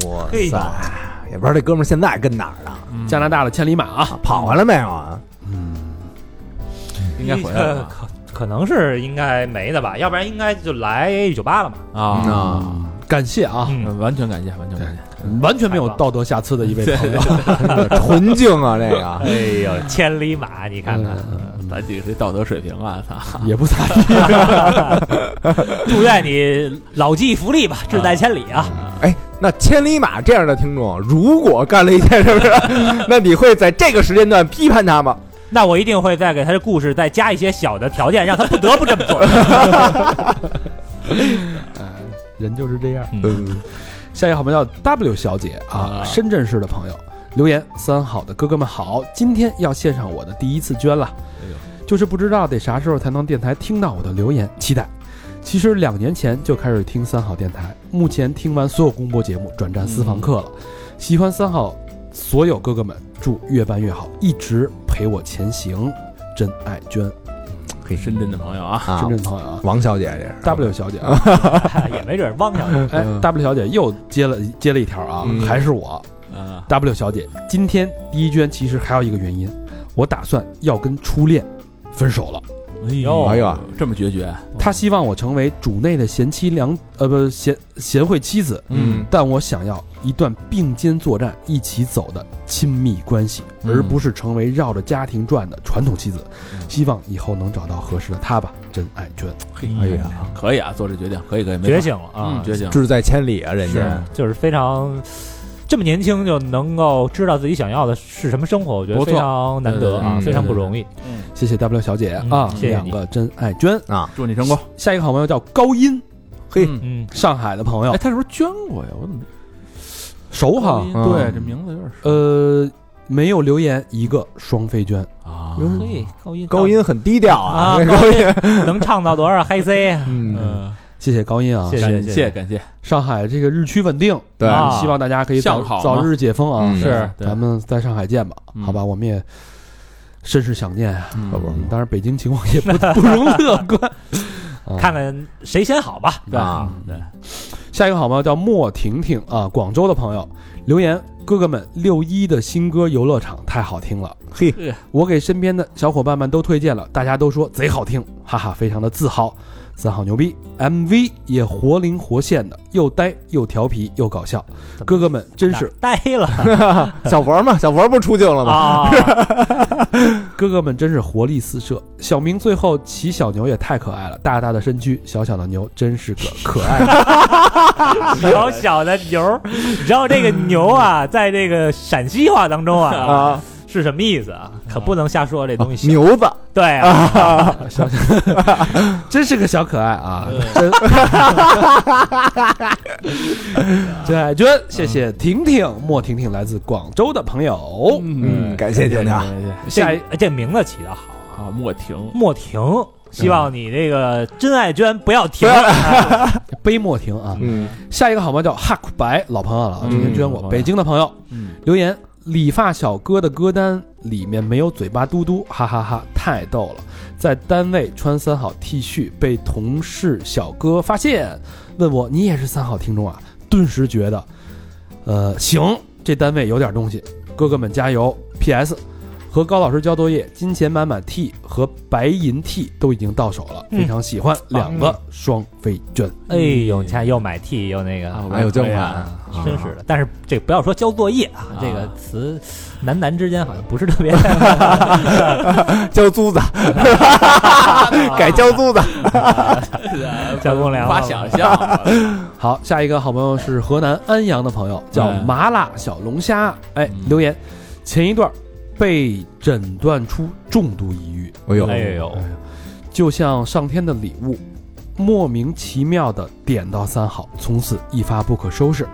B: 哇
E: 啊
B: 塞，也不知道这哥们儿现在跟哪儿呢，
C: 加拿大的千里马啊！
B: 跑回来没有 啊？
D: 应该回来了吧
E: 可可能是应该没的吧，要不然应该就来 A 九八了嘛。
D: 啊，
B: 啊，
C: 感谢啊，
E: 嗯，
D: 嗯完全感谢，完全感谢。
C: 完全没有道德瑕疵的一位朋友。
B: 纯净啊，这个
E: 哎呦，千里马，你看看，
D: 咱几个这道德水平啊，操！
C: 也不咋地。
E: 祝愿你老骥伏枥吧，志在千里啊！
B: 哎，那千里马这样的听众，如果干了一件什么事儿， 那你会在这个时间段批判他吗？
E: 那我一定会再给他的故事再加一些小的条件，让他不得不 这么做。
C: 人就是这样。
B: 嗯，
C: 下一个好朋友叫 W 小姐啊，深圳市的朋友留言：三好的哥哥们好，今天要献上我的第一次捐了，就是不知道得啥时候才能电台听到我的留言，期待。其实两年前就开始听三好电台，目前听完所有公播节目，转战私房课了。喜欢三好所有哥哥们，祝越办越好，一直陪我前行，真爱娟，
B: 可以
D: 深圳的朋友嗯啊，
B: 啊
C: 深，圳朋友啊
B: 王小姐这是
C: ，W 小姐啊。
E: 哎也没准儿汪小姐，
C: 哎
B: 嗯
C: ，W 小姐又接了接了一条啊，
B: 嗯
C: 还是我
D: 啊，
C: W 小姐。今天第一捐其实还有一个原因，我打算要跟初恋分手了。
D: 哎
E: 呦
B: 哎呦，
D: 这么决绝，
C: 她希望我成为主内的贤妻良呃不贤贤惠妻子，
B: 嗯
C: 但我想要一段并肩作战、一起走的亲密关系，而不是成为绕着家庭转的传统妻子。希望以后能找到合适的她吧，真爱娟。
B: 哎呀，
D: 可以啊，做这决定可以可以，没
E: 觉
D: 错
E: 醒了
D: 嗯，！
E: 啊
D: 觉醒，
B: 志在千里啊，人
E: 是
B: 家，
E: 就是非常这么年轻就能够知道自己想要的是什么生活，我觉得
D: 不错
E: 非常难得
B: 对
E: 啊，
B: 对嗯对
E: 非常不容易。
C: 谢谢 W 小姐、
E: 嗯
C: 啊，
E: 谢谢
C: 两
E: 你
C: 个真爱娟。
D: 祝你成功。
C: 下一个好朋友叫高音，
E: 嗯，
C: 上海的朋友
D: 哎，，他是不是捐过呀？我怎么
C: 熟哈。
B: 嗯
D: 对这名字有点熟
C: 呃，没有留言一个双飞娟，
D: 啊
E: 所以高音
B: 高音很低调
E: 啊
B: 啊，，
E: 高音能唱到多少嗨 C？
B: 嗯，
D: 嗯，
C: 谢谢高音啊！
E: 谢
D: 感
E: 谢
D: 谢感谢，
C: 上海这个日趋稳定，
B: 对
E: 啊
C: 希望大家可以早
D: 向好嘛
C: 早日解封啊！
B: 嗯
E: 是
D: 对
C: 咱们在上海见吧，
D: 嗯
C: 好吧？我们也甚是想念啊。
B: 可不
C: 当然，北京情况也不不容乐观。啊
E: 看看谁先好吧。嗯
B: 啊，
D: 对，
C: 下一个好朋友叫莫婷婷啊，广州的朋友留言：哥哥们，六一的新歌《游乐场》太好听了，
B: 嘿，
C: 我给身边的小伙伴们都推荐了，大家都说贼好听，哈哈，非常的自豪。三好牛逼，MV 也活灵活现的，又呆又调皮又搞笑，哥哥们真是
E: 呆了
B: 小佛嘛，小佛不是出镜了吗？
E: 啊！
C: 哥哥们真是活力四射，小明最后骑小牛也太可爱了，大大的身躯，小小的牛，真是个可爱的。
E: 小小的牛儿，你知道这个牛啊，在这个陕西话当中啊
B: 啊，
E: 是什么意思啊？可不能瞎说这东西。
B: 牛子，
E: 对啊，
C: 真是个小可爱啊！
B: 嗯
C: 真，真 爱娟，谢谢婷婷，莫婷婷来自广州的朋友。哎
B: 嗯，感谢婷婷，
C: 下一
E: 这这名字起的好啊，
F: 啊，莫停，
E: 莫停。希望你这个真爱娟不要停，
C: 杯莫婷啊，
B: 嗯，
C: 下一个好朋友叫哈苦白，老朋友了啊，
B: 嗯
C: 之前捐过。
F: 老朋友
C: 北京的朋友
F: 嗯
C: 留言：理发小哥的歌单里面没有嘴巴嘟嘟，哈哈哈太逗了。在单位穿三好 T 恤被同事小哥发现，问我你也是三好听众啊？顿时觉得，呃，行，这单位有点东西，哥哥们加油。P.S. 和高老师交作业，金钱满满 T 和白银 T 都已经到手了，
E: 嗯
C: 非常喜欢，两个双飞娟。 嗯
E: 哎呦，你看又买 T 又那个，
B: 还有捐款
E: 啊，真是的。但是这不要说交作业啊，这个词男男之间好像不是 特别
B: 交租 子，改交租子，
E: 交公粮了
F: 无法想
D: 啊
F: 象，
C: 好，下一个好朋友是河南安阳的朋友，叫麻辣小龙虾。哎，
F: 嗯
C: 留言，前一段被诊断出重度抑郁，
B: 哎呦
E: 哎呦，
C: 就像上天的礼物，莫名其妙的点到三好，从此一发不可收拾。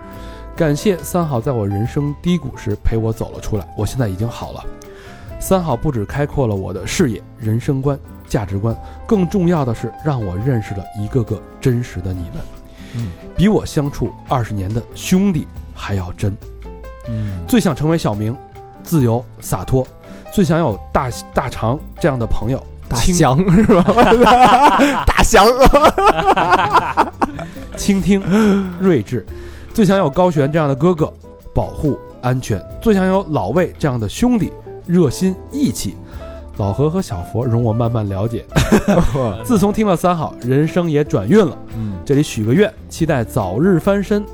C: 感谢三好在我人生低谷时陪我走了出来，我现在已经好了。三好不止开阔了我的视野、人生观、价值观，更重要的是让我认识了一个个真实的你们，比我相处二十年的兄弟还要真。
F: 嗯，
C: 最想成为小明，自由洒脱，最想有大大长这样的朋友，
B: 大
C: 清
B: 祥是吧？ 大 祥，
C: 倾听、睿智，最想有高璇这样的哥哥保护安全，最想有老魏这样的兄弟热心义气。老何和小佛容我慢慢了解。自从听了三好，人生也转运了。
F: 嗯，
C: 这里许个愿，期待早日翻身，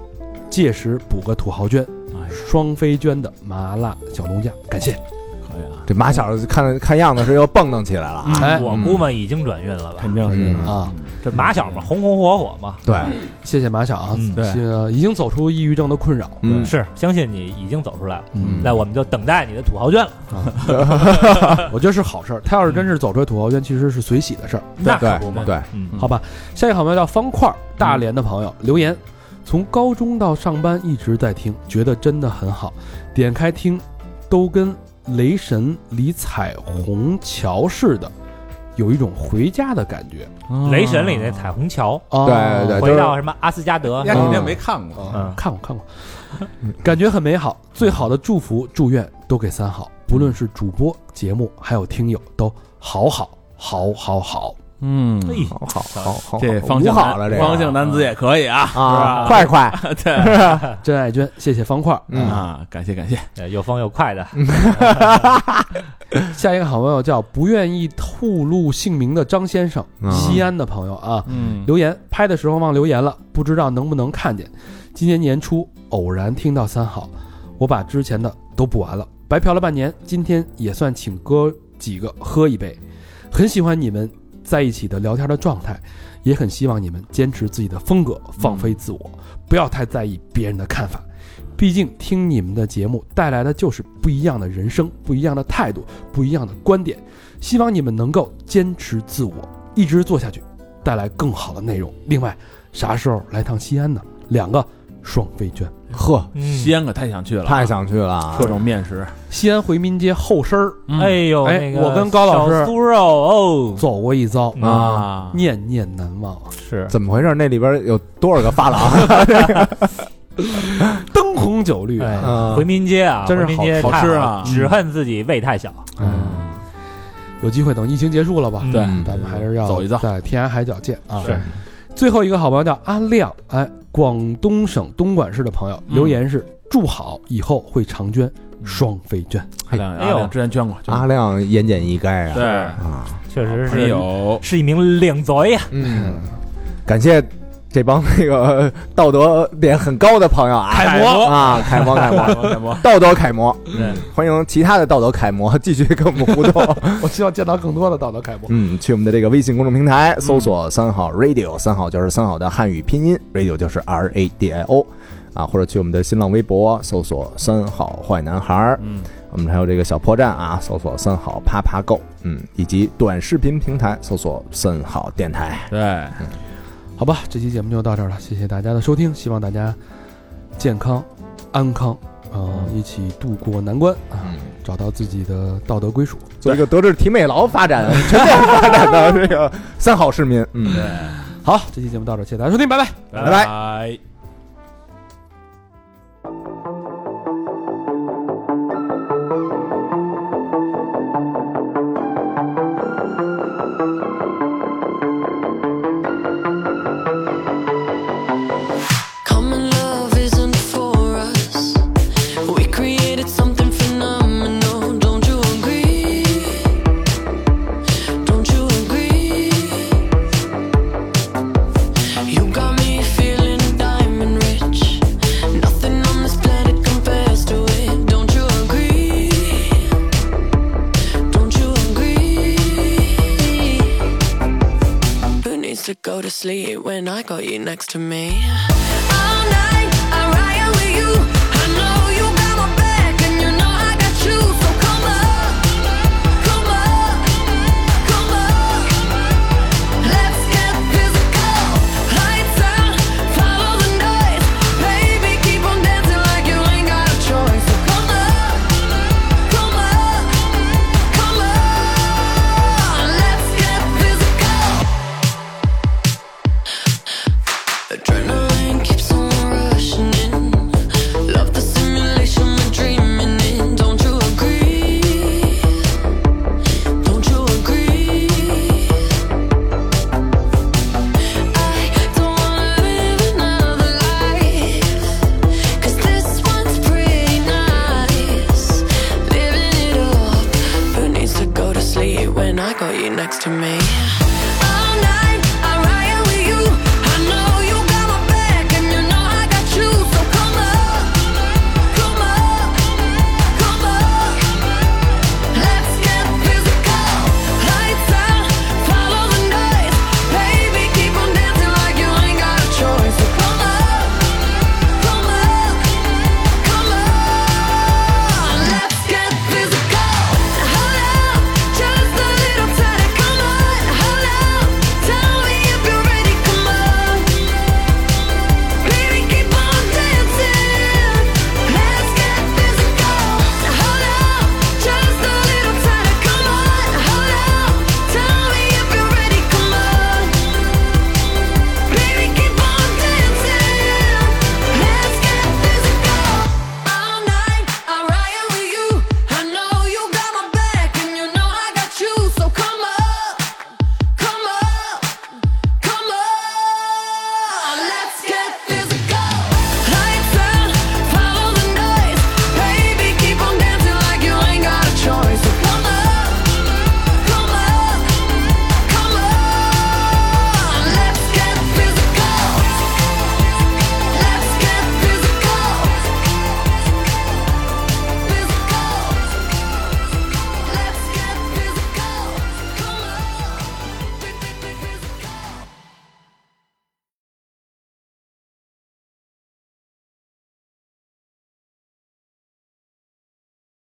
C: 届时补个土豪捐
F: 哎，
C: 双飞捐的麻辣小龙虾，感谢。
F: 可以啊，
B: 这马小看看样子是又蹦跶起来了啊，
C: 哎
E: 我估摸已经转运了吧？
F: 肯定是
B: 嗯
C: 啊，
E: 这马小嘛，红红火火嘛，
B: 对，
C: 谢谢马小啊，
E: 嗯
F: 对
C: 是已经走出抑郁症的困扰。
B: 嗯，
E: 是相信你已经走出来了。
C: 嗯
E: 那我们就等待你的土豪券了，
C: 我觉得是好事儿。他要是真是走出来土豪圈，其实是随喜的事儿，
E: 那可不嘛
B: 对。对，
E: 嗯，
C: 好吧？下一个好朋友叫方块儿，大连的朋友留言，从高中到上班一直在听，觉得真的很好，点开听，都跟雷神离彩虹桥似的，有一种回家的感觉。
E: 雷神里那彩虹桥，
C: 哦
B: 对对
E: 回到什么阿斯加德
D: 人家，肯定没看过。
E: 嗯
C: 看过看过，感觉很美好。最好的祝福祝愿都给三好，不论是主播、节目，还有听友，都好好好好好。
F: 嗯，
E: 哎
B: 好好好好，
F: 这
D: 哦
B: 好
F: 方
B: 五
F: 向
B: 好
F: 男
B: 了，这个
F: 方向男子也可以啊，
B: 啊，快快，
C: 真爱娟，谢谢方块儿。
B: 嗯
F: 啊，感谢感谢，
E: 呃又疯又快的，
C: 下一个好朋友叫不愿意透露姓名的张先生，
B: 嗯
C: 西安的朋友啊，
F: 嗯，
C: 留言拍的时候忘留言了，不知道能不能看见。今年年初偶然听到三好，我把之前的都补完了，白嫖了半年，今天也算请哥几个喝一杯。很喜欢你们在一起的聊天的状态，也很希望你们坚持自己的风格，放飞自我，不要太在意别人的看法。毕竟听你们的节目带来的就是不一样的人生、不一样的态度、不一样的观点。希望你们能够坚持自我，一直做下去，带来更好的内容。另外，啥时候来趟西安呢？两个双飞券。
B: 呵，
E: 嗯
F: 西安可太想去了，
B: 太想去了
F: 各，种
D: 嗯
F: 面食，
C: 西安回民街后身儿
F: 嗯
E: 哎呦，
C: 哎
E: 那个
C: 我跟高老师
E: 小酥肉哦，
C: 走过一遭，
E: 嗯
F: 啊，
C: 念念难忘。
E: 是
B: 怎么回事？那里边有多少个 发廊？
C: 灯红酒绿啊，
E: 哎
B: 嗯
E: 回民街啊，
C: 真是
E: 回民街
F: 好
E: 太
F: 好吃啊
E: 了只恨自己胃太小，
C: 嗯，有机会等疫情结束了吧？
E: 嗯
F: 对
B: 嗯
C: 咱们还是要
F: 走一遭
C: 在天涯海角见啊！
E: 是，
C: 最后一个好朋友叫阿亮，哎，广东省东莞市的朋友留言是：祝好，以后会常捐双飞券。
D: 阿亮，
E: 哎
D: 阿
E: 呦
D: 啊亮之前捐过，捐过
B: 阿亮言简意赅啊，
D: 对，
B: 啊，
E: 确实
D: 没
E: 是
D: 有，
E: 是一名领贼呀。
B: 嗯，感谢这帮那个道德点很高的朋友啊，
D: 楷模
B: 啊，楷模楷模，
D: 楷模，
B: 道德楷模，
D: 对，
B: 欢迎其他的道德楷模继续跟我们互动。
C: 我希望见到更多的道德楷模。
B: 嗯，去我们的这个微信公众平台搜索“三好 radio”，三好就是三好的汉语拼音，radio 就是 R A D I O，啊，或者去我们的新浪微博搜索“三好坏男孩”，儿
D: 嗯，”，
B: 我们还有这个小破站啊，搜索“三好啪啪购”，嗯，以及短视频平台搜索“三好电台
D: 对，
C: 好吧，这期节目就到这儿了，谢谢大家的收听，希望大家健康、安康啊、一起度过难关啊、
B: 嗯
C: 找到自己的道德归属。”，
B: 做一个德智体美劳发展全面发展的这个三好市民。嗯，
C: 好，这期节目到这儿，谢谢大家收听，拜拜。
B: 拜拜。
D: 拜。
G: Common love isn't for us. We created something phenomenal. Don't you agree? Don't you agree? You got me feeling diamond rich. Nothing on this planet compares to it. Don't you agree? Don't you agree? Who needs to go to sleep when I got you next to me? All night